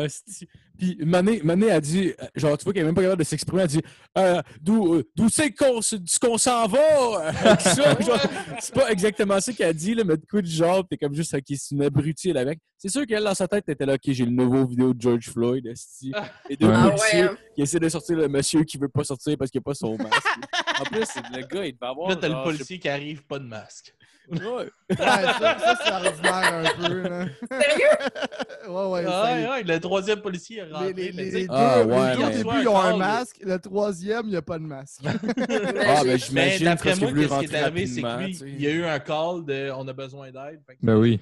Asti. Puis Mané, Mané a dit, euh, genre, tu vois qu'elle est même pas capable de s'exprimer, elle dit euh, D'où euh, d'où c'est qu'on se- d'où qu'on s'en va [laughs] Euh, tout ça, genre, C'est pas exactement ça qu'elle a dit, là, mais de coup, du genre, t'es comme juste, ok, c'est une abrutie, la mec. C'est sûr qu'elle, dans sa tête, était là, ok, j'ai le nouveau vidéo de George Floyd, asti. Et deux
Ah
Ah
policiers
ouais!
qui essaient de sortir le monsieur qui veut pas sortir parce qu'il a pas son
[laughs]
masque.
En plus, c'est- le gars, il devait avoir.
Là, t'as le
Ah,
genre,
policier qui arrive, pas de masque.
Ouais, ça, ça, c'est ordinaire un peu. là.
Sérieux?
[laughs] Ouais, ouais.
Ah,
ça-
ouais, ouais, le troisième policier est rentré.
Les, les-
mais
les
tu sais,
deux,
Ah,
les
ouais,
deux au
mais-
début, ils ont un
Ouais.
masque. Le troisième, il n'y a pas de masque.
Ah,
Magique.
ben
[laughs] Mais
j'imagine
d'après
parce
moi,
qu'il voulait
qu'est-ce qui est
rentrer
arrivé, c'est
rapidement.
que lui,
tu sais.
il y a eu un call de on a besoin d'aide. Fait que-
Ben oui.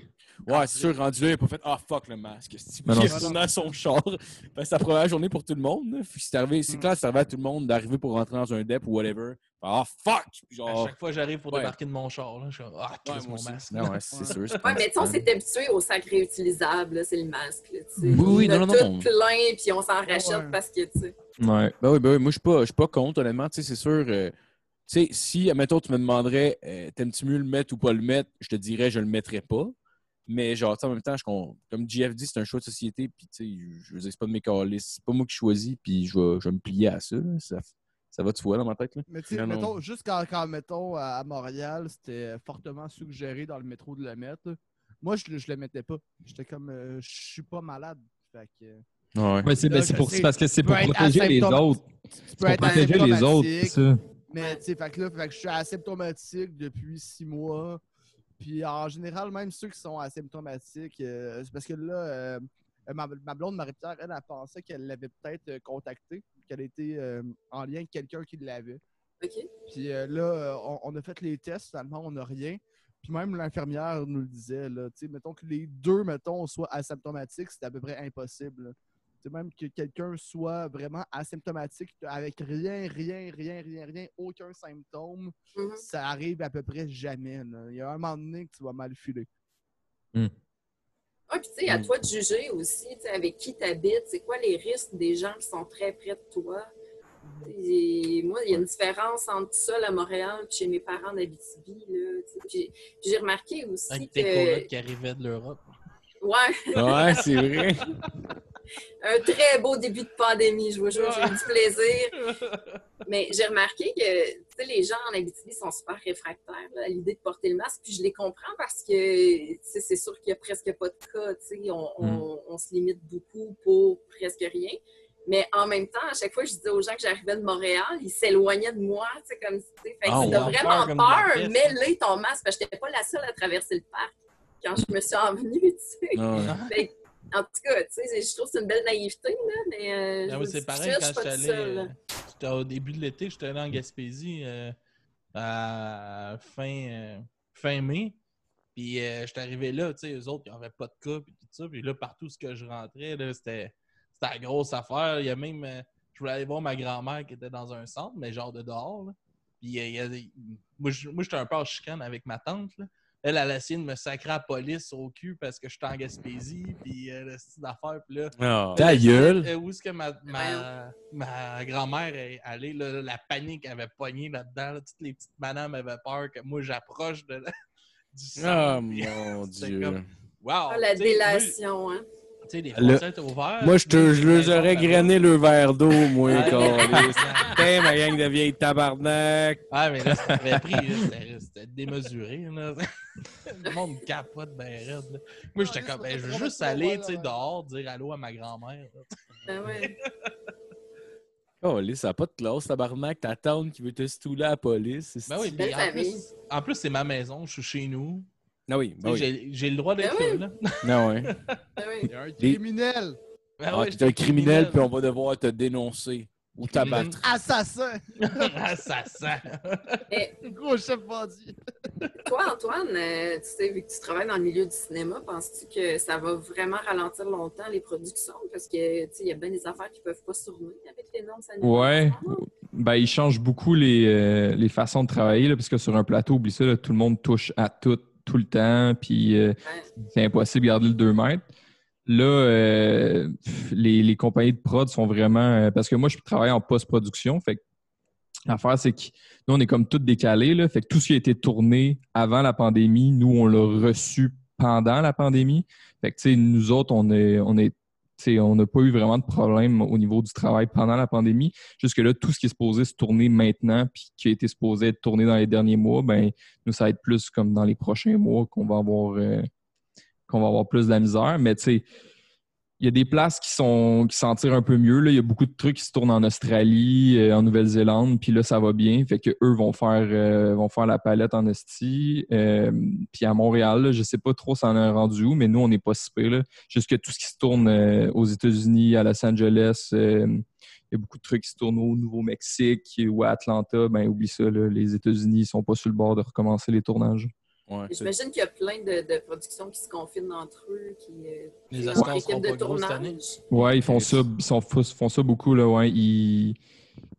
Ouais, c'est sûr, rendu là, il a pas fait Ah fuck le masque. esti.
Mais non,
Puis Il est
c'est-
retourné à son char. [laughs] Ben, c'est la première journée pour tout le monde. là. Puis C'est arrivé,
Mm.
c'est clair, c'est arrivé à tout le monde d'arriver pour rentrer dans un dep ou whatever. Ah fuck! Puis
À
Genre.
chaque fois que j'arrive pour
Ouais.
débarquer de mon char, là, je suis comme, ah,
Ouais,
Chris,
moi
mon
aussi.
masque.
Non, ouais, c'est sûr. c'est
Ouais, mais tu sais, on
pas-
s'est habitué au sac réutilisable, là, c'est le masque. Là, tu sais.
Oui, oui,
On a
non, non,
tout
non.
plein, puis on s'en rachète
ouais.
parce que, tu sais.
Ouais.
Ben oui, ben oui, moi je suis pas, je suis pas contre, honnêtement, tu sais, c'est sûr. euh, tu sais, si, admettons, tu me demanderais, euh, t'aimes-tu mieux le mettre ou pas le mettre, je te dirais, je le mettrais pas. Mais genre, tu sais, en même temps, je, con- comme JF dit, c'est un choix de société, puis tu sais, je veux dire, c'est pas de mes calices, c'est pas moi qui choisis, puis je vais, je vais me plier à ça, là. ça. Ça va, tu vois, dans ma tête, là.
Mais tu sais,
Non, non.
mettons, juste quand, quand, mettons, à à Montréal, c'était fortement suggéré dans le métro de le mettre. Moi, je, le- je le mettais pas. J'étais comme, euh, je suis pas malade. Fait que, euh,
Ouais, c'est ben,
Là,
c'est
je
pour,
sais.
parce que c'est
Tu
pour
peux être
protéger les
asymptomatique.
autres.
tu peux
Pour
être
protéger les autres, c'est
asymptomatique,
ça.
Mais tu sais, fait que là, fait que je suis asymptomatique depuis six mois. Puis en général, même ceux qui sont asymptomatiques, euh, c'est parce que là, euh, ma, ma blonde Marie-Pierre, elle, elle pensait qu'elle l'avait peut-être euh, contacté, qu'elle était euh, en lien avec quelqu'un qui l'avait.
OK?
Puis euh, là, euh, on, on a fait les tests, finalement, on n'a rien. Puis même l'infirmière nous le disait, là, tu sais, mettons que les deux, mettons, soient asymptomatiques, c'est à peu près impossible. là. Tu sais, même que quelqu'un soit vraiment asymptomatique, avec rien, rien, rien, rien, rien, aucun symptôme,
Mhm.
ça arrive à peu près jamais. là. Il y a un moment donné que tu vas mal filer.
Ah, puis tu sais,
Mm.
à toi de juger aussi, tu sais, avec qui t'habites, c'est quoi les risques des gens qui sont très près de toi. Et moi, il y a une différence entre tout seul à Montréal et chez mes parents d'Abitibi. là, tu sais. Puis puis j'ai remarqué aussi
Avec tes
que.
colocs qui arrivaient de l'Europe.
Ouais,
[laughs] Ouais,
[laughs]
c'est vrai.
un très beau début de pandémie, je vous jure, j'ai eu du plaisir.
[laughs]
Mais j'ai remarqué que tu sais, les gens en Abitibi sont super réfractaires là, à l'idée de porter le masque. Puis je les comprends parce que tu sais, c'est sûr qu'il n'y a presque pas de cas. tu sais, On,
Mm.
on- on se limite beaucoup pour presque rien. Mais en même temps, à chaque fois que je disais aux gens que j'arrivais de Montréal, ils s'éloignaient de moi. tu sais, Comme, tu sais. fait que
Ah,
si
ouais.
t'as vraiment
Peur comme
peur,
de la peste.
mets-le ton masque. Parce que j'étais pas la seule à traverser le parc quand je me suis envenue. [laughs] tu sais.
Ah,
[laughs]
Ouais.
Fait que, en tout cas, tu sais, je trouve que c'est une belle naïveté, là, mais euh,
Ah
je
oui,
vous
c'est
dis
pareil
tout hein. de
quand
suite,
j'étais
je suis
allé.
pas toute seule.
euh, j'étais au début de l'été, j'étais allé en Gaspésie euh, à fin, euh, fin mai. Puis euh, j'étais arrivé là, tu sais, eux autres, ils n'avaient pas de cas, puis tout ça. Puis là, partout ce que je rentrais, là, c'était c'était la grosse affaire. Il y a même. euh, je voulais aller voir ma grand-mère qui était dans un centre, mais genre de dehors. là. Puis euh, il y a des- moi, je- moi, j'étais un peu en chicane avec ma tante. là. Elle, elle a essayé de me sacrer à la police au cul parce que j'étais en Gaspésie, puis euh, le style d'affaires. Puis là,
Ta gueule!
euh, où est-ce que ma,
Ben,
ma, ma grand-mère est allée? là, la panique avait pogné là-dedans. là, toutes les petites madames avaient peur que moi j'approche de la- [laughs] du
Ah,
centre. puis,
mon
c'était
dieu.
comme, wow!
Ah, la
tu sais,
délation, hein.
moi, Tu sais, les
Le-
frontières étaient ouvertes.
Moi, je te
les
je les
maisons
aurais
là-bas.
grainé le verre d'eau, moi,
Ah,
câlisse.
Putain, ma gang de vieilles tabarnak.
Ah, mais là, ça avait pris. là, c'était- C'était démesuré. Là. [laughs] Le monde capote ben raide. là. Moi, j'étais comme, ben, je veux juste aller tu sais, dehors dire allô à ma grand-mère. là.
Ben ouais.
Câlisse, ça n'a pas de classe, tabarnak. Ta tante qui veut te stouler à la police.
Ben oui,
Belle
puis en
famille.
plus, en plus c'est ma maison. Je suis chez nous.
Ah oui,
Bah
Tu sais,
ben oui.
J'ai j'ai le droit d'être
Ben oui.
là.
Non, ouais.
Ben ouais.
Il y a un
Des-
criminel!
Ben
Ah,
ouais,
t'es un criminel, puis on va devoir te dénoncer ou t'abattre.
Assassin! [laughs]
[laughs] Ah, ça sent.
Gros chef bandit!
Toi, Antoine, euh, tu sais, vu que tu travailles dans le milieu du cinéma, penses-tu que ça va vraiment ralentir longtemps les productions? Parce que, tu sais, il y a bien des affaires qui peuvent pas se tourner avec les normes sanitaires.
Ouais. Ben, ils changent beaucoup les, euh, les façons de travailler, là, parce que sur un plateau, oublie ça, là, tout le monde touche à tout, tout le temps, puis euh, c'est impossible de garder le 2 mètres. Là, euh, pff, les, les compagnies de prod sont vraiment. euh, parce que moi, je travaille en post-production, fait que l'affaire, c'est que nous, on est comme tout décalé, là, fait que tout ce qui a été tourné avant la pandémie, nous, on l'a reçu pendant la pandémie. Fait que, tu sais, nous autres, on est. On est tu sais, on n'a pas eu vraiment de problème au niveau du travail pendant la pandémie jusque-là, tout ce qui est supposé se tourner maintenant, puis qui a été supposé être tourné dans les derniers mois, ben nous, ça va être plus comme dans les prochains mois qu'on va avoir euh, qu'on va avoir plus de la misère. Mais tu sais, il y a des places qui sont qui s'en tirent un peu mieux. là. Il y a beaucoup de trucs qui se tournent en Australie, euh, en Nouvelle-Zélande, puis là, ça va bien. Fait que eux vont faire euh, vont faire la palette en Estie. Euh, puis à Montréal, là, je sais pas trop ça en est rendu où, mais nous, on n'est pas si pire, là. Jusque tout ce qui se tourne euh, aux États-Unis, à Los Angeles, euh, il y a beaucoup de trucs qui se tournent au Nouveau-Mexique ou à Atlanta. Ben, oublie ça, là, les États-Unis ne sont pas sur le bord de recommencer les tournages.
Ouais, c'est-
J'imagine qu'il y a plein de, de productions qui se confinent entre eux, qui euh,
Les
leur
instances
équipe
seront
de
pas grosses cette année.
tournage.
Ouais, ils font ça, ils sont- font ça beaucoup. Là, ouais. Ils-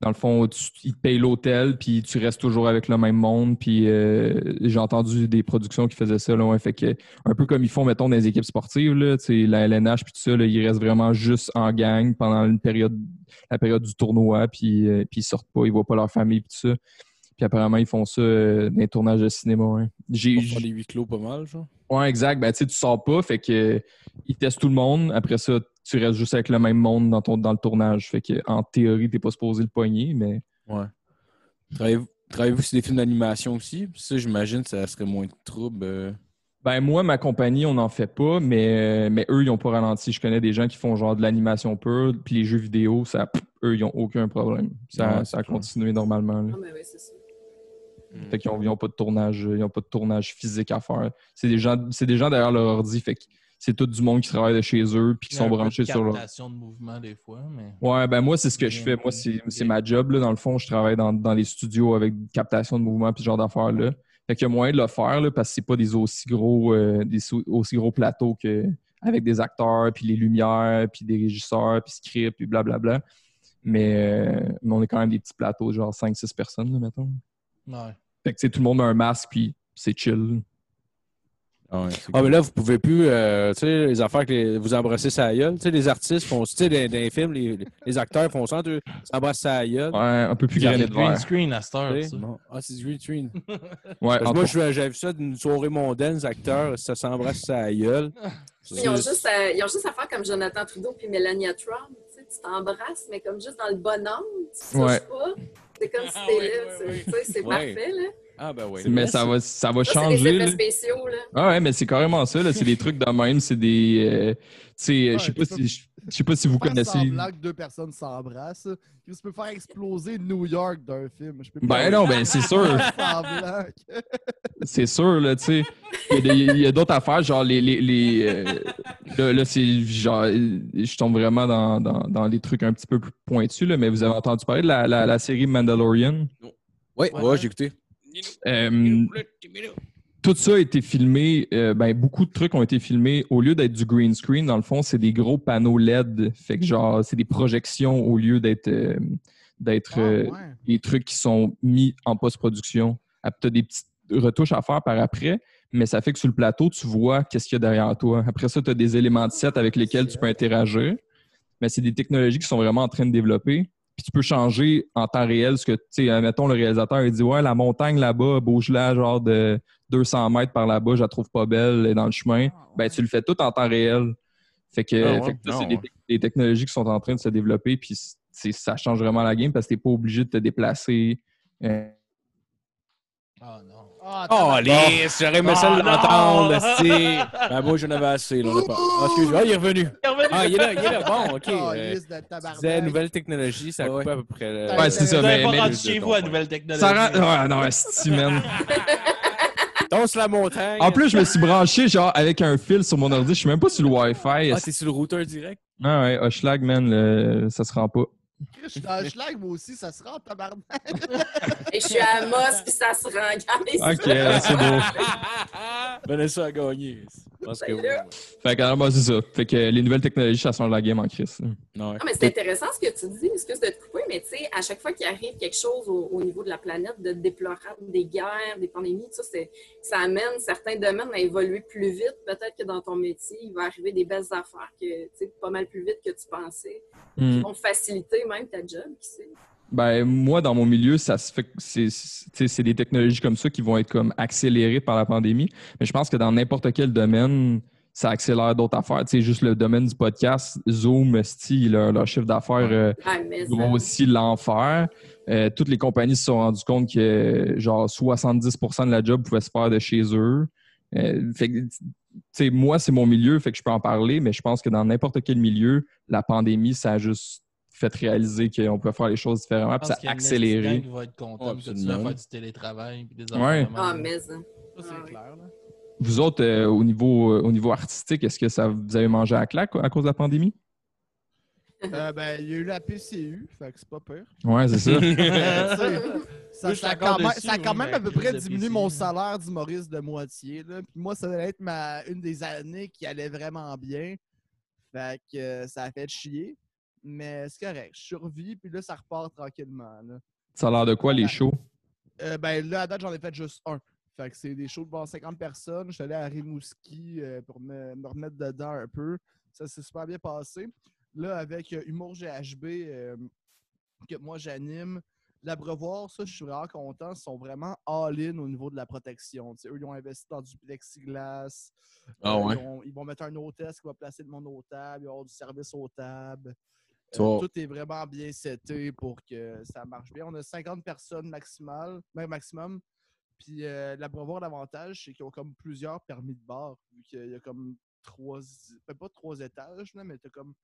dans le fond, tu- ils te payent l'hôtel, puis tu restes toujours avec le même monde. Puis euh, j'ai entendu des productions qui faisaient ça. Là, ouais. fait que, un peu comme ils font, mettons, dans les équipes sportives, là, tu sais, la LNH, puis tout ça, là, ils restent vraiment juste en gang pendant une période, la période du tournoi, puis, euh, puis ils sortent pas, ils voient pas leur famille, puis tout ça. Puis apparemment, ils font ça euh, dans les tournages de cinéma. ouais. J'ai-
Pour faire les huis clos pas mal, genre.
Ouais, exact. Ben, tu sais, tu sors pas, fait que euh, ils testent tout le monde. Après ça, tu restes juste avec le même monde dans, ton, dans le tournage. Fait que en théorie, t'es pas supposé le poignet, mais
Travaillez-vous travaillez-vous sur des films d'animation aussi? Ça, j'imagine, ça serait moins de troubles. euh.
ben moi, ma compagnie, on n'en fait pas, mais, euh, mais eux, ils ont pas ralenti. Je connais des gens qui font genre de l'animation pure, puis les jeux vidéo, ça, pff, eux, ils ont aucun problème.
Ouais,
Ça, ça
c'est
a
clair.
continué normalement. là.
Ah, ben oui, c'est ça.
Fait qu'ils ont, ils ont pas de tournage, euh, ils ont pas de tournage physique à faire. C'est des gens, c'est des gens derrière leur ordi. Fait que c'est tout du monde qui travaille de chez eux, puis qui
Il y a
sont
un peu de
branchés sur leur
captation de mouvement des fois, mais.
Ouais, ben moi, c'est ce que je
Bien,
fais. Moi, c'est
bien.
c'est ma job. Là. Dans le fond, je travaille dans, dans les studios avec captation de mouvement puis ce genre d'affaires-là. Fait qu'il y a moyen de le faire là, parce que c'est pas des aussi gros euh, des sou- aussi gros plateaux que avec des acteurs, puis les lumières, puis des régisseurs, puis script, puis blablabla. Mais, euh, mais on est quand même des petits plateaux, genre 5-6 personnes, là, mettons.
Ouais.
Fait que tu sais, tout le monde a un masque, puis c'est chill.
Ah,
Ah, mais là, vous pouvez plus, euh, tu sais, les affaires que les- vous embrassez sa gueule. Tu sais, les artistes font, tu sais, dans, dans les films, les, les acteurs font ça, tu s'embrassent sa gueule.
Ouais, un peu plus
Il y a
grainé
des
de
green
verre.
screen à cette heure,
Tu sais.
ça.
Non. Ah, c'est du green screen.
Ouais,
Parce que
en
moi,
tout-
je- j'avais vu ça d'une soirée mondaine, les acteurs, ça s'embrasse sa gueule.
Ils ont, juste à, ils ont juste à faire comme Jonathan Trudeau puis Melania Trump. Tu sais, tu t'embrasses, mais comme juste dans le bonhomme. Tu te
Ouais.
touches pas. C'est comme si
Ah,
t'es
ouais,
là.
ouais,
c'est-
ouais.
tu sais, c'est parfait, là.
Ah, ben oui.
mais ça va, ça va
Ça, c'est des
changer.
effets
là.
spéciaux, là.
Ah ouais, mais c'est carrément ça, là. C'est des trucs de même. C'est des. euh, tu sais,
Ouais,
je sais
des
pas si. Je je sais pas si vous
Faire
connaissez.
semblant que deux personnes s'embrassent. Tu peux faire exploser New York d'un film. Je peux plus
Ben non, ben c'est
[laughs]
sûr.
Faire semblant que-
C'est sûr, là, tu sais. Il y a des- Il y a, d'autres affaires, genre les. les, les, euh, là, là, c'est genre. Je tombe vraiment dans, dans, dans les trucs un petit peu plus pointus, là, mais vous avez entendu parler de la, la, la série Mandalorian.
Ouais, ouais, j'ai écouté.
Euh, tout ça a été filmé, euh, ben, beaucoup de trucs ont été filmés. Au lieu d'être du green screen, dans le fond, c'est des gros panneaux LED. Fait que genre, c'est des projections au lieu d'être euh, d'être
Ah,
euh,
ouais.
des trucs qui sont mis en post-production. Tu as des petites retouches à faire par après, mais ça fait que sur le plateau, tu vois qu'est-ce qu'il y a derrière toi. Après ça, tu as des éléments de set avec lesquels tu peux interagir. Mais c'est des technologies qui sont vraiment en train de développer. Puis tu peux changer en temps réel ce que, tu sais, admettons, le réalisateur, il dit Ouais, la montagne là-bas, bouge-la, genre de 200 mètres par là-bas, je la trouve pas belle, elle est dans le chemin. Ben, tu le fais tout en temps réel. Fait que,
Ah ouais?
fait que ça,
Ah
c'est
ouais.
des, des technologies qui sont en train de se développer, puis c- c'est- ça change vraiment la game parce que t'es pas obligé de te déplacer. Euh,
Ah non.
Ah,
Oh, les, j'aurais aimé ça
Ah,
[laughs]
l'entendre,
non!
c'est.
Ben, moi, j'en avais assez, là. on a pas- Ah, excuse-moi. Ah, il est revenu.
Ah, il est là, il est là. Bon, OK.
Oh,
Euh,
liste de
tu
tabarnak.
disais, nouvelle technologie,
Ah
ça coupe à peu près. le-
Ouais, c'est
Vous
ça,
Vous avez
mais.
pas
mais-
rendu chez vous à nouvelle technologie.
ça rend- Ah, non, esti, man.
Danse la montagne.
En plus, je me suis branché, genre, avec un fil sur mon ordi. Je suis même pas sur le Wi-Fi.
Ah,
esti.
c'est sur le routeur direct.
Ah, ouais, Hochelag, man, le- ça se rend pas.
Je suis dans le schlag, moi aussi, ça sera en tabarnak.
Et je suis à
[laughs]
Amos, puis ça se rend. Regardez ça.
Ok, c'est beau.
Vanessa a gagné.
Je pense que oui.
Là.
Fait que, alors, bah, c'est ça. Fait que euh, les nouvelles technologies, ça change la game en crise. là.
Ouais.
Non, mais c'est intéressant ce que tu dis, excuse de te couper, mais tu sais, à chaque fois qu'il arrive quelque chose au, au niveau de la planète, de déplorable, des guerres, des pandémies, tout ça, c'est- ça amène certains domaines à évoluer plus vite. Peut-être que dans ton métier, il va arriver des belles affaires que, tu sais, pas mal plus vite que tu pensais, qui
Mm.
vont faciliter même ta job, qui sait.
Ben, moi, dans mon milieu, ça se fait que c'est- c'est tu sais, c'est des technologies comme ça qui vont être comme accélérées par la pandémie. Mais je pense que dans n'importe quel domaine, ça accélère d'autres affaires. Tu sais, juste le domaine du podcast, Zoom, Sti, leur, leur chiffre d'affaires euh,
Ah, mais ça-
grossit l'enfer. Euh, toutes les compagnies se sont rendues compte que genre 70% de la job pouvait se faire de chez eux. Euh, fait que, tu sais, moi, c'est mon milieu, fait que je peux en parler, mais je pense que dans n'importe quel milieu, la pandémie, ça a juste fait réaliser qu'on pouvait faire les choses différemment, puis ça a accéléré. Oh,
qui va être
Ouais,
content que tu vas
absolument.
faire du télétravail puis des
Ouais.
affaires de même.
Ah, mais ça.
Ça, c'est
Ah, oui.
clair. Là.
Vous autres, euh, au, niveau, euh, au niveau artistique, est-ce que ça vous avez mangé à la claque à cause de la pandémie?
Euh, ben, il y a eu la PCU, fait que c'est pas
[laughs]
peur.
Ouais, c'est ça.
Ça,
Moi, je suis
ça a
d'accord
quand même,
dessus,
ça a
oui,
quand même
la
à peu
crise
près
de
diminué
PC, là.
mon salaire d'humoriste de moitié. Là. Puis moi, ça allait être ma, une des années qui allait vraiment bien. Fait que euh, ça a fait chier. Mais c'est correct. Je survis, puis là, ça repart tranquillement. Là.
ça a l'air de quoi, les shows?
Euh, ben là, à date, j'en ai fait juste un. Fait que c'est des shows devant 50 personnes. Je suis allé à Rimouski euh, pour me, me remettre dedans un peu. Ça s'est super bien passé. Là, avec euh, Humour GHB, euh, que moi j'anime, l'abreuvoir, ça, je suis vraiment content. Ils sont vraiment all-in au niveau de la protection. Tu sais, eux, ils ont investi dans du plexiglas. Euh,
Ah ouais?
ils, ont- ils vont mettre un hôtesse qui va placer le monde aux tables. Ils vont avoir du service aux tables.
Tu
Euh,
vas-
tout est vraiment bien seté pour que ça marche bien. On a 50 personnes maximal, ben, maximum. Puis euh, l'abreuvoir, l'avantage, c'est qu'ils ont comme plusieurs permis de bar, vu qu'il y a comme trois, ben, pas trois étages, là, mais t'as comme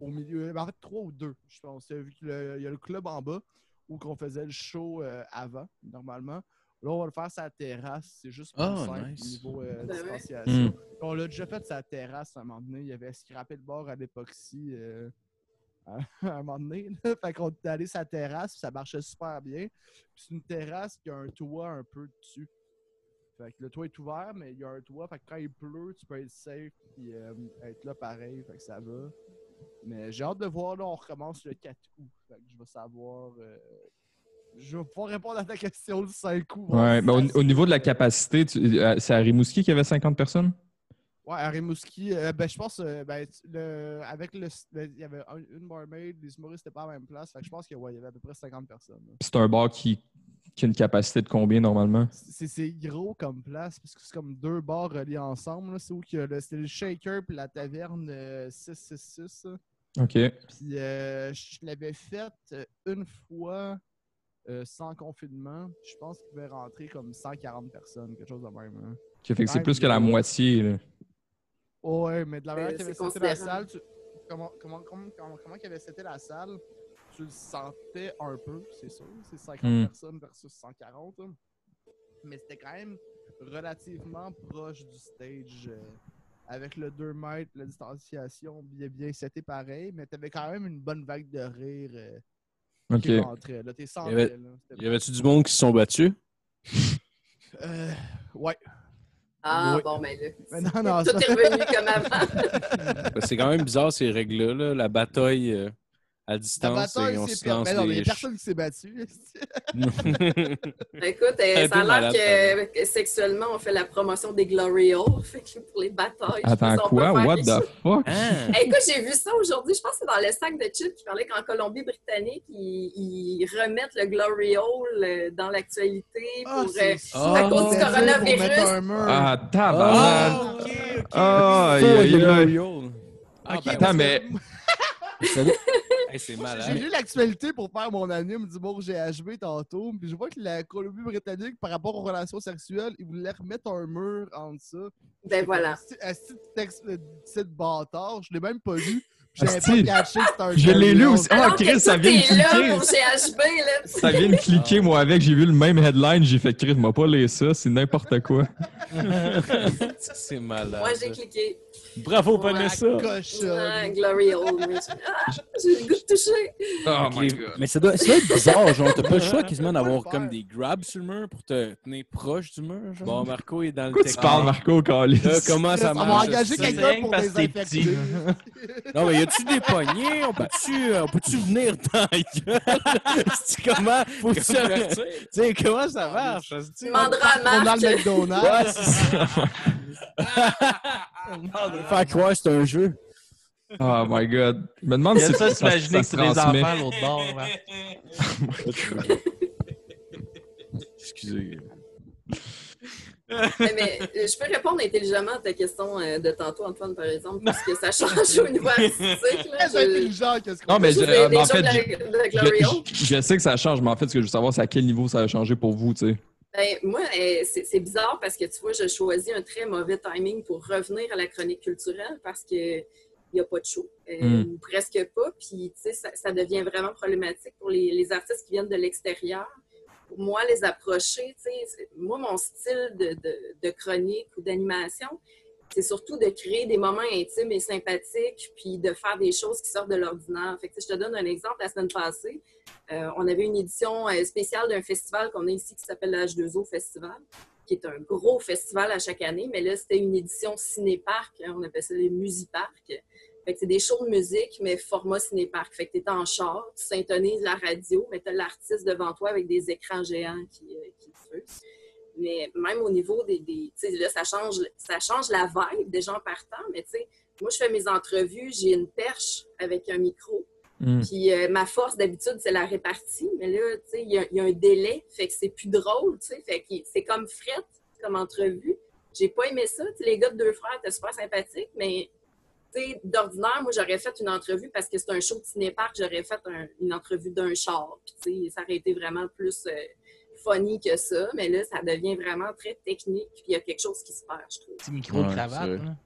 au milieu, ben, en fait trois ou deux, je pense. Vu qu'il y a le club en bas où qu'on faisait le show euh, avant, normalement. Là, on va le faire sur la terrasse. C'est juste plus
Ah,
simple
nice.
niveau euh,
Ben ouais.
distanciation.
Hmm.
On l'a déjà fait sa terrasse à un moment donné. Il avait scrappé le bord à l'époxy euh, [laughs] à à un moment donné. là. Fait qu'on est allé sa terrasse, puis ça marchait super bien. Puis c'est une terrasse qui a un toit un peu dessus. Fait que le toit est ouvert, mais il y a un toit. Fait que quand il pleut, tu peux être safe puis euh, être là pareil. Fait que ça va. Mais j'ai hâte de voir, là, on recommence le 4 août. Fait que je vais savoir. euh, je vais pouvoir répondre à ta question le 5 août. voir
Ouais,
si
ben,
ça se
au, au niveau de la
fait.
capacité, tu- euh, c'est à Rimouski qu'il y avait 50 personnes?
Ouais, à Rimouski, euh, ben, je pense, euh, ben, tu- le, avec le, le- il y avait un- une barmaid, les humoristes n'étaient pas à la même place. Fait que je pense qu'il ouais, il y avait à peu près 50 personnes. là.
Puis C'est un bar qui, qui a une capacité de combien normalement?
C'est c'est gros comme place, parce que c'est comme deux bars reliés ensemble. là. C'est où que le, c'était le shaker puis la taverne euh, 666. là.
OK.
Puis euh, je l'avais faite euh, une fois euh, sans confinement. Je pense qu'il pouvait rentrer comme 140 personnes, quelque chose de même. hein.
Ok, fait que c'est plus que la moitié. là.
Ouais, mais de la manière
Mais
qu'il avait
c'est
c'était la
considérable.
salle, tu- comment, comment, comment, comment, comment qu'il avait c'était la salle, tu le sentais un peu, c'est sûr. C'est 50
Hmm.
personnes versus 140. hein. Mais c'était quand même relativement proche du stage. euh, avec le 2 mètres, la distanciation, bien, bien, c'était pareil. Mais t'avais quand même une bonne vague de rire euh,
OK.
qui rentrait. Là, t'es sentais,
avait-
là, c'était-
Y avait-tu du monde qui se sont battus?
Euh, ouais.
Ah,
Oui.
bon, ben là.
Mais non, non,
Tout
ça...
est revenu
[laughs]
comme avant.
Parce que C'est quand même bizarre ces règles-là, là, la bataille euh, à
La
distance
bataille,
et on
c'est
se
per-
lance
Mais non, mais y
des [laughs]
a personne qui s'est [laughs] battu.
Écoute, euh,
C'est un
ça
peu
a
malade, ça,
l'air que, que sexuellement, on fait la promotion des Glory Hole [laughs] fait que pour les batailles. je
Attends,
pense qu'on
quoi?
peut faire
What
quelque
the fuck?
Ah!
Hey, Eh, écoute, j'ai vu ça aujourd'hui. Je pense que c'est dans le sac de chips qui parlait qu'en Colombie-Britannique, ils, ils remettent le Glory Hole euh, dans l'actualité
Ah,
pour. euh,
c'est ça.
à cause du
Pour
coronavirus.
mettre un mur.
Ah, tabarnak!
Ah, ok, ok.
Ah, aïe,
Full
aïe, aïe.
Imperial.
Ah,
Ok,
ben,
parce
Attends,
que
mais
Hey, c'est
moi,
malade.
J'ai lu l'actualité pour faire mon anime d'humour GHB tantôt, puis je vois que la Colombie-Britannique, par rapport aux relations sexuelles, ils voulaient remettre un mur entre ça.
ben voilà.
C'est un petit texte de bâtard, je l'ai même pas lu. Puis J'avais
Asti.
pas catché que c'était un
Je l'ai lu
camion.
aussi. Ah,
Alors que
Chris, ça
tout
vient de
est là
cliquer.
pour GHB, là. tu sais.
Ça vient de cliquer, moi, avec. J'ai vu le même headline. J'ai fait, Chris, m'a pas lire ça. C'est n'importe
[laughs]
quoi.
C'est malade.
Moi, j'ai cliqué.
Bravo,
Ouais,
Vanessa!
Cochonne.
Ah, Glory Old. Ah, j'ai le goût de toucher.
[laughs] Oh
Ok, Mais ça doit, ça doit être bizarre, genre, t'as pas le choix quasiment d'avoir
faire.
comme des grabs sur le mur pour te tenir proche du mur, genre. Bon, Marco est dans le
Pourquoi tu parles, Marco, Calis?
Là, comment ça
On va
marche?
engager
ça, c'est
quelqu'un
rien
pour
parce que t'es
désinfecter.
Non, mais y a-tu des poignées? On peut-tu euh, on peut-tu venir dans la gueule? [laughs] C'est-tu comment? Faut que ça- tu sais, comment ça marche? Ah,
Tu demanderas à Marc.
Ronald McDonald.
Ouais, c'est ça. Faire croire que c'est un jeu.
Oh my god. Je me demande
Il y a
si
ça,
ça, ça,
s'imaginer que
se
c'est des
transmet.
enfants à l'autre bord. hein.
Excusez.
Mais euh, je peux répondre intelligemment à ta question euh, de tantôt, Antoine, par exemple, parce que ça change au niveau artistique. là. [laughs]
Très
Je-
intelligent, qu'est-ce qu'on
Non, mais
je
je-
fais
en
des
fait,
jokes
je-
de- de
je,
Glory Old.
je- je sais que ça change, mais en fait, ce que je veux savoir, c'est à quel niveau ça a changé pour vous, tu sais.
Ben, moi, euh, c'est c'est bizarre parce que tu vois, j'ai choisi un très mauvais timing pour revenir à la chronique culturelle parce que il n'y a pas de show, euh,
Mm.
ou presque pas. Puis, tu sais, ça, ça devient vraiment problématique pour les, les artistes qui viennent de l'extérieur. Pour moi, les approcher, tu sais, c'est- moi, mon style de, de- de chronique ou d'animation, c'est surtout de créer des moments intimes et sympathiques, puis de faire des choses qui sortent de l'ordinaire. Fait que, tu sais, je te donne un exemple. La semaine passée, euh, on avait une édition euh, spéciale d'un festival qu'on a ici qui s'appelle le H2O Festival, qui est un gros festival à chaque année, mais là, c'était une édition ciné-parc. hein, on appelle ça les musiparcs. Fait que c'est des shows de musique, mais format ciné-parc. Fait que t'es en char, tu syntonises la radio, mais t'as l'artiste devant toi avec des écrans géants qui, euh, qui diffusent. Mais même au niveau des... des tu sais, là, ça change, ça change la vibe des gens partant, mais tu sais, moi, je fais mes entrevues, j'ai une perche avec un micro.
Hmm. Mm.
Puis euh, ma force d'habitude, c'est la répartie, mais là, tu sais, il y, a- il y a un délai, fait que c'est plus drôle, tu sais, fait que c'est comme frette, comme entrevue. J'ai pas aimé ça, tu sais, les gars de deux frères étaient super sympathiques, mais tu sais, d'ordinaire, moi, j'aurais fait une entrevue parce que c'est un show de ciné-parc, j'aurais fait un- une entrevue d'un char, puis tu sais, ça aurait été vraiment plus euh, funny que ça, mais là, ça devient vraiment très technique, puis il y a quelque chose qui se perd, je trouve.
Petit micro-cravate.
Ouais,
là.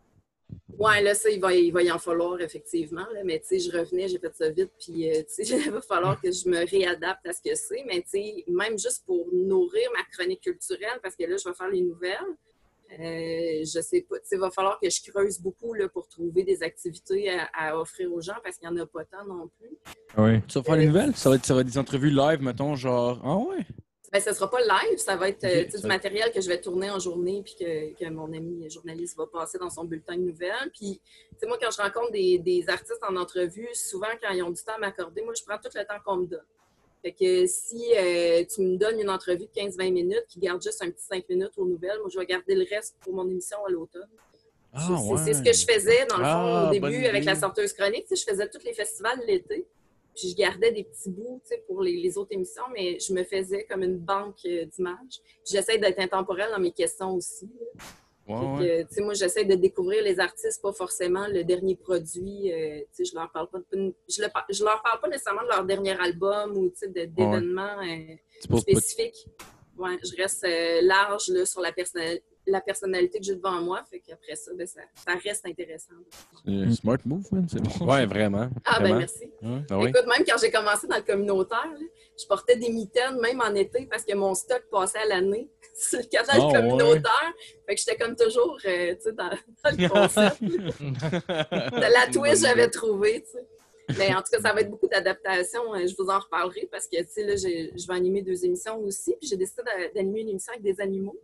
Ouais, là, ça, il va, il va y en falloir, effectivement. là. Mais, tu sais, je revenais, j'ai fait ça vite, puis, euh, tu sais, [laughs] il va falloir que je me réadapte à ce que c'est. Mais, tu sais, même juste pour nourrir ma chronique culturelle, parce que là, je vais faire les nouvelles, euh, je sais pas, tu sais, il va falloir que je creuse beaucoup, là, pour trouver des activités à, à offrir aux gens, parce qu'il n'y en a pas tant non plus.
Oui.
Tu vas faire les nouvelles? Ça va, être, ça va être des entrevues live, mettons, genre. Ah ouais?
Ben, ça sera pas live, ça va être euh,
Ok,
tu sais,
ça-
du matériel que je vais tourner en journée puis que, que mon ami journaliste va passer dans son bulletin de nouvelles. Puis, tu sais, moi, quand je rencontre des, des artistes en entrevue, souvent, quand ils ont du temps à m'accorder, moi, je prends tout le temps qu'on me donne. Fait que si euh, tu me donnes une entrevue de 15-20 minutes qui garde juste un petit 5 minutes aux nouvelles, moi, je vais garder le reste pour mon émission à l'automne.
Ah
C'est- c'est- C'est ce que je faisais, dans le
Ah,
fond, au
bonne
début, avec
idée.
la sorteuse chronique. Tu sais, je faisais tous les festivals l'été. Puis je gardais des petits bouts tu sais, pour les, les autres émissions, mais je me faisais comme une banque euh, d'images. Puis J'essaie d'être intemporelle dans mes questions aussi.
Ouais,
Fait que,
ouais.
tu sais, moi, j'essaie de découvrir les artistes, pas forcément le dernier produit. euh, tu sais, je leur parle pas de- je, le par- je leur parle pas nécessairement de leur dernier album ou tu sais, de- d'événements euh,
C'est pour-
spécifiques. Ouais, je reste euh, large là, sur la, personnali- la personnalité que j'ai devant moi. Fait qu'après ça, ben, ça, ça reste intéressant.
Euh, Smart move, man, c'est bon. Ouais, vraiment.
Ah ben
Vraiment?
merci.
Ouais, ah ouais.
Écoute, même quand j'ai commencé dans le communautaire, là, je portais des mitaines, même en été, parce que mon stock passait à l'année [laughs] sur le canal
Ah, ouais.
communautaire. Fait que j'étais comme toujours euh, tu sais, dans, dans le concept.
[laughs]
la twist, j'avais trouvé. tu sais. Mais en tout cas, ça va être beaucoup d'adaptations. euh, Je vous en reparlerai parce que tu sais, là, j'ai- je vais animer deux émissions aussi. Puis j'ai décidé d'a- d'animer une émission avec des animaux.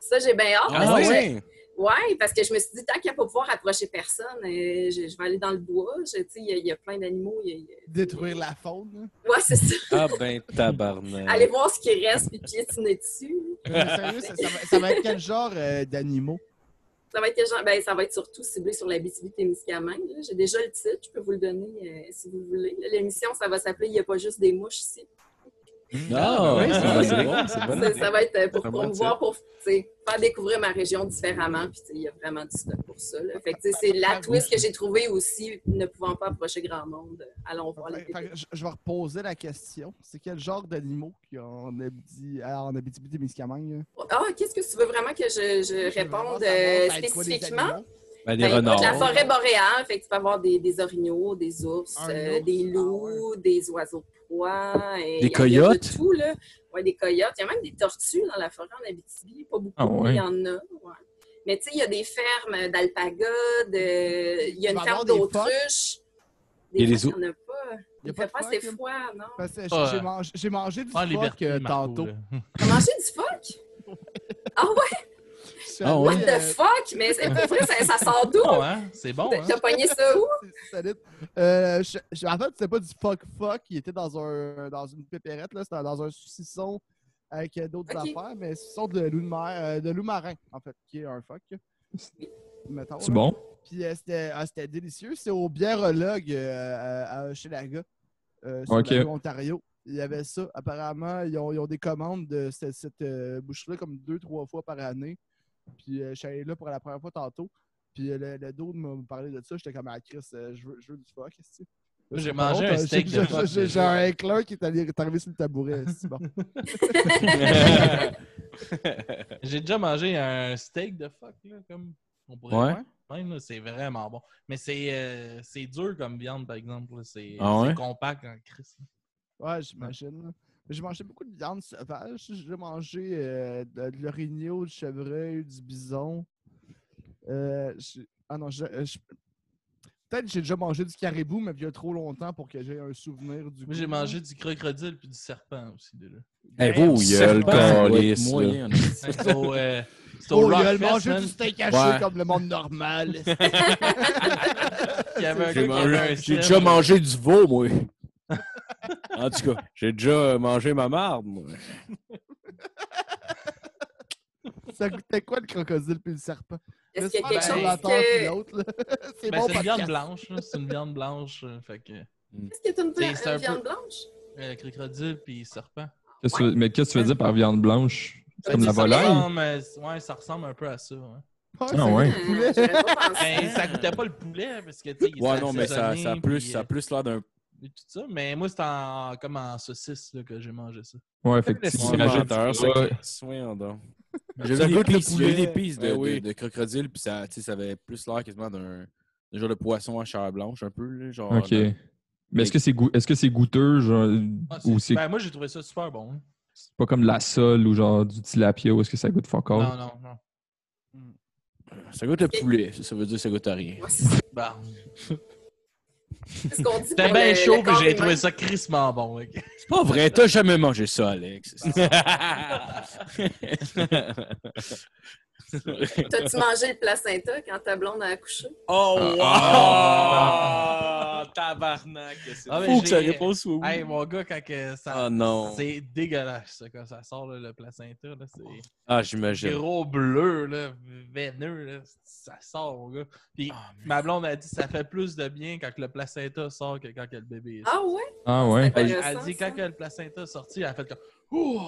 Ça, j'ai bien hâte. parce
Ah
que
ouais?
oui, parce que je me suis dit, tant qu'il n'y a pas pouvoir approcher personne, euh, je, je vais aller dans le bois. Je- tu sais, Il y, a- il y a plein d'animaux. il y a- il y a-
Détruire la faune. hein.
Ouais, c'est ça.
Ah ben tabarnak.
Aller voir ce qui reste puis piétiner dessus.
Mais sérieux, ça, ça va, ça va être quel genre euh, d'animaux?
Ça va être, quel genre- ben, ça va être surtout ciblé sur la BTV-Témiscamingue. là. J'ai déjà le titre, je peux vous le donner euh, si vous voulez. L'émission, ça va s'appeler Il n'y a pas juste des mouches ici.
ben,
Ah ouais,
Ah,
c'est
ouais.
bon, c'est bon.
Ça, ça va être euh, pour
Un bon
promouvoir, pour tu sais, faire découvrir ma région différemment. Puis tu sais, il y a vraiment du stock pour ça. là. Fait que, tu sais, c'est
Ah,
la twist que j'ai trouvée aussi, ne pouvant pas approcher grand monde. euh, Allons voir les
Fait- fait que je, je vais reposer la question. C'est quel genre d'animaux qu'il y a en Abidi- ah, en Abitibi-Témiscamingue? ben,
Ah, qu'est-ce que tu veux vraiment que je, je réponde euh, spécifiquement?
Ben, des
Ben, écoute,
renards.
la forêt boréale, fait que tu peux avoir des, des orignaux, des ours,
Un
euh,
ours,
des
ah
loups, des oiseaux de proie. et
Des
il y a- il y a de
coyotes?
tout, là. Ouais, des coyotes. Il y a même des tortues dans la forêt en Abitibi. Pas beaucoup,
Ah ouais.
mais il y en a. ouais. Mais tu sais, il y a des fermes d'alpaga, de- il y a
Tu
une
vas
ferme
avoir des
d'autruche.
Et les
fois,
ou-
Il n'y en a pas.
Il y a
Il
pas
fait
de
pas
phoque,
assez
là.
froid, non?
Parce que
Ah,
j'ai
euh,
mangé, j'ai mangé du
Faire les
fuck euh,
vertus, Marco,
tantôt.
là.
T'as mangé du phoque? Ah ouais,
Je suis
Ah
allé,
what
ouais?
the
euh,
fuck? Mais c'est pas vrai, ça, ça sort d'où?
Bon, hein? C'est bon,
T'as-
hein?
T'as pogné ça où?
C'est solide. Euh, je- je- en fait, c'était pas du fuck fuck. Il était dans, un, dans une pépérette, là. C'était dans un saucisson avec euh, d'autres
Ok.
affaires, mais saucisson de loup de mer, euh, de loup marin, en fait, qui est un fuck. mettons,
C'est
là.
bon?
Puis euh, c'était ah, c'était délicieux. C'est au biérologue euh, à, à Hochelaga, euh, sur
Ok.
la rue Ontario. Il y avait ça. Apparemment, ils ont, ils ont des commandes de cette, cette, euh, boucherie-là comme deux, trois fois par année. Puis euh, je suis allé là pour la première fois tantôt. Puis euh, le, le dos m'a parlé de ça. J'étais comme à Chris, euh, je, veux, je veux du fuck. qu'est-ce que c'est?
Moi, j'ai
C'est pas
mangé
bon,
un
t'as-
steak
j'ai-
de
j'ai-
fuck,
J'ai
le
j'ai
jour.
un éclair qui est allé- est arrivé sur le tabouret. c'est bon.
J'ai déjà mangé un steak de fuck, là, comme on pourrait
Ouais.
dire. Même, là, c'est vraiment bon. Mais c'est euh, c'est dur comme viande, par exemple. là. C'est
Ah
c'est
ouais?
compact en Christ.
Ouais, j'imagine. là. Mais J'ai mangé beaucoup de viande sauvage. J'ai mangé euh, de, de l'orignal, du chevreuil, du bison. Euh, j'ai- ah non, je- euh, je- peut-être que j'ai déjà mangé du caribou, mais il y a trop longtemps pour que j'aie un souvenir du.
Moi, j'ai
goût.
mangé du crocodile puis du serpent aussi. De là.
Eh, vos gueules, câlisse, là.
moyen. honnêtement.
Hein, C'est au, euh, c'est au
Oh, il a
Rockfest,
mangé
man,
du steak haché
Ouais.
comme le monde
[laughs]
normal.
qu'il y avait un
J'ai
gars qui
mangé-
avait un
J'ai
chef.
déjà mangé du veau, [laughs] moi. euh,
En tout cas, j'ai déjà mangé ma marde, moi.
ça goûtait quoi le crocodile puis le serpent?
Est-ce qu'il y a
[laughs]
Laisse-moi
quelque
faire
chose
l'entente puis
que...
l'autre, là. [laughs] C'est
Ben,
bon
c'est une viande
podcast.
blanche. là. C'est une viande blanche. euh, Fait que
[laughs] Est-ce que t'aimes
C'est- c'est
pas
un
une
peu-
viande blanche?
euh, crocodile puis serpent.
Qu'est-ce que tu veux- Mais qu'est-ce que tu veux dire par viande blanche? C'est comme la
Ça
volaille?
ressemble, euh, ouais, ça ressemble un peu à ça. ouais.
Ouais,
Ah ouais.
c'est du poulet.
Euh, j'aurais pas pensé.
Ben, ça coûtait pas le poulet parce que tu sais, il
Ouais,
était
non, mais ça, ça a
assaisonné,
plus,
puis,
ça a
euh,
plus l'air d'un.
et tout ça. Mais moi, c'était en- comme en saucisse là, que j'ai mangé ça.
Ouais, fait que tu
C'est
rajoutes-
menteur, ça.
Ouais.
Soin,
[laughs]
donc.
J'ai
ça
vu
goûte le
l'épice, j'ai vu
poulet.
l'épice de,
Ben
de-
oui.
de crocodile, puis ça, tu sais, ça avait plus l'air quasiment d'un d'un genre de poisson à chair blanche, un peu. là, genre,
OK.
dans-
Mais est-ce que c'est goût- est-ce que c'est goûteux, genre,
Ah, c'est-
ou c'est
Ben, moi, j'ai trouvé ça super bon. hein.
c'est pas comme de la sole ou genre du tilapia ou est-ce que ça goûte fuck
Oh.
all?
Non, non, non.
Ça goûte le poulet, ça, ça veut dire que ça goûte à rien.
Ouais, c'est-
Bon.
c'est ce qu'on dit
C'était
pour
bien
le- le
chaud, puis
corps
j'ai
humain.
trouvé ça crissement bon. ok.
C'est pas vrai, t'as jamais mangé ça, Alex. [laughs]
T'as-tu mangé le placenta quand ta blonde a accouché?
Oh,
Ah,
wow! Ah, Tabarnak! c'est
Ah, mais
Ah! Faut que ça
j'ai-
réponse oui.
Hey, mon gars, quand que ça.
Ah, non. Oh,
C'est dégueulasse, ça, quand ça sort, là, le placenta. là, C'est
Ah, j'imagine.
gros bleu, là, veineux. Là, ça sort, mon gars. Puis
Ah,
ma blonde a dit ça fait plus de bien quand que le placenta sort que quand que le bébé est
Ah ouais?
Ah ouais.
C'est
Ben, Elle,
intéressant,
dit
ça.
quand que le placenta est sorti, elle a fait comme Ouh!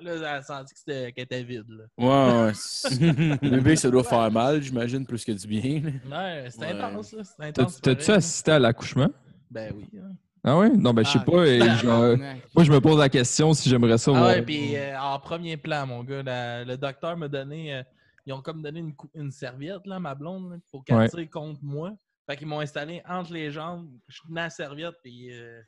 Là, elle a senti que c'était- qu'elle était vide. Là.
Ouais, ouais. [laughs] Le bébé, ça doit faire mal, j'imagine, plus que du bien. là.
Ouais, c'était
Ouais.
intense, là. C'était
T'as-
intense.
T'as-tu
pareil.
assisté à l'accouchement?
Ben oui. hein.
Ah ouais? Non, ben je sais
Ah,
pas.
[laughs]
et genre, moi, je me pose la question si j'aimerais ça.
Ah
voir-
ouais, puis euh, en premier plan, mon gars, la- le docteur m'a donné. euh, ils ont comme donné une, cou- une serviette, là, ma blonde, là, pour qu'elle
Ouais.
tire contre moi. Fait qu'ils m'ont installé entre les jambes. Je tenais la serviette, puis. euh,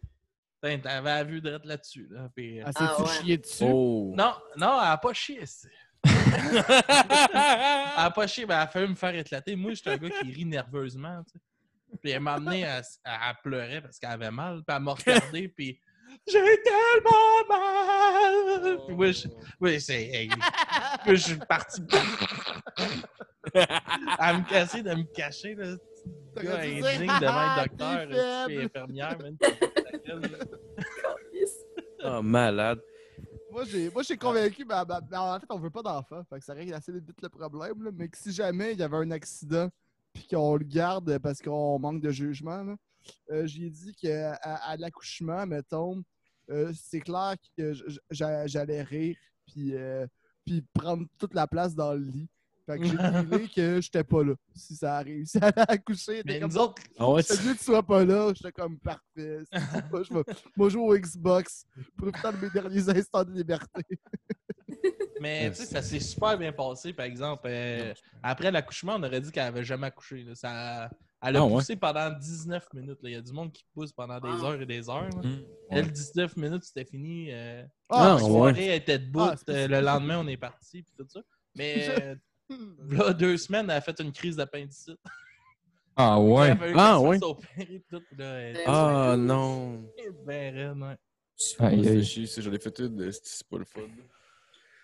putain, T'avais la vue direct là-dessus. Là, puis, euh,
Ah,
Ah
c'est-tu
ouais.
chier dessus?
Oh.
Non, non, elle a pas chié. c'est- elle a pas chié, mais elle a failli me faire éclater. Moi, j'étais un gars qui rit nerveusement. tu sais. Puis elle m'a amené, elle, s- elle- elle pleurait parce qu'elle avait mal. Puis elle m'a regardé, puis j'ai tellement mal. Puis moi, je, oui, c'est. hey. Puis je suis parti. à me casser, de me cacher. Là. Le Gars,
T'aurais dû
indigne
dire,
devant
Ah,
le docteur,
t'es
euh, puis
faible.
infirmière, man. Ta gueule, là.
Ah, malade.
Moi, j'ai, moi, j'ai convaincu, mais, mais- mais en fait, on veut pas d'enfant. Fait que ça règle assez vite le problème, là, mais que si jamais il y avait un accident puis qu'on le garde parce qu'on manque de jugement, là, euh, j'ai dit qu'à à, à l'accouchement, mettons, euh, c'est clair que j- j- j'a- j'allais rire puis, euh, puis prendre toute la place dans le lit. Fait que
[laughs]
j'ai dealé que j'étais pas là. Si ça arrive, si elle allait [laughs] accoucher,
Mais
était comme
nous autres,
Ah
[laughs]
ouais,
je
tu-
suis que tu sois pas là. J'étais comme parfait. c'est- Moi, je vais moi, je joue au Xbox. Profitant de mes derniers instants de liberté.
Mais tu sais, ça s'est super bien passé, par exemple. Euh, après l'accouchement, on aurait dit qu'elle n'avait jamais accouché. là. Ça, elle a
Ah, ouais.
poussé pendant 19 minutes. là. Il y a du monde qui pousse pendant des heures et des heures. là. Elle, 19 minutes, c'était fini. euh,
Mm. Ah,
la
ouais.
soirée elle était debout.
Ah, c'est
euh, le lendemain, on est parti, puis tout ça. Mais euh, là, deux semaines, elle a fait une crise d'appendicite.
Ah ouais.
Elle a eu
Ah,
qu'elle se
ouais.
fasse opérer, puis tout, là, elle
Euh,
Ah non!
est bien raide, ouais.
Aïe, aïe.
je l'ai fait tout, c'est pas le fun.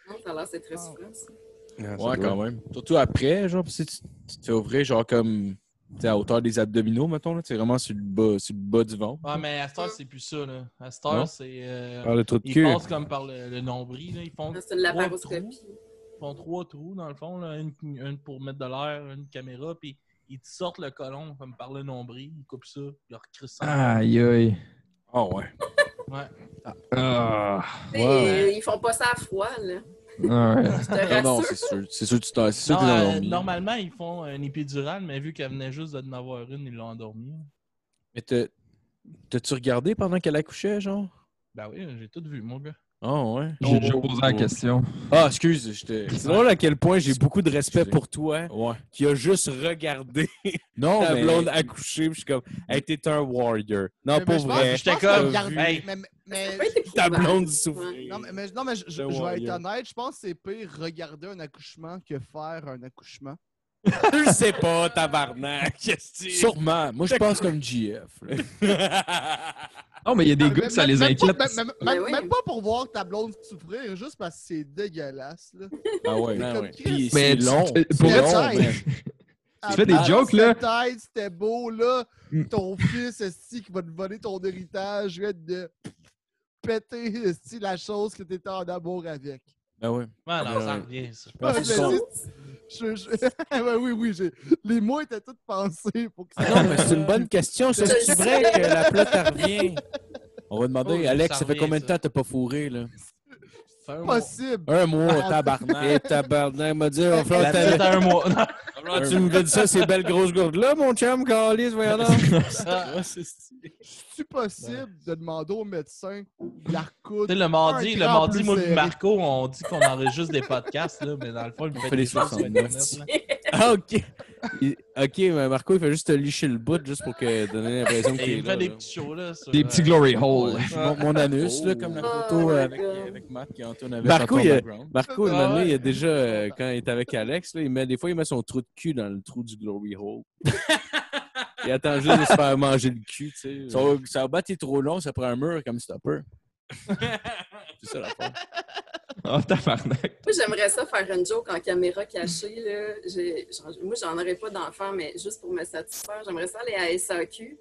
Non, ça a l'air, c'est très souffrant, ça.
Ouais, quand même. Surtout après, genre, si tu, tu te fais ouvrir, genre, comme, tu sais, à hauteur des abdominaux, mettons, là, tu sais, vraiment sur le bas, sur le bas du ventre.
Ouais, Ah, mais à cette heure, c'est plus ça, là. À cette
Non?
heure, c'est... euh,
Ah,
Par Ah, le trou de
ils
cul.
passent comme par le, le nombril, là. Ils font,
Ah, C'est une
trois
laparoscopie.
trous. Ils font trois trous, dans le fond, là. Une, une pour mettre de l'air, une caméra, puis ils te sortent le colon, comme par le nombril. Ils coupent ça, puis ils recrissent ça.
Aïe, aïe.
Ah ouais.
Ouais.
Ah.
Tu sais,
Ouais.
euh, Ils font pas ça à froid, là.
Ouais.
Je te
Non, non,
rassure.
c'est sûr. C'est sûr que tu t'en- c'est sûr
Non,
qu'ils
euh,
l'ont endormi.
normalement, ils font un épidurale, mais vu qu'elle venait juste de en avoir une, ils l'ont endormie.
Mais t'as- t'as-tu regardé pendant qu'elle accouchait, genre?
Ben oui, j'ai tout vu, mon gars.
Ah ouais.
J'ai déjà posé la question.
Ah, excuse, j'étais.
C'est drôle à quel point j'ai beaucoup de respect
Excusez.
pour toi
Ouais.
qui a juste regardé
[laughs] Non,
ta
mais.
blonde accoucher. puis Je suis comme, hey, t'es un warrior.
Ah,
Non,
Mais-
pour
mais je pense-
vrai.
je pense
J'étais
que
comme,
garder-
hey.
mais- mais-
Ça
mais-
peut être
Ta
éprouvant.
blonde souffrir.
Non, mais, mais- non, mais je, je-
The
je vais être
Warrior.
honnête, je pense que c'est pire regarder un accouchement que faire un accouchement.
[laughs] Tu le sais pas, tabarnak. Qu'est-ce que tu-
Sûrement. Moi, je pense comme GF. là.
Non, mais il y a des
Ah,
gars
mais-
que ça
même-
les
même pas-
inquiète.
Même, même- même-
oui.
même pas pour voir ta blonde souffrir, juste parce que c'est dégueulasse. Là.
Ah ouais.
Comme
ouais.
Chris.
Puis
Mais
c'est
tu-
long.
tu-
C'est
Euh, pour-
long,
Peut-être.
man.
Ah,
fais des
bah,
jokes, là. Mm.
Peut-être, c'était beau, là. Ton fils, esti, qui va te voler ton héritage, vient de péter, esti, la chose que t'étais en amour avec.
Ben
Ouais,
ouais.
non, ça
Ouais.
revient, ça.
Ah, c'est
Ah,
long.
mais Je- [laughs] je- Ouais, oui, oui, j'ai- les mots étaient tous pensés pour que ça...
Non, mais c'est une bonne question. ça, C'est
[laughs]
vrai que la plate elle revient.
On va demander,
Oh, ça
Alex, ça fait
revient,
combien de
ça.
temps t'as pas fourré, là?
Fait un mois.
possible.
Un mois,
Ah,
Et
tabarnak.
tabarnak m'a dit, on
La fête à un mois. Non,
Tu me dis ça, ces belles grosses gourdes-là, mon chum, calice,
[laughs]
voyons donc.
ça-
C'est possible de demander au médecin de la
Tu sais,
recoudre.
le mardi,
Un
le
cran
mardi,
plus
moi et
serré.
Marco, on dit qu'on enregistre des podcasts, là, mais dans le fond, il me fait
fait
des
les
choses sur
69.
Internet, là.
hein. [laughs] Ah, ok.
Il- Ok, mais Marco, il fait juste te licher le bout juste pour que donner l'impression qu'il
Et
est
il me fait
là.
des
là.
petits shows, là. sur,
[laughs] Des
euh,
petits glory holes. [laughs]
Ouais, je monte mon
Ah.
anus, là, comme la
Oh
photo
my
avec,
God.
avec Matt qui Antoine avait
Marco,
sur ton
il a-
background.
Marco,
Ah
un moment donné,
ouais.
il a déjà, euh, quand il est avec Alex, là, il met, des fois, il met son trou de cul dans le trou du glory hole. il attend juste de se faire manger le cul, tu sais.
Son, sa batte est trop long, ça prend un mur comme stopper. C'est ça la fin.
Ah, tabarnak.
Moi, j'aimerais ça faire une joke en caméra cachée. Là. J'ai- j'en- moi, j'en aurais pas d'enfant, mais juste pour me satisfaire, j'aimerais ça aller à SAQ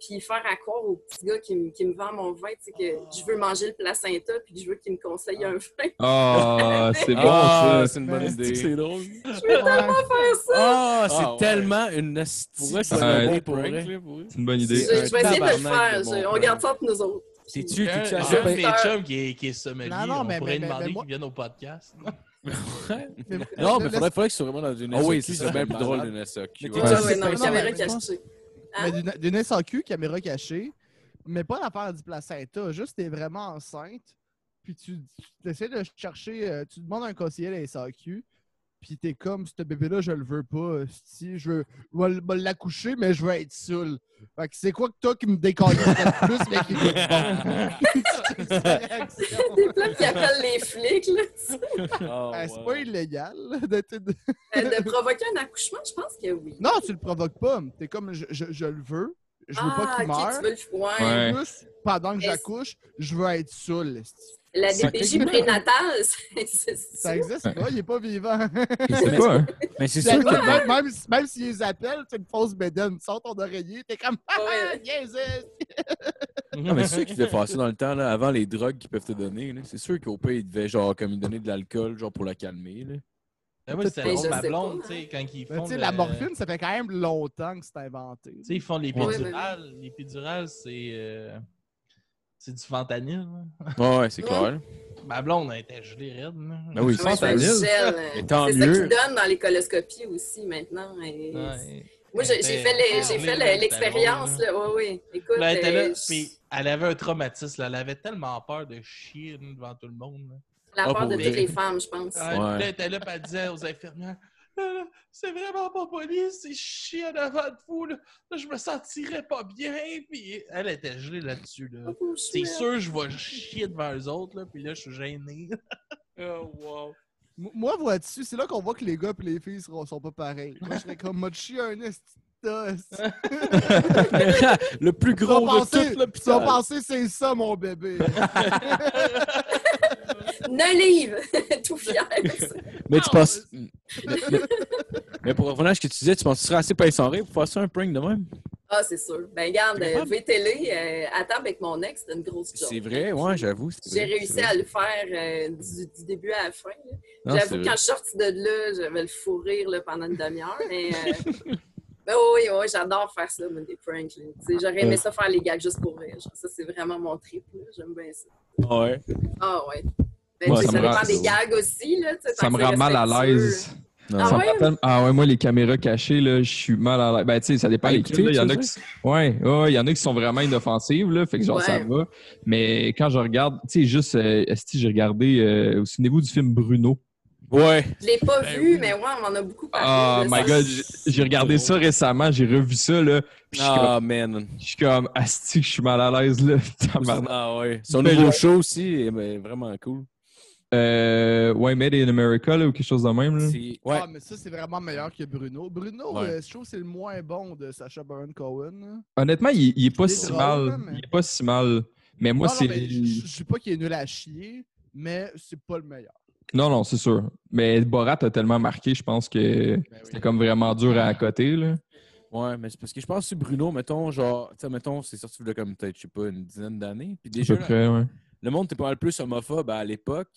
puis faire à croire au petit gars qui, me- qui me vend mon vin, tu sais, que je veux manger le placenta puis que je veux qu'il me conseille un vin.
Ah, c'est bon,
Ah,
ça.
c'est une bonne
Mais
idée.
drôle.
Faire ça!
Ah, c'est
Ah, ouais.
tellement une astuce.
Pour vrai,
c'est
c'est
un
un
bon
bon prank,
prank,
là, pour vrai.
C'est une
[laughs]
bonne
Je,
idée.
je vais essayer de le
tabarnak
faire.
de bon
Je- on
plan.
garde ça entre nous autres.
C'est-tu
Euh,
Un,
que tu as
un
ça?
de mes chums qui est, qui est sommelier,
Non, non,
on
mais-
pourrait
mais-
demander
mais moi-
qu'il vienne au podcast.
[laughs]
Non,
Le-
mais
le-
faudrait, faudrait que ce soit vraiment dans une
Ah oui,
SOQ,
c'est bien plus
malade.
drôle d'une SOQ.
Mais
ouais.
t'es
Ah
Ouais,
ouais,
c'est
non,
ça,
caméra
je pense.
cachée.
Mais d'une- d'une SAQ, caméra cachée, mais pas l'affaire du placenta. Juste, t'es vraiment enceinte, puis tu, tu essaies de chercher, euh, tu demandes un conseiller à la SAQ, puis t'es comme, ce bébé-là, je le veux pas. Si je veux, je vais l- me l'accoucher, mais je veux être saoul. Fait que c'est quoi que toi qui me décolle plus, mais qui
[laughs]
goûte [laughs] bon? C'est une réaction.
Oh,
Des plats qui appellent les flics, là.
Ah,
Euh, C'est pas illégal [laughs] d'être. de-
Euh, De provoquer un accouchement, je pense que oui.
Non, tu le provoques pas. T'es comme, je, je- je le veux, je veux pas
ah,
qu'il
ok,
meure.
tu veux le foin.
Ouais.
Plus, pendant que
Est-ce-
j'accouche, je veux être saoul.
La
Ça-
DPJ prénatale, [laughs] c'est- c'est
Ça
ça.
existe pas, il est pas vivant.
C'est quoi? hein?
Mais [laughs]
[laughs]
c'est
Même-
sûr que.
même, même, si- même s'ils les appellent, c'est une fausse bédaine. Tu sors ton oreiller, t'es comme [laughs] Ah, ah,
Ouais.
niaiseuse!
Non, mais c'est sûr qu'il devait faire ça dans le temps, là, avant les drogues qu'ils peuvent te donner. là. C'est sûr qu'au pays, il devait, genre, comme, lui donner de l'alcool, genre, pour la calmer. Là.
Ben moi, c'était
Mais
drôle,
je
ma
sais
blonde,
pas,
tu sais, quand ils
Mais
font.
tu sais,
le-
la morphine, ça fait quand même longtemps que c'est inventé.
Tu sais, ils font
Ouais,
l'épidurale. L'épidurale, c'est. euh, C'est du fentanyl. là.
Ouais, ouais, c'est clair.
Ma blonde, elle était gelée raide. là.
Ben oui,
Ouais, ça
fentanyl.
gèle. hein?
Mais
C'est
tant
ça qu'ils
mieux.
donnent dans les coloscopies aussi maintenant. Et-
Ouais.
Moi, j'ai j'ai fait les- j'ai
Ouais,
fait
ouais,
le- l'expérience.
c'était
là. Ouais, ouais. Écoute,
hein. Ben, Là, elle était là,
euh, je-
puis elle avait un traumatisme. là. Elle avait tellement peur de chier là, devant tout le monde. là.
La
Ah,
peur
pour
de
vrai.
toutes les femmes, je pense.
Ouais, puis Là, Ah, elle était là, puis elle disait aux infirmières Là, là, C'est vraiment pas poli, c'est chiant devant de vous. Là. Là, je me sentirais pas bien. Puis elle était gelée là-dessus. Là.
Oh,
C'est
chouette.
sûr, je vais chier devant eux autres, là, puis là, je suis gêné.
Oh, wow.
M- Moi, vois-tu, c'est là qu'on voit que les gars et les filles seront, sont pas pareils. Moi, je serais comme, moi, je suis un esti de tosse.
le plus
Tu vas
gros de
penser-
tout
Tu vas
l'hôpital.
penser, c'est ça, mon bébé.
Une olive! [laughs] Tout fier.
Mais tu penses. mais, mais pour revenir à ce que tu disais, tu penses que tu serais assez paysant pour faire ça un prank de même?
Ah, c'est sûr. Ben, regarde, euh, VTL, euh, à table avec mon ex, c'était une grosse job.
C'est vrai, ouais, j'avoue. c'est
J'ai
vrai, c'est
réussi
vrai.
à le faire euh, du, du début à la fin. là.
Non, c'est
J'avoue,
vrai.
quand je suis sortie de là, j'avais le fou rire là, pendant une demi-heure, mais. euh,
[laughs]
ben oui, oui, oui, j'adore faire ça, moi, des pranks. là. Tu sais, J'aurais aimé ça faire les gags juste pour rire. Genre, ça, c'est vraiment mon trip. là. J'aime bien ça.
Ouais.
Ah ouais. Ben,
Ouais,
tu sais,
ça
ça
me
dépend
rend-
des gags aussi. Là, tu sais,
Ça
tant
me
que
rend
c'est
mal à
respectueux.
l'aise.
Non.
Ah
Ça me
ouais?
rappelle- Ah ouais, moi, les caméras cachées, là, je suis mal à l'aise. Ben, tu sais, ça dépend
Ah,
lesquelles. là. Il y en a
tu
qui... Ouais, ouais, il y en a qui sont vraiment inoffensives, là. Fait que genre, ça
Ouais.
va. Mais quand je regarde, tu sais, juste, euh, esti, j'ai regardé, euh, souvenez-vous du film Bruno.
Ouais.
Je l'ai pas
Ben
vu,
oui.
mais ouais, on en a beaucoup
Ah,
parlé. là,
my
ça-
God, j'ai- j'ai regardé ça récemment, j'ai revu ça, là. Puis je suis comme-
Ah, man.
je suis comme, asti, je suis mal à l'aise, là. [laughs] Tabarnak.
Ah, ouais. Son
Ben,
nouveau
je-
show aussi est ben, vraiment cool.
Euh, ouais, Made in America, là, ou quelque chose de même, là.
C'est- Ouais.
Ah, mais ça, c'est vraiment meilleur que Bruno. Bruno,
Ouais.
euh, je trouve que c'est le moins bon de Sacha Baron Cohen.
Honnêtement, il, il est pas
Il est
si
drôle,
mal.
là, mais-
Il est pas si mal. Mais moi,
Non, non,
c'est.
mais je- Je je dis pas qu'il est nul à chier, mais c'est pas le meilleur.
Non, non, c'est sûr. Mais Borat a tellement marqué, je pense que c'était comme vraiment dur à côté. Là.
Ouais, mais c'est parce que je pense que Bruno, mettons, genre, tu sais, mettons, c'est sorti là comme peut-être, je sais pas, une dizaine d'années. Puis
À
déjà,
peu
là,
près, ouais.
le monde était pas mal plus homophobe à l'époque.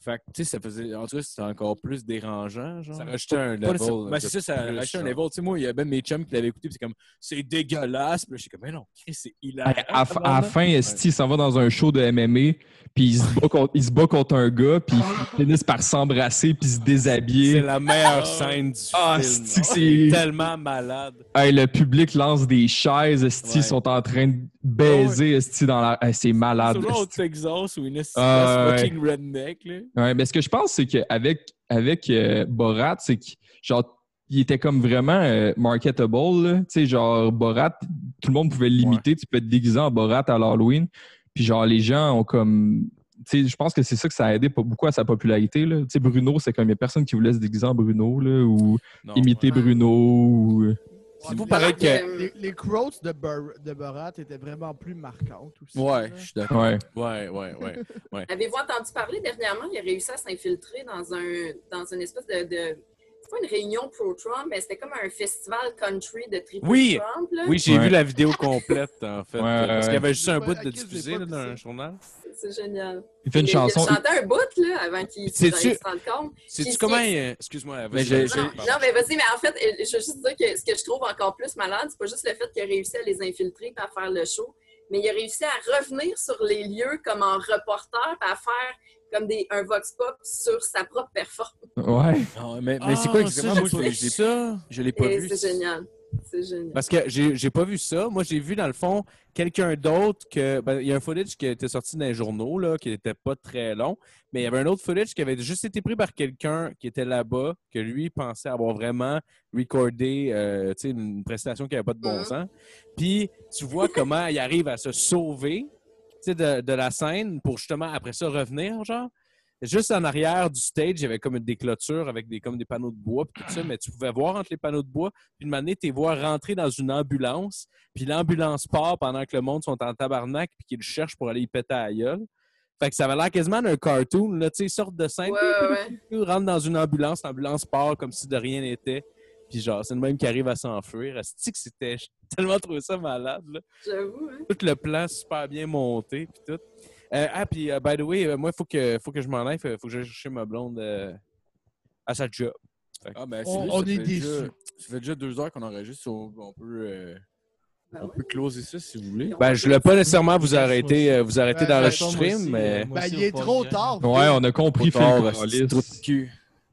Fait que, tu sais, ça faisait. En tout cas, c'était encore plus dérangeant, genre.
Ça rajoutait un
Pas
level.
nécessairement- ben, c'est ça, ça
plus,
rajoutait un
genre.
level. Tu sais, moi, il y a même mes chums qui l'avaient écouté, puis c'est comme, c'est dégueulasse. Puis là, j'étais comme, mais non, Chris, c'est hilarant.
À, à la
tabarnak.
fin, Esti s'en va dans un show de MMA, puis il se bat contre, il se bat contre un gars, puis ils finissent par s'embrasser, puis se
C'est
déshabiller.
la meilleure scène du
Ah,
film.
c'est c'est-
tellement malade.
Hey, le public lance des chaises, Esti
Ouais.
sont en train de baiser Esti dans la. Hey, c'est
Ah,
malade.
Toujours au
esti.
Texas ou une
Ah, ouais.
fucking redneck, là.
Ouais, mais ce que je pense, c'est qu'avec avec, euh, Borat, c'est que genre. Il était comme vraiment euh, marketable, là. Tu sais, genre Borat, tout le monde pouvait l'imiter. Tu peux te déguiser en Borat à l'Halloween. Puis genre, les gens ont comme... Tu sais, je pense que c'est ça que ça a aidé pas beaucoup à sa popularité, là. Tu sais, Bruno, c'est comme, il y a personne qui voulait se déguiser en Bruno, là, ou
Non,
imiter
ouais.
Bruno, ou...
Ouais,
vous
mais
paraît
remarque,
que-
euh, Les, les quotes de, Bur- de Borat étaient vraiment plus marquantes aussi.
Ouais,
là. Ben,
je suis d'accord.
Ouais.
Ouais, ouais, ouais.
[laughs] Avez-vous entendu parler dernièrement, il a réussi à s'infiltrer dans un dans une espèce de, de- c'est pas une réunion pro-Trump, mais c'était comme un festival country de triple
Oui!
Trump. Là.
Oui, j'ai
Ouais.
vu la vidéo complète, en fait.
Ouais,
euh, parce
ouais.
qu'il y avait juste
J'ai
un
pas-
bout
à
de
qui j'ai
diffusé
pas
là,
vu
dans
ça.
un journal.
C'est- C'est génial.
Il fait une
Il-
chanson...
Il chantait un bout là, avant qu'il
Sais-tu-
qu'il se rende compte.
Sais-tu
Puis
comment.
c'est-
il- Excuse-moi,
Mais
vas-y,
j'ai-
vas-y,
j'ai-
Non,
pardon.
non, mais vas-y, mais en fait, euh, je veux juste dire que ce que je trouve encore plus malade, c'est pas juste le fait qu'il a réussi à les infiltrer et à faire le show, mais il a réussi à revenir sur les lieux comme en reporter puis à faire comme des, un vox pop sur sa propre performance.
Ouais.
Non, mais mais Ah, c'est quoi exactement? Moi, je l'ai- je l'ai-
ça?
je l'ai pas
Et
vu.
c'est génial. C'est génial.
Parce que j'ai j'ai pas vu ça. Moi, j'ai vu, dans le fond, quelqu'un d'autre que. ben, il y a un footage qui était sorti dans les journaux, là, qui n'était pas très long. Mais il y avait un autre footage qui avait juste été pris par quelqu'un qui était là-bas, que lui pensait avoir vraiment recordé euh, tu sais, une prestation qui n'avait pas de bon
Mhm.
sens. Puis tu vois comment il arrive à se sauver tu sais, de, de la scène pour justement après ça revenir, genre. Juste en arrière du stage, il y avait comme des clôtures avec des, comme des panneaux de bois puis tout ça, mais tu pouvais voir entre les panneaux de bois. Puis une manée, t'es voir rentrer dans une ambulance, puis l'ambulance part pendant que le monde sont en tabarnak puis qu'ils le cherchent pour aller y péter à la gueule. Fait que ça avait l'air quasiment d'un cartoon, là, tu sais, sorte de scène.
Ouais, ouais, ouais.
Ils rentrent dans une ambulance, l'ambulance part comme si de rien n'était. Puis genre, c'est le même qui arrive à s'enfuir. Asti que c'était... J'ai tellement trouvé ça malade, là
J'avoue, hein.
tout le plan super bien monté puis tout. Euh, ah, puis euh, by the way, euh, moi, il faut que, faut que je m'en aille. Il faut que j'aille chercher ma blonde euh, à sa job.
Ah, ben, c'est
On-
juste,
on
ça
est
fait déjà-
déçus.
Ça fait déjà deux heures qu'on enregistre. On, on peut, euh,
Ben
on
ouais.
peut closer ça si vous voulez.
Ben, je voulais pas nécessairement vous
arrêter,
arrêter, euh, vous arrêter
Ben,
d'enregistrer,
Moi aussi,
mais. euh,
euh, moi
Ben,
aussi,
il est
au
trop
podcast.
tard.
Ouais, on a compris, Phil.
Tard, c'est
Carolis.
trop de cul.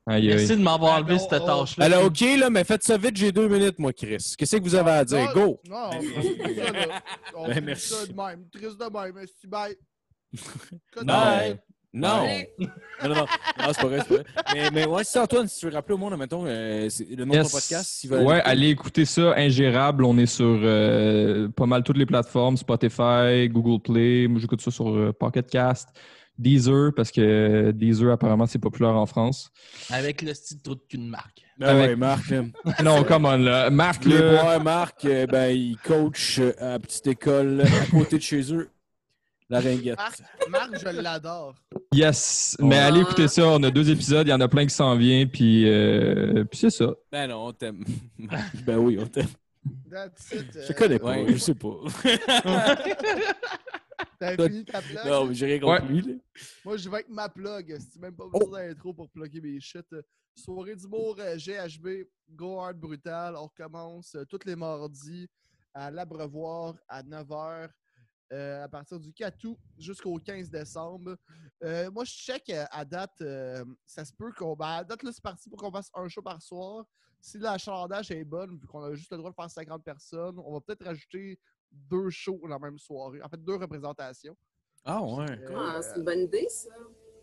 Aïe, aïe.
Merci de m'avoir
Ah,
enlevé
ben,
cette
on-
tâche-là.
Alors, OK, là, mais faites ça vite, j'ai deux minutes, moi, Chris. Qu'est-ce que vous avez à dire? Go!
Non, on fait ça, là. On
Ben,
fait
merci. [laughs]
ça de même. Triste de même. Esti, Bye.
Non.
Non!
Allez.
Non, non, non, Non, c'est pas vrai, c'est pas vrai. Mais, mais ouais, c'est Antoine, si tu veux rappeler au monde, mettons, euh, le nom de
Yes.
ton podcast, s'ils veulent
Ouais,
aller-
allez écouter ça, Ingérable. On est sur euh, pas mal toutes les plateformes, Spotify, Google Play. Moi, j'écoute ça sur euh, Pocket Cast, Deezer, parce que euh, Deezer, apparemment, c'est populaire
[laughs]
en France.
Avec le style trou de cul de marque.
Ben
avec-
ouais, Marc. là.
Non, come on, là. Marc,
Les
le...
voir, Marc, euh, ben, il coach euh, à la petite école à côté de chez eux. La ringuette.
Marc, Marc, je l'adore.
Yes. Mais
Ouais.
allez écouter ça. On a deux épisodes. Il y en a plein qui s'en viennent. Puis, euh, puis c'est ça.
Ben non, on t'aime. Marc, ben oui, on t'aime.
That's it. euh,
Je te connais pas.
Ouais.
Je sais pas.
T'as fini ta plug?
Non, mais j'ai rien contre
Ouais.
lui. là.
Moi, je vais avec ma plug. C'est même pas besoin d'intro pour plugger mes shit. Euh, Soirée d'humour euh, GHB, Go Hard Brutal. On recommence euh, tous les mardis à l'Abreuvoir à 9h euh, à partir du 4 août jusqu'au 15 décembre. Euh, moi, je check euh, à date. euh, ça se peut qu'on. ben, à date, là, c'est parti pour qu'on fasse un show par soir. Si l'achalandage est bonne, vu qu'on a juste le droit de faire 50 personnes, on va peut-être rajouter deux shows la même soirée. En fait, deux représentations.
Ah ouais.
Euh,
Ah, c'est une bonne idée, ça.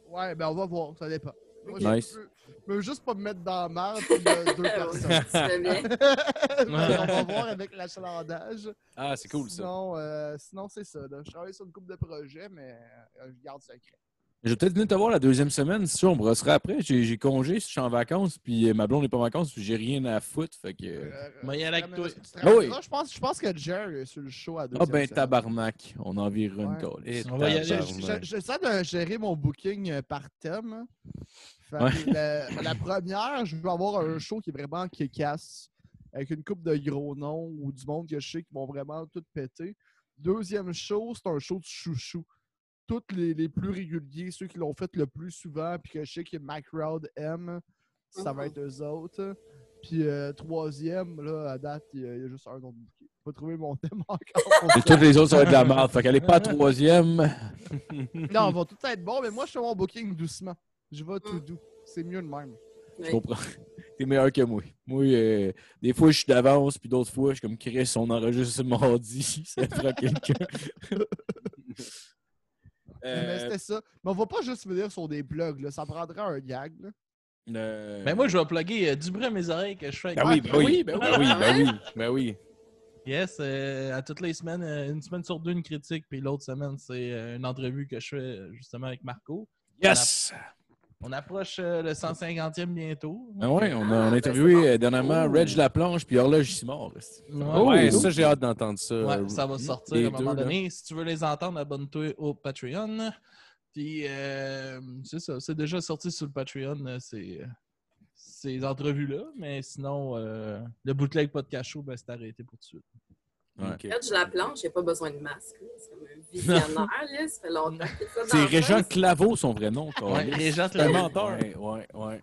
Ouais, ben on va voir, ça dépend. Moi,
Ok.
je
Nice.
peux- Je veux juste pas me mettre dans la merde
[laughs]
de deux
Ah, ouais,
personnes.
tu fais bien.
Mais [laughs] on va voir avec l'achalandage.
Ah, c'est cool ça.
Sinon, euh, sinon c'est ça. là. Je travaille sur une couple de projets, mais euh, je garde secret.
Je vais peut-être venir te voir la deuxième semaine. Si tu veux, on brossera après. J'ai j'ai congé, je suis en vacances, puis euh, ma blonde n'est pas en vacances, puis j'ai rien à foutre. Fait que. euh,
Euh,
Mais y aller avec
mais
toi.
Tu te
Ah oui.
rappelleras, je, pense, je pense que Jerry est sur le show à deux.
Ah ben tabarnak, on en vire une
Ouais.
colle.
On va y aller.
J'essaie je, j'essaie de gérer mon booking euh, par thème. Fait que
Ouais.
la,
[laughs]
la première, je veux avoir un show qui est vraiment kick-ass, avec une coupe de gros noms ou du monde que je sais qui vont vraiment tout péter. Deuxième show, c'est un show de chouchou. Tous les, les plus réguliers, ceux qui l'ont fait le plus souvent, puis que je sais que ma crowd aime, ça va être eux autres. Puis euh, troisième, là, à date, il y, a- il y a juste un nom de bouquet. Faut trouver mon thème
[laughs]
encore.
Et toutes les autres, ça va être de la merde. Fait qu'elle est pas à troisième. Mm.
Non, ils vont tout être bons, mais moi, je fais mon booking doucement. Je vais tout doux. C'est mieux de même.
Je comprends. [laughs] T'es meilleur que moi. Moi, euh, des fois, je suis d'avance, puis d'autres fois, je suis comme Chris, on enregistre ce mardi. [laughs] Ça fera quelqu'un.
Mais
Euh,
c'était ça. Mais on va pas juste venir sur des blogs, là. Ça prendrait un gag, là.
euh,
Mais moi, je vais plugger euh, du bruit à mes oreilles que je fais. avec-
Ben oui, ben oui, ben oui, ben oui, ben oui, ben oui.
Yes, euh, à toutes les semaines, euh, une semaine sur deux, une critique, puis l'autre semaine, c'est euh, une entrevue que je fais euh, justement avec Marco.
Yes!
On approche euh, le 150e bientôt.
Ben ouais, on a, on a
Ah,
interviewé
ben, c'est
euh, dernièrement
Oh.
Reg Laplanche puis Horloge Simard.
Ouais.
Ah Ouais, ça, j'ai hâte d'entendre ça. euh,
Ouais, ça va sortir
les
à un moment
deux, là.
donné. Si tu veux les entendre, abonne-toi au Patreon. Puis, euh, c'est ça. C'est déjà sorti sur le Patreon, euh, ces, ces entrevues-là. Mais sinon, euh, le bootleg podcast show, ben, c'est arrêté pour tout de suite.
Ouais.
Quand je la planche, j'ai pas besoin de masque. là. C'est comme un visionnaire, là. Ça fait longtemps que ça
C'est Régent Claveau, son vrai nom. quoi.
Ouais, Régent
C'est un
Claveau.
menteur. Ouais, ouais, ouais.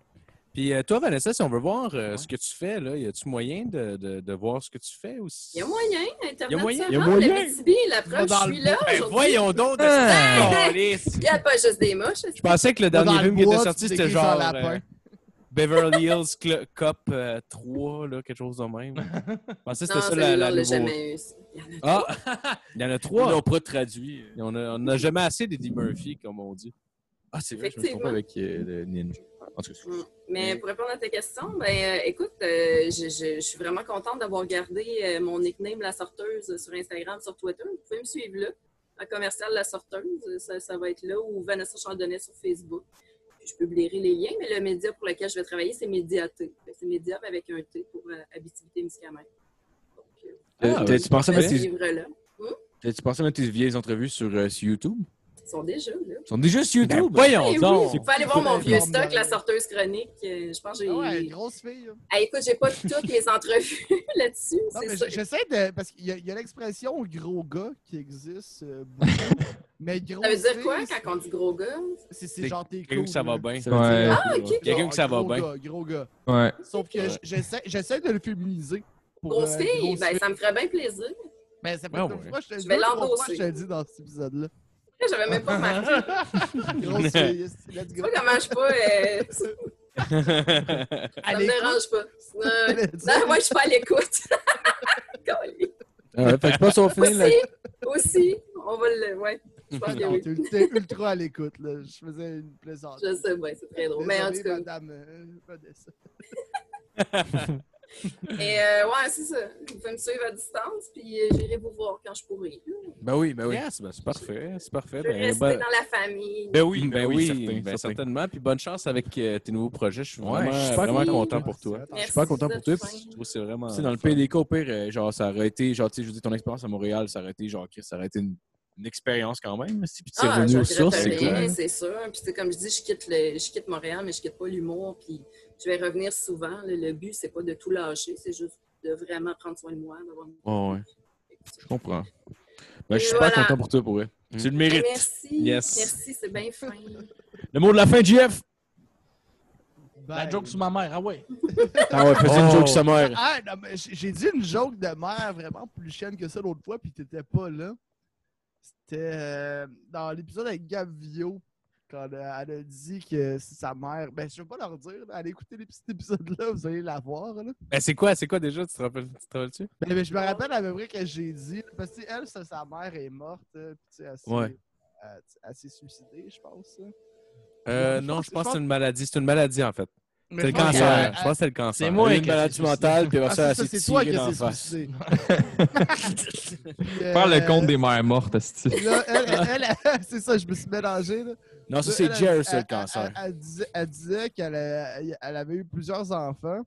Puis euh, toi, Vanessa, si on veut voir euh, ce que tu fais, là, y a-tu moyen de, de, de voir ce que tu fais aussi?
Il y a moyen, Internet.
Il y a moyen,
ça
il y a
rentre,
moyen.
le Abitibi,
Va
la preuve,
dans
je suis
le
là.
Ben,
aujourd'hui.
voyons donc de
[laughs] Ah!
cette câlisse.
Il n'y a pas juste des mouches.
Je pensais que le dernier
Dans le
film qui était
bois,
sorti,
tu
c'était
déguises en
genre
lapin.
euh, Beverly Hills Cl- Cop euh, 3, là, quelque chose de même. Je pensais que c'était
Non,
ça la,
celui-là, on
la
l'a
nouveau-
jamais eu. ça. Il y en a
Ah! Il y en a trois.
Ils l'ont pas traduit.
Et On n'a on n'a jamais assez d'Eddie Murphy, comme on dit. Ah, c'est
vrai, je me suis trompé
avec le Ninja. En tout
Mm. Mais pour répondre à ta question, ben, euh, écoute, euh, je, je- je suis vraiment contente d'avoir gardé euh, mon nickname La Sorteuse sur Instagram, sur Twitter. Vous pouvez me suivre là, à commercial La Sorteuse. Ça, ça va être là, ou Vanessa Chandonnet sur Facebook. Puis je publierai les liens, mais le média pour lequel je vais travailler, c'est Médiaté. Fait que C'est Média mais avec un T pour euh, Habitivité Miscamingue. Donc, euh,
cas. Tu pensais
vous
mettre
pouvez
tes-
suivre là.
t'as-tu pensé mettre tes vieilles entrevues sur, euh, sur YouTube?
Ils sont déjà là.
Ils sont déjà sur
Ben,
YouTube!
voyons
Eh
donc!
oui, vous pouvez aller voir mon
C'est
vieux
formidable.
stock, La Sorteuse Chronique. Euh, Je pense que j'ai.
Ah ouais, grosse fille, là.
Ah, écoute, j'ai pas toutes mes entrevues [laughs] là-dessus.
Non,
c'est
mais
ça.
j- j'essaie de. Parce qu'il y a, il y a l'expression gros gars qui existe euh,
[laughs]
beaucoup. mais gros.
Ça veut dire quoi quand on dit gros gars?
C'est c'est
C'est
genre t'es cool.
Quelqu'un que ça va
là.
bien.
veut Ouais. dire-
Ah, ok.
Quelqu'un que ça va
Gros
bien.
gars, Gros gars.
Ouais.
Sauf que j- j'essaie j'essaie de le féminiser. pour,
Grosse
euh,
fille,
grosse
ben, ça me ferait bien plaisir. [laughs]
Mais ça fait
Ouais,
deux
ouais.
fois, je te le
Je vais
deux, trois fois,
l'endosser.
je te le dis dans cet épisode-là.
J'avais même pas remarqué.
[laughs] Grosse fille, let's
Tu
go.
vois comment je suis pas. euh, ça me
Allez, [laughs]
dérange pas. Euh,
Allez, dis-
non, moi, je suis pas à l'écoute. [laughs] Golly.
Ah, Ouais, fait que je pense qu'on finit là-
aussi, aussi, on va le. Ouais. Je
[laughs]
pense que
Non,
oui.
t'es t'es ultra à l'écoute, là. Je faisais une plaisanterie.
Je sais, ouais, c'est très drôle. Mais en tout
Désolé,
cas,
madame euh, Vanessa.
et, euh, ouais, c'est ça. Vous pouvez me suivre à distance, puis euh, j'irai vous voir quand je pourrai.
Ben oui, ben oui.
Yes, ben c'est parfait, c'est parfait.
Je vais
Ben,
rester
ben-
dans la famille.
ben oui,
ben
ben
oui,
oui,
certain,
ben
certain.
certainement. Puis bonne chance avec euh, tes nouveaux projets. Je suis
Ouais,
vraiment,
je suis pas
vraiment
content.
content pour toi.
Attends,
Merci,
suis pas content
vous
pour
êtes
toi,
fin.
puis
Je trouve que c'est vraiment.
Tu sais, dans le
fun.
pays des cas, au pire, euh, genre, ça aurait été, genre, tu sais, je veux dire, ton expérience amoriale, ça aurait été, genre, Chris, ça aurait été une, une expérience quand même. Si, puis tu es
Ah,
revenu
je
aux
regrette
sources, c'est
rien,
clair.
C'est sûr. Puis, tu sais, comme je dis, je quitte, le- je quitte Montréal, mais je quitte pas l'humour. Puis, je vais revenir souvent. Le, le but, c'est pas de tout lâcher, c'est juste de vraiment prendre soin de moi. d'avoir une-
Ouais, ouais. Je comprends. Ben, je suis
Et
super
voilà.
content pour toi, pour vrai.
Mm.
Tu le mérites.
Merci.
Yes.
Merci, c'est bien fin.
Le mot de la fin,
[laughs]
JF!
La
bye.
joke sur ma mère, ah ouais.
Ah ouais, faisais une
Oh.
joke sommaire.
Ah, non, mais j'ai j'ai dit une joke de mère vraiment plus chienne que ça l'autre fois, puis t'étais pas là. C'était euh, dans l'épisode avec Gavio, quand euh, elle a dit que c'est sa mère. Ben, je vais pas leur dire, là. allez écouter l'ép- cet épisode-là, vous allez la voir. Là.
Ben, c'est quoi, c'est quoi déjà? Tu te rappelles- tu te rappelles-tu?
Ben, ben, je me rappelle à peu près que j'ai dit, là, parce que tu sais, elle, ça, sa mère est morte, euh, puis tu sais, elle s'est
Ouais.
elle- elle s'est suicidée, je pense. là.
Euh,
Je
non,
pense-
je
je
pense que
pense-
c'est une maladie. C'est une maladie, en fait.
Mais
C'est le
je pense
pense
cancer.
que-
Je pense que euh, c'est le cancer.
C'est moi
Elle a eu
qui
une
ai
maladie
fait
mentale, ben, puis après
Ah,
ça,
c'est
elle
ça,
s'est
c'est toi
tirée
qui
dans la
s'est
face.
suicidé. [laughs] Puis,
Faire le
euh,
compte des mères mortes, esti.
Là, elle, elle, elle- [laughs] c'est ça, je me suis mélangé. Là.
Ah,
Non, ça,
Là,
c'est
elle,
Jerry,
elle-
ça, le
elle-
cancer.
Elle, elle disait, elle disait qu'elle a- elle avait eu plusieurs enfants.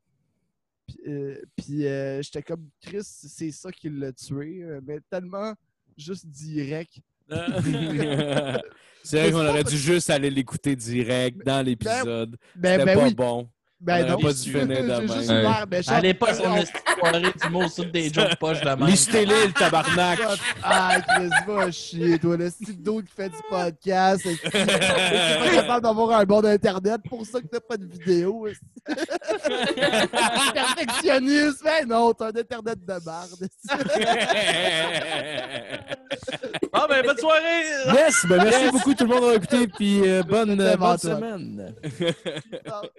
Puis, euh, puis, euh, j'étais comme, Chris, c'est ça qui l'a tué. euh, Mais tellement juste direct.
c'est vrai qu'on aurait dû juste aller l'écouter direct dans l'épisode.
Ben,
C'était
ben
pas
oui,
bon.
ben
on
non.
aurait pas dû
J'ai
finir de
juste
même.
une mère méchante.
Allez pas sur une soirée du mot sur des jokes poches de la mère.
Listez-les, le [laughs] tabarnak!
Ah, Chris, va chier, toi, le style d'autre qui fait du podcast. esti. T'es pas capable d'avoir un bon Internet, pour ça que t'as pas de vidéo. [laughs] esti. Perfectionniste, ben non, t'as un Internet de merde.
Ah ben, bonne soirée!
Yes! Ben, merci beaucoup, tout le monde, d'avoir écouté, puis euh, bonne,
Vraiment,
bonne
toi.
semaine.
esti.